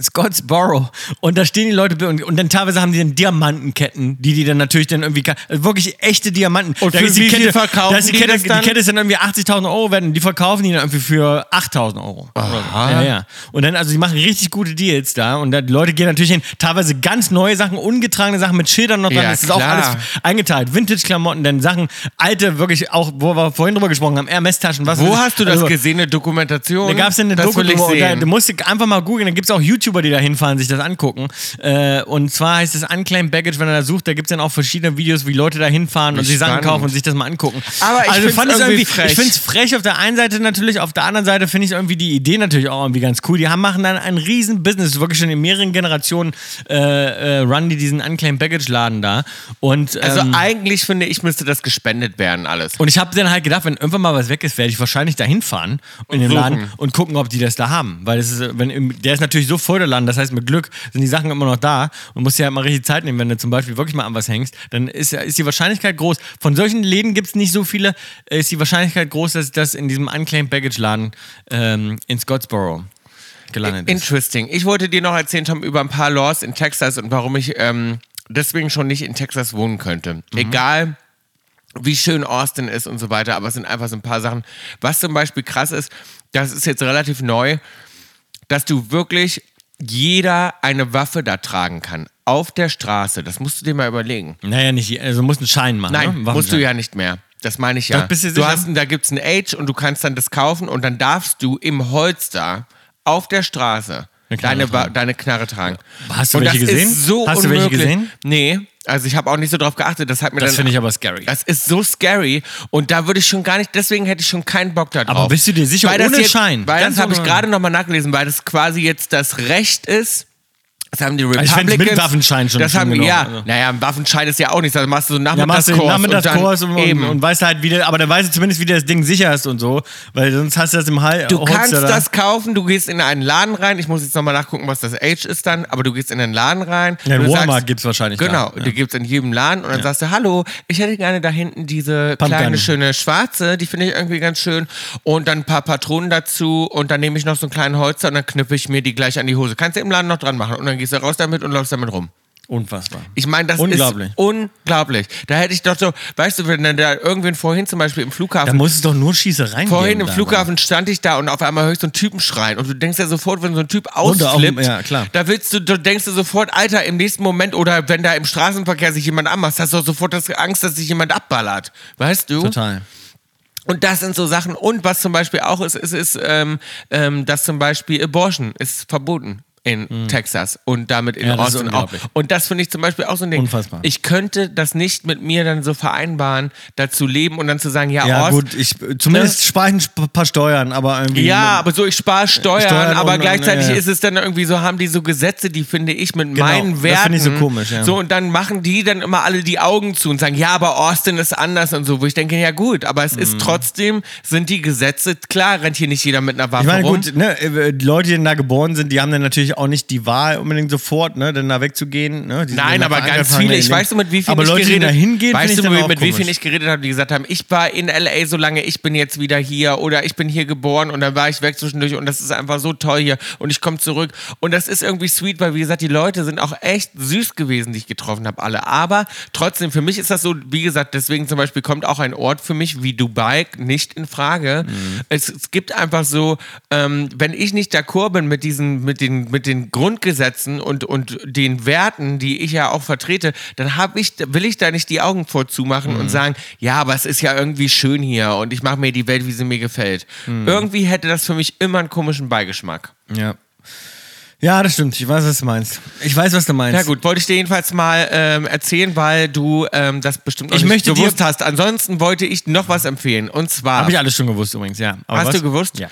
Speaker 3: Scottsboro. Und da stehen die Leute und, und dann teilweise haben die dann Diamantenketten, die die dann natürlich dann irgendwie, ka- also wirklich echte Diamanten.
Speaker 4: Und
Speaker 3: Da
Speaker 4: für
Speaker 3: ist die
Speaker 4: wie viel
Speaker 3: Kette-
Speaker 4: verkaufen
Speaker 3: da ist die
Speaker 4: die
Speaker 3: Kette,
Speaker 4: das dann?
Speaker 3: Die Kette ist dann irgendwie 80.000 Euro wert und die verkaufen die dann irgendwie für 8.000 Euro. Oder so.
Speaker 4: Aha.
Speaker 3: Ja, ja. Und dann, also die machen richtig gute Deals da und da, die Leute gehen natürlich hin, teilweise ganz neue Sachen, ungetragene Sachen mit Schildern noch dran,
Speaker 4: Ja,
Speaker 3: das ist auch
Speaker 4: klar.
Speaker 3: alles eingeteilt. Vintage-Klamotten, dann Sachen, alte, wirklich auch, wo wir vorhin drüber gesprochen haben, Hermes-Taschen, was weiß
Speaker 4: Wo
Speaker 3: ich.
Speaker 4: hast du das
Speaker 3: Also,
Speaker 4: gesehen, eine Dokumentation?
Speaker 3: da gab es eine
Speaker 4: das
Speaker 3: Doku
Speaker 4: will ich
Speaker 3: drüber und da,
Speaker 4: sehen.
Speaker 3: da musst du einfach mal googeln. Da gibt es auch YouTuber, die da hinfahren, sich das angucken. Äh, und zwar heißt es Unclaimed Baggage, wenn er da sucht, da gibt es dann auch verschiedene Videos, wie Leute da hinfahren und
Speaker 4: Wie
Speaker 3: sich Sachen
Speaker 4: spannend.
Speaker 3: kaufen und sich das mal angucken.
Speaker 4: Aber ich
Speaker 3: also
Speaker 4: find's
Speaker 3: fand es
Speaker 4: irgendwie
Speaker 3: irgendwie,
Speaker 4: frech.
Speaker 3: ich finde es frech auf der einen Seite natürlich, auf der anderen Seite finde ich irgendwie die Idee natürlich auch irgendwie ganz cool. Die haben, machen dann ein riesen Business, wirklich schon in mehreren Generationen äh, äh, runnen die diesen Unclaimed Baggage Laden da. Und, ähm,
Speaker 4: also eigentlich finde ich, müsste das gespendet werden alles.
Speaker 3: und ich habe dann halt gedacht, wenn irgendwann mal was weg ist, werde ich wahrscheinlich da hinfahren in den
Speaker 4: suchen.
Speaker 3: Laden und gucken, ob die das da haben. Weil das ist, äh, wenn, im- der ist natürlich so voll der Laden, das heißt, mit Glück sind die Sachen immer noch da und musst dir halt mal richtig Zeit nehmen, wenn du zum Beispiel wirklich mal an was hängst, dann ist, ja- ist die Wahrscheinlichkeit groß. Von solchen Läden gibt es nicht so viele, äh, ist die Wahrscheinlichkeit groß, dass das in diesem Unclaimed Baggage Laden ähm, in Scottsboro gelandet ist.
Speaker 4: Interesting. Ich wollte dir noch erzählen, Tom, über ein paar Laws in Texas und warum ich ähm, deswegen schon nicht in Texas wohnen könnte. Egal. wie schön Austin ist und so weiter, aber es sind einfach so ein paar Sachen. Was zum Beispiel krass ist, das ist jetzt relativ neu, dass du wirklich jeder eine Waffe da tragen kann. Auf der Straße. Das musst du dir mal überlegen.
Speaker 3: Naja, nicht, je- also musst einen Schein machen.
Speaker 4: Nein,
Speaker 3: ne?
Speaker 4: musst du ja nicht mehr. Das meine ich ja.
Speaker 3: Doch, bist du
Speaker 4: du
Speaker 3: sicher?
Speaker 4: hast, da gibt es ein Age und du kannst dann das kaufen und dann darfst du im Holster auf der Straße
Speaker 3: Eine Knarre
Speaker 4: deine, Wa-
Speaker 3: tragen.
Speaker 4: deine Knarre tragen.
Speaker 3: Hast du
Speaker 4: und
Speaker 3: welche
Speaker 4: das
Speaker 3: gesehen?
Speaker 4: Ist so
Speaker 3: Hast du welche
Speaker 4: unmöglich.
Speaker 3: gesehen?
Speaker 4: Nee, also ich habe auch nicht so drauf geachtet. Das hat mir
Speaker 3: Das
Speaker 4: dann
Speaker 3: finde ich aber scary.
Speaker 4: das ist so scary und da würde ich schon gar nicht, deswegen hätte ich schon keinen Bock da drauf.
Speaker 3: Aber bist du dir sicher,
Speaker 4: weil das
Speaker 3: ohne
Speaker 4: jetzt,
Speaker 3: Schein?
Speaker 4: Weil
Speaker 3: Ganz
Speaker 4: das habe ich
Speaker 3: ohne-
Speaker 4: gerade nochmal nachgelesen, weil das quasi jetzt das Recht ist. Das haben die
Speaker 3: ich
Speaker 4: Republicans.
Speaker 3: fänd's mit Waffenschein schon
Speaker 4: Das haben
Speaker 3: schlimm
Speaker 4: die, ja.
Speaker 3: genug, also.
Speaker 4: Naja, ein Waffenschein ist ja auch nichts. Da machst du so einen
Speaker 3: Ja, machst du
Speaker 4: Nachmittagskurs.
Speaker 3: den Nachmittagskurs
Speaker 4: und,
Speaker 3: und,
Speaker 4: dann,
Speaker 3: und,
Speaker 4: eben.
Speaker 3: und, weißt halt wieder, aber dann weißt du zumindest, wie du das Ding sicherst und so, weil sonst hast du das im Hals.
Speaker 4: Du kannst das kaufen, du gehst in einen Laden rein. Ich muss jetzt nochmal nachgucken, was das Age ist dann, aber du gehst in einen Laden rein.
Speaker 3: Ja, in
Speaker 4: du
Speaker 3: Walmart
Speaker 4: sagst-
Speaker 3: gibt's wahrscheinlich
Speaker 4: Genau,
Speaker 3: da, ja.
Speaker 4: die gibt's in jedem Laden und dann sagst du, hallo, ich hätte gerne da hinten diese
Speaker 3: Pumpgun.
Speaker 4: kleine, schöne schwarze, die finde ich irgendwie ganz schön. Und dann ein paar Patronen dazu und dann nehme ich noch so einen kleinen Holzer und dann knüpfe ich mir die gleich an die Hose. Kannst du im Laden noch dran machen und dann gehst du raus damit und läufst damit rum.
Speaker 3: Unfassbar.
Speaker 4: Ich meine, das
Speaker 3: Unglaublich.
Speaker 4: ist unglaublich. Da hätte ich doch so, weißt du, wenn dann da irgendwen vorhin zum Beispiel im
Speaker 3: Da
Speaker 4: Flughafen
Speaker 3: muss es doch nur Schießereien
Speaker 4: Vorhin
Speaker 3: geben.
Speaker 4: im
Speaker 3: da.
Speaker 4: Flughafen stand ich da und auf einmal höre ich so einen Typen schreien. Und du denkst ja sofort, wenn so ein Typ
Speaker 3: Runter auf-
Speaker 4: ausflippt,
Speaker 3: ja, klar.
Speaker 4: da willst du, du denkst du sofort, Alter, im nächsten Moment oder wenn da im Straßenverkehr sich jemand anmacht, hast du auch sofort das Angst, dass sich jemand abballert. Weißt du?
Speaker 3: Total.
Speaker 4: Und das sind so Sachen. Und was zum Beispiel auch ist, ist, ist ähm, ähm, dass zum Beispiel Abortion ist verboten in Texas und damit in
Speaker 3: Mhm. Ja, das ist
Speaker 4: Austin auch.
Speaker 3: unglaublich.
Speaker 4: Und das finde ich zum Beispiel auch so ein Ding.
Speaker 3: Unfassbar.
Speaker 4: Ich könnte das nicht mit mir dann so vereinbaren, da zu leben und dann zu sagen, ja,
Speaker 3: Ja,
Speaker 4: Ost,
Speaker 3: gut, ich, zumindest spare ich ein sp- paar Steuern, aber irgendwie.
Speaker 4: Ne?
Speaker 3: ne,
Speaker 4: ja, aber so, ich spare Steuern,
Speaker 3: Steuern
Speaker 4: aber
Speaker 3: und-
Speaker 4: gleichzeitig
Speaker 3: und, äh,
Speaker 4: ist es dann irgendwie so, haben die so Gesetze, die finde ich mit meinen
Speaker 3: Genau, das
Speaker 4: Werten.
Speaker 3: finde ich so komisch, ja.
Speaker 4: So, und dann machen die dann immer alle die Augen zu und sagen, ja, aber Austin ist anders und so, wo ich denke, ja gut, aber es
Speaker 3: Mhm.
Speaker 4: ist trotzdem, sind die Gesetze, klar rennt hier nicht jeder mit einer Waffe
Speaker 3: Ich meine,
Speaker 4: rum.
Speaker 3: gut, ne, äh, die Leute, die denn da geboren sind, die haben dann natürlich auch nicht die Wahl, unbedingt sofort, ne, denn da wegzugehen. Ne? Die sind
Speaker 4: Nein,
Speaker 3: dann
Speaker 4: aber
Speaker 3: da
Speaker 4: ganz
Speaker 3: eingefangen
Speaker 4: viele.
Speaker 3: in
Speaker 4: Ich
Speaker 3: dem-
Speaker 4: weiß du, mit wie vielen
Speaker 3: ne. aber
Speaker 4: ich
Speaker 3: Leute, die
Speaker 4: geredet
Speaker 3: da hingehen,
Speaker 4: Weißt
Speaker 3: finde
Speaker 4: du,
Speaker 3: ich dann
Speaker 4: mit,
Speaker 3: auch
Speaker 4: mit wie vielen
Speaker 3: komisch.
Speaker 4: ich geredet habe, die gesagt haben, ich war in LA so lange, ich bin jetzt wieder hier oder ich bin hier geboren und dann war ich weg zwischendurch und das ist einfach so toll hier und ich komme zurück. Und das ist irgendwie sweet, weil wie gesagt, die Leute sind auch echt süß gewesen, die ich getroffen habe, alle. Aber trotzdem, für mich ist das so, wie gesagt, deswegen zum Beispiel kommt auch ein Ort für mich wie Dubai nicht in Frage. Mhm. Es, es gibt einfach so, ähm, wenn ich nicht d'accord bin mit diesen, mit den, mit den Grundgesetzen und, und den Werten, die ich ja auch vertrete, dann hab ich, will ich da nicht die Augen vorzumachen
Speaker 3: Mhm.
Speaker 4: und sagen, ja, aber es ist ja irgendwie schön hier und ich mache mir die Welt, wie sie mir gefällt.
Speaker 3: Mhm.
Speaker 4: Irgendwie hätte das für mich immer einen komischen Beigeschmack.
Speaker 3: Ja. ja, das stimmt. Ich weiß, was du meinst. Ich weiß, was du meinst.
Speaker 4: Na gut, wollte ich dir jedenfalls mal ähm, erzählen, weil du ähm, das bestimmt noch
Speaker 3: Ich
Speaker 4: nicht
Speaker 3: möchte dir-
Speaker 4: gewusst hast. Ansonsten wollte ich noch was empfehlen und zwar...
Speaker 3: Habe ich alles schon gewusst übrigens, ja. Aber
Speaker 4: Hast
Speaker 3: was?
Speaker 4: du gewusst?
Speaker 3: Ja.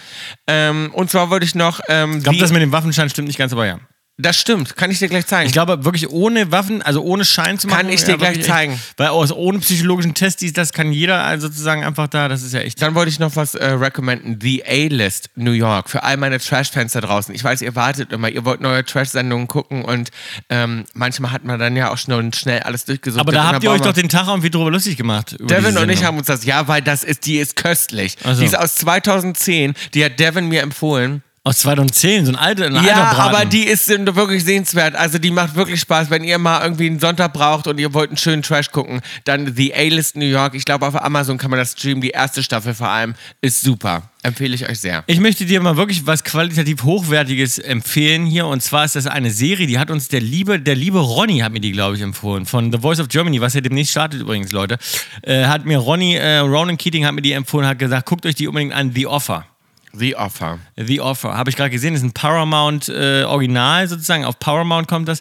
Speaker 4: Ähm, und zwar wollte ich noch... Ähm,
Speaker 3: Ich glaube,
Speaker 4: wie-
Speaker 3: das mit dem Waffenschein stimmt nicht ganz, aber ja.
Speaker 4: Das stimmt, kann ich dir gleich zeigen.
Speaker 3: Ich glaube wirklich ohne Waffen, also ohne Schein zu machen.
Speaker 4: Kann ich dir gleich
Speaker 3: wirklich
Speaker 4: zeigen.
Speaker 3: Weil aus, ohne psychologischen Test, dies- das kann jeder also sozusagen einfach da, das ist ja echt.
Speaker 4: Dann wollte ich noch was äh, recommenden. The A-List New York. Für all meine Trash-Fans da draußen. Ich weiß, ihr wartet immer. Ihr wollt neue Trash-Sendungen gucken und ähm, manchmal hat man dann ja auch schon schnell alles durchgesucht.
Speaker 3: Aber da
Speaker 4: Und
Speaker 3: habt
Speaker 4: dann
Speaker 3: ihr
Speaker 4: war
Speaker 3: euch
Speaker 4: man-
Speaker 3: doch den Tag irgendwie drüber lustig gemacht. über
Speaker 4: Devin
Speaker 3: diese
Speaker 4: und ich
Speaker 3: Sendung.
Speaker 4: haben uns das, ja, weil das ist, die ist köstlich.
Speaker 3: Ach so.
Speaker 4: Die ist aus 2010, die hat Devin mir empfohlen.
Speaker 3: Aus 2010, so ein alter, ein alter
Speaker 4: Ja,
Speaker 3: Braten.
Speaker 4: aber die ist sind wirklich sehenswert. Also die macht wirklich Spaß. Wenn ihr mal irgendwie einen Sonntag braucht und ihr wollt einen schönen Trash gucken, dann The A-List New York. Ich glaube, auf Amazon kann man das streamen. Die erste Staffel vor allem ist super. Empfehle ich euch sehr.
Speaker 3: Ich möchte dir mal wirklich was qualitativ Hochwertiges empfehlen hier. Und zwar ist das eine Serie, die hat uns der liebe, der liebe Ronny hat mir die, glaube ich, empfohlen. Von The Voice of Germany, was ja demnächst startet übrigens, Leute. Äh, hat mir Ronny, äh, Ronan Keating hat mir die empfohlen, hat gesagt, guckt euch die unbedingt an, The Offer.
Speaker 4: The Offer.
Speaker 3: The Offer. Habe ich gerade gesehen, ist ein Paramount äh, Original sozusagen. Auf Paramount kommt das.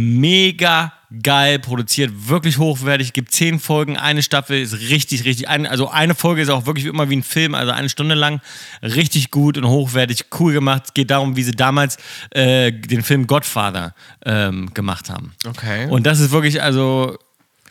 Speaker 3: Mega geil produziert, wirklich hochwertig. Gibt zehn Folgen, eine Staffel ist richtig, richtig. Ein, also eine Folge ist auch wirklich immer wie ein Film, also eine Stunde lang. Richtig gut und hochwertig, cool gemacht. Es geht darum, wie sie damals äh, den Film Godfather ähm, gemacht haben.
Speaker 4: Okay.
Speaker 3: Und das ist wirklich, also.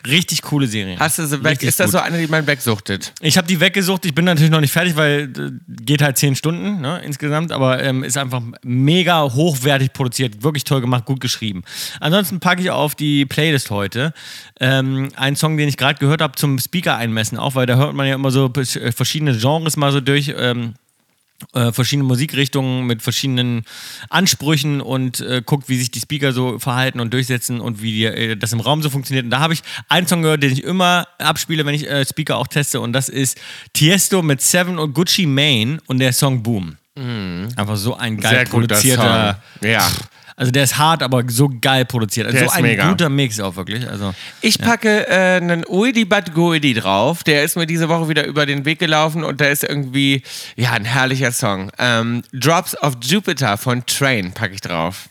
Speaker 3: Richtig coole Serie.
Speaker 4: Hast du sie weg?
Speaker 3: Richtig
Speaker 4: Ist das
Speaker 3: gut.
Speaker 4: so eine, die man wegsuchtet?
Speaker 3: Ich habe die weggesucht. Ich bin natürlich noch nicht fertig, weil äh, geht halt zehn Stunden ne, insgesamt. Aber ähm, ist einfach mega hochwertig produziert, wirklich toll gemacht, gut geschrieben. Ansonsten packe ich auf die Playlist heute ähm, einen Song, den ich gerade gehört habe zum Speaker einmessen, auch weil da hört man ja immer so äh, verschiedene Genres mal so durch. Ähm, äh, verschiedene Musikrichtungen mit verschiedenen Ansprüchen und äh, guckt, wie sich die Speaker so verhalten und durchsetzen und wie die, äh, das im Raum so funktioniert. Und da habe ich einen Song gehört, den ich immer abspiele, wenn ich äh, Speaker auch teste und das ist Tiesto mit Seven und Gucci Mane und der Song Boom. Einfach so ein geil
Speaker 4: Mhm. Sehr guter
Speaker 3: produzierter.
Speaker 4: Song. Ja.
Speaker 3: Pff, Also der ist hart, aber so geil produziert. Also
Speaker 4: Der
Speaker 3: so
Speaker 4: ist
Speaker 3: ein
Speaker 4: mega.
Speaker 3: guter Mix auch wirklich. Also
Speaker 4: Ich packe äh, einen Uedi Bad Goedi drauf. Der ist mir diese Woche wieder über den Weg gelaufen und da ist irgendwie, ja, ein herrlicher Song. Ähm, Drops of Jupiter von Train packe ich drauf.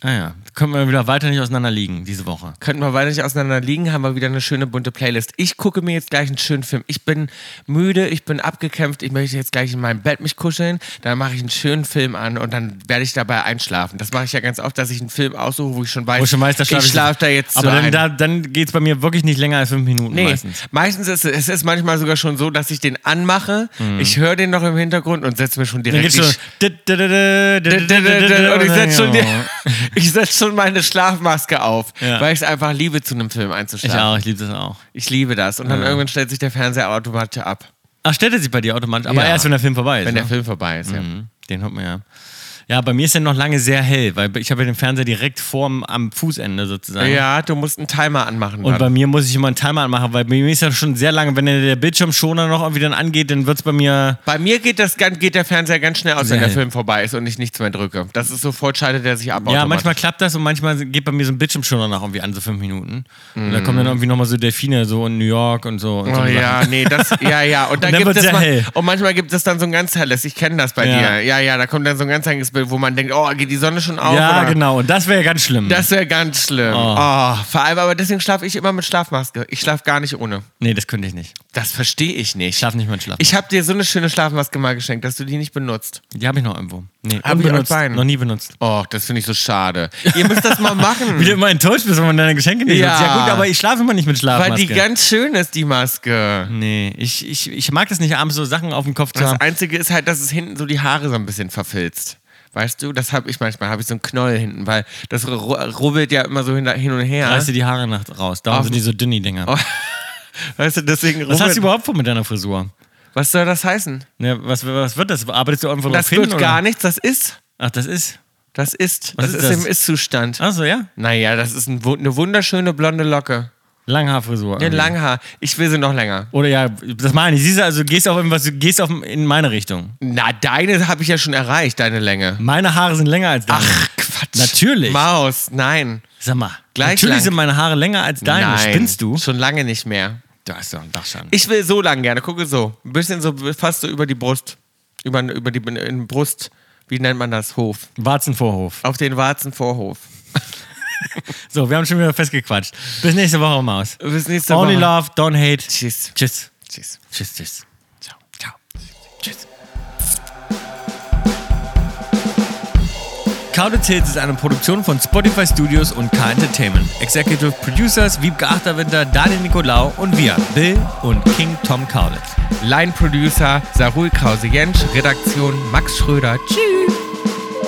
Speaker 3: ah ja, können wir wieder weiter nicht auseinander liegen diese Woche.
Speaker 4: Könnten wir weiter nicht auseinander liegen, haben wir wieder eine schöne bunte Playlist. Ich gucke mir jetzt gleich einen schönen Film. Ich bin müde, ich bin abgekämpft, ich möchte jetzt gleich in meinem Bett mich kuscheln. Dann mache ich einen schönen Film an und dann werde ich dabei einschlafen. Das mache ich ja ganz oft, dass ich einen Film aussuche, wo ich schon weiß,
Speaker 3: Wo ich schon weiß, da schlaf
Speaker 4: ich schlafe da jetzt
Speaker 3: Aber
Speaker 4: zu
Speaker 3: dann,
Speaker 4: ein.
Speaker 3: da, dann geht es bei mir wirklich nicht länger als fünf Minuten
Speaker 4: Nee,
Speaker 3: meistens.
Speaker 4: meistens, ist, es ist manchmal sogar schon so, dass ich den anmache, ich höre den noch im Hintergrund und setze mir schon
Speaker 3: Mhm. Dann
Speaker 4: direkt
Speaker 3: geht's
Speaker 4: die
Speaker 3: schon.
Speaker 4: Sch- und ich setze schon, die- [laughs] ich setz schon meine Schlafmaske auf,
Speaker 3: Ja.
Speaker 4: weil ich es einfach liebe, zu einem Film
Speaker 3: Ich
Speaker 4: einzuschlafen.
Speaker 3: auch, ich liebe das auch.
Speaker 4: Ich liebe das. Und dann irgendwann stellt sich der Fernseher automatisch ab,
Speaker 3: Ach, stellt er sich bei dir automatisch, aber
Speaker 4: Ja.
Speaker 3: erst wenn der Film vorbei ist.
Speaker 4: wenn
Speaker 3: ne?
Speaker 4: der Film vorbei ist. Ja.
Speaker 3: Mhm. Den hat man ja. Ja, bei mir ist er noch lange sehr hell, weil ich habe ja den Fernseher direkt vorm am Fußende sozusagen.
Speaker 4: Ja, du musst einen Timer anmachen.
Speaker 3: Und bei
Speaker 4: dann.
Speaker 3: mir muss ich immer einen Timer anmachen, weil bei mir ist ja schon sehr lange, wenn der der Bildschirmschoner noch irgendwie dann angeht, dann wird es bei mir.
Speaker 4: Bei mir geht, das, gan- geht der Fernseher ganz schnell aus,
Speaker 3: Sehr
Speaker 4: wenn der
Speaker 3: hell.
Speaker 4: Film vorbei ist und ich nichts mehr drücke. Das ist sofort, schaltet er sich ab.
Speaker 3: Ja,
Speaker 4: automatisch.
Speaker 3: manchmal klappt das und manchmal geht bei mir so ein Bildschirmschoner noch irgendwie an, so fünf Minuten. Und da kommen dann irgendwie nochmal so Delfine, so in New York und so. Und so
Speaker 4: Oh ja,
Speaker 3: Sachen.
Speaker 4: nee, das, ja,
Speaker 3: [laughs]
Speaker 4: ja. Und, dann
Speaker 3: dann
Speaker 4: gibt
Speaker 3: wird's
Speaker 4: es
Speaker 3: ja
Speaker 4: mal, Oh,
Speaker 3: hell.
Speaker 4: und manchmal gibt es dann so ein ganz helles, ich kenne das bei
Speaker 3: Ja.
Speaker 4: dir. Ja, ja, da kommt dann so ein ganz helles Bild, wo man denkt, oh, geht die Sonne schon auf?
Speaker 3: Ja,
Speaker 4: oder?
Speaker 3: genau. Und das wäre ja ganz schlimm.
Speaker 4: Das wäre ganz schlimm. Oh. vor allem, aber deswegen schlafe ich immer mit Schlafmaske. Ich schlafe gar nicht ohne.
Speaker 3: nee, das könnte ich nicht.
Speaker 4: Das verstehe ich nicht.
Speaker 3: Ich darf nicht mehr schlafen.
Speaker 4: Ich habe dir so eine schöne Schlafmaske mal geschenkt, dass du die nicht benutzt.
Speaker 3: Die habe ich noch irgendwo. Nee,
Speaker 4: Hab ich
Speaker 3: unbenutzt.
Speaker 4: auf beiden.
Speaker 3: Noch nie benutzt.
Speaker 4: Oh, das finde ich so schade. Ihr müsst
Speaker 3: [laughs]
Speaker 4: das mal machen.
Speaker 3: Wie du immer enttäuscht bist, wenn man deine Geschenke nicht
Speaker 4: Ja.
Speaker 3: nutzt. Ja gut, aber ich schlafe immer nicht mit
Speaker 4: Weil
Speaker 3: Schlafmaske.
Speaker 4: die ganz schön ist, die Maske.
Speaker 3: nee, ich, ich, ich mag das nicht, abends so Sachen auf dem Kopf zu
Speaker 4: Das
Speaker 3: haben.
Speaker 4: Einzige ist halt, dass es hinten so die Haare so ein bisschen verfilzt. Weißt du, das habe ich manchmal, habe ich so einen Knoll hinten, weil das ru- rubbelt ja immer so hin, hin und her.
Speaker 3: Reißt dir die Haare nach raus. Darum
Speaker 4: Auf- Oh,
Speaker 3: sind die so dünn, die Dinger.
Speaker 4: [laughs] Weißt du, deswegen
Speaker 3: was hast du
Speaker 4: rubbelt-
Speaker 3: überhaupt vor mit deiner Frisur?
Speaker 4: Was soll das heißen?
Speaker 3: Ne, was, was wird das? Arbeitest du einfach drauf
Speaker 4: Das
Speaker 3: hin?
Speaker 4: wird
Speaker 3: oder?
Speaker 4: gar nichts, das ist.
Speaker 3: Ach, das ist.
Speaker 4: Das ist.
Speaker 3: Was
Speaker 4: das
Speaker 3: ist
Speaker 4: ist,
Speaker 3: das? Ah.
Speaker 4: im Ist-Zustand.
Speaker 3: Achso, ja.
Speaker 4: Naja, das ist ein, wu- eine wunderschöne blonde Locke.
Speaker 3: Langhaarfrisur.
Speaker 4: Ein
Speaker 3: irgendwie.
Speaker 4: Langhaar. Ich will sie noch länger.
Speaker 3: Oder ja, das meine ich. Siehst du, also gehst auf irgendwas, du gehst auf, in meine Richtung.
Speaker 4: Na, deine habe ich ja schon erreicht, deine Länge.
Speaker 3: Meine Haare sind länger als deine. Ach,
Speaker 4: Quatsch.
Speaker 3: Natürlich.
Speaker 4: Maus, nein.
Speaker 3: Sag mal,
Speaker 4: Gleich
Speaker 3: natürlich
Speaker 4: lang.
Speaker 3: sind meine Haare länger als deine.
Speaker 4: nein.
Speaker 3: Spinnst du?
Speaker 4: Schon lange nicht mehr.
Speaker 3: Du hast doch einen Dachschaden.
Speaker 4: Ich will so lang gerne, gucke so. Ein bisschen so, fast so über die Brust. Über, über die in Brust. Wie nennt man das? Hof.
Speaker 3: Warzenvorhof.
Speaker 4: Auf den Warzenvorhof.
Speaker 3: So, wir haben schon wieder festgequatscht. Bis nächste Woche, Maus.
Speaker 4: Bis nächste
Speaker 3: Only
Speaker 4: Woche.
Speaker 3: love, don't hate.
Speaker 4: Tschüss.
Speaker 3: Tschüss.
Speaker 4: Tschüss.
Speaker 3: Tschüss, tschüss. Ciao. Ciao. Tschüss. Crowded Tales ist eine Produktion von Spotify Studios und K Entertainment. Executive Producers Wiebke Achterwinter, Daniel Nicolau und wir, Bill und King Tom Cowlitz.
Speaker 4: Line Producer Sarul Krause-Jentsch, Redaktion Max Schröder. Tschüss.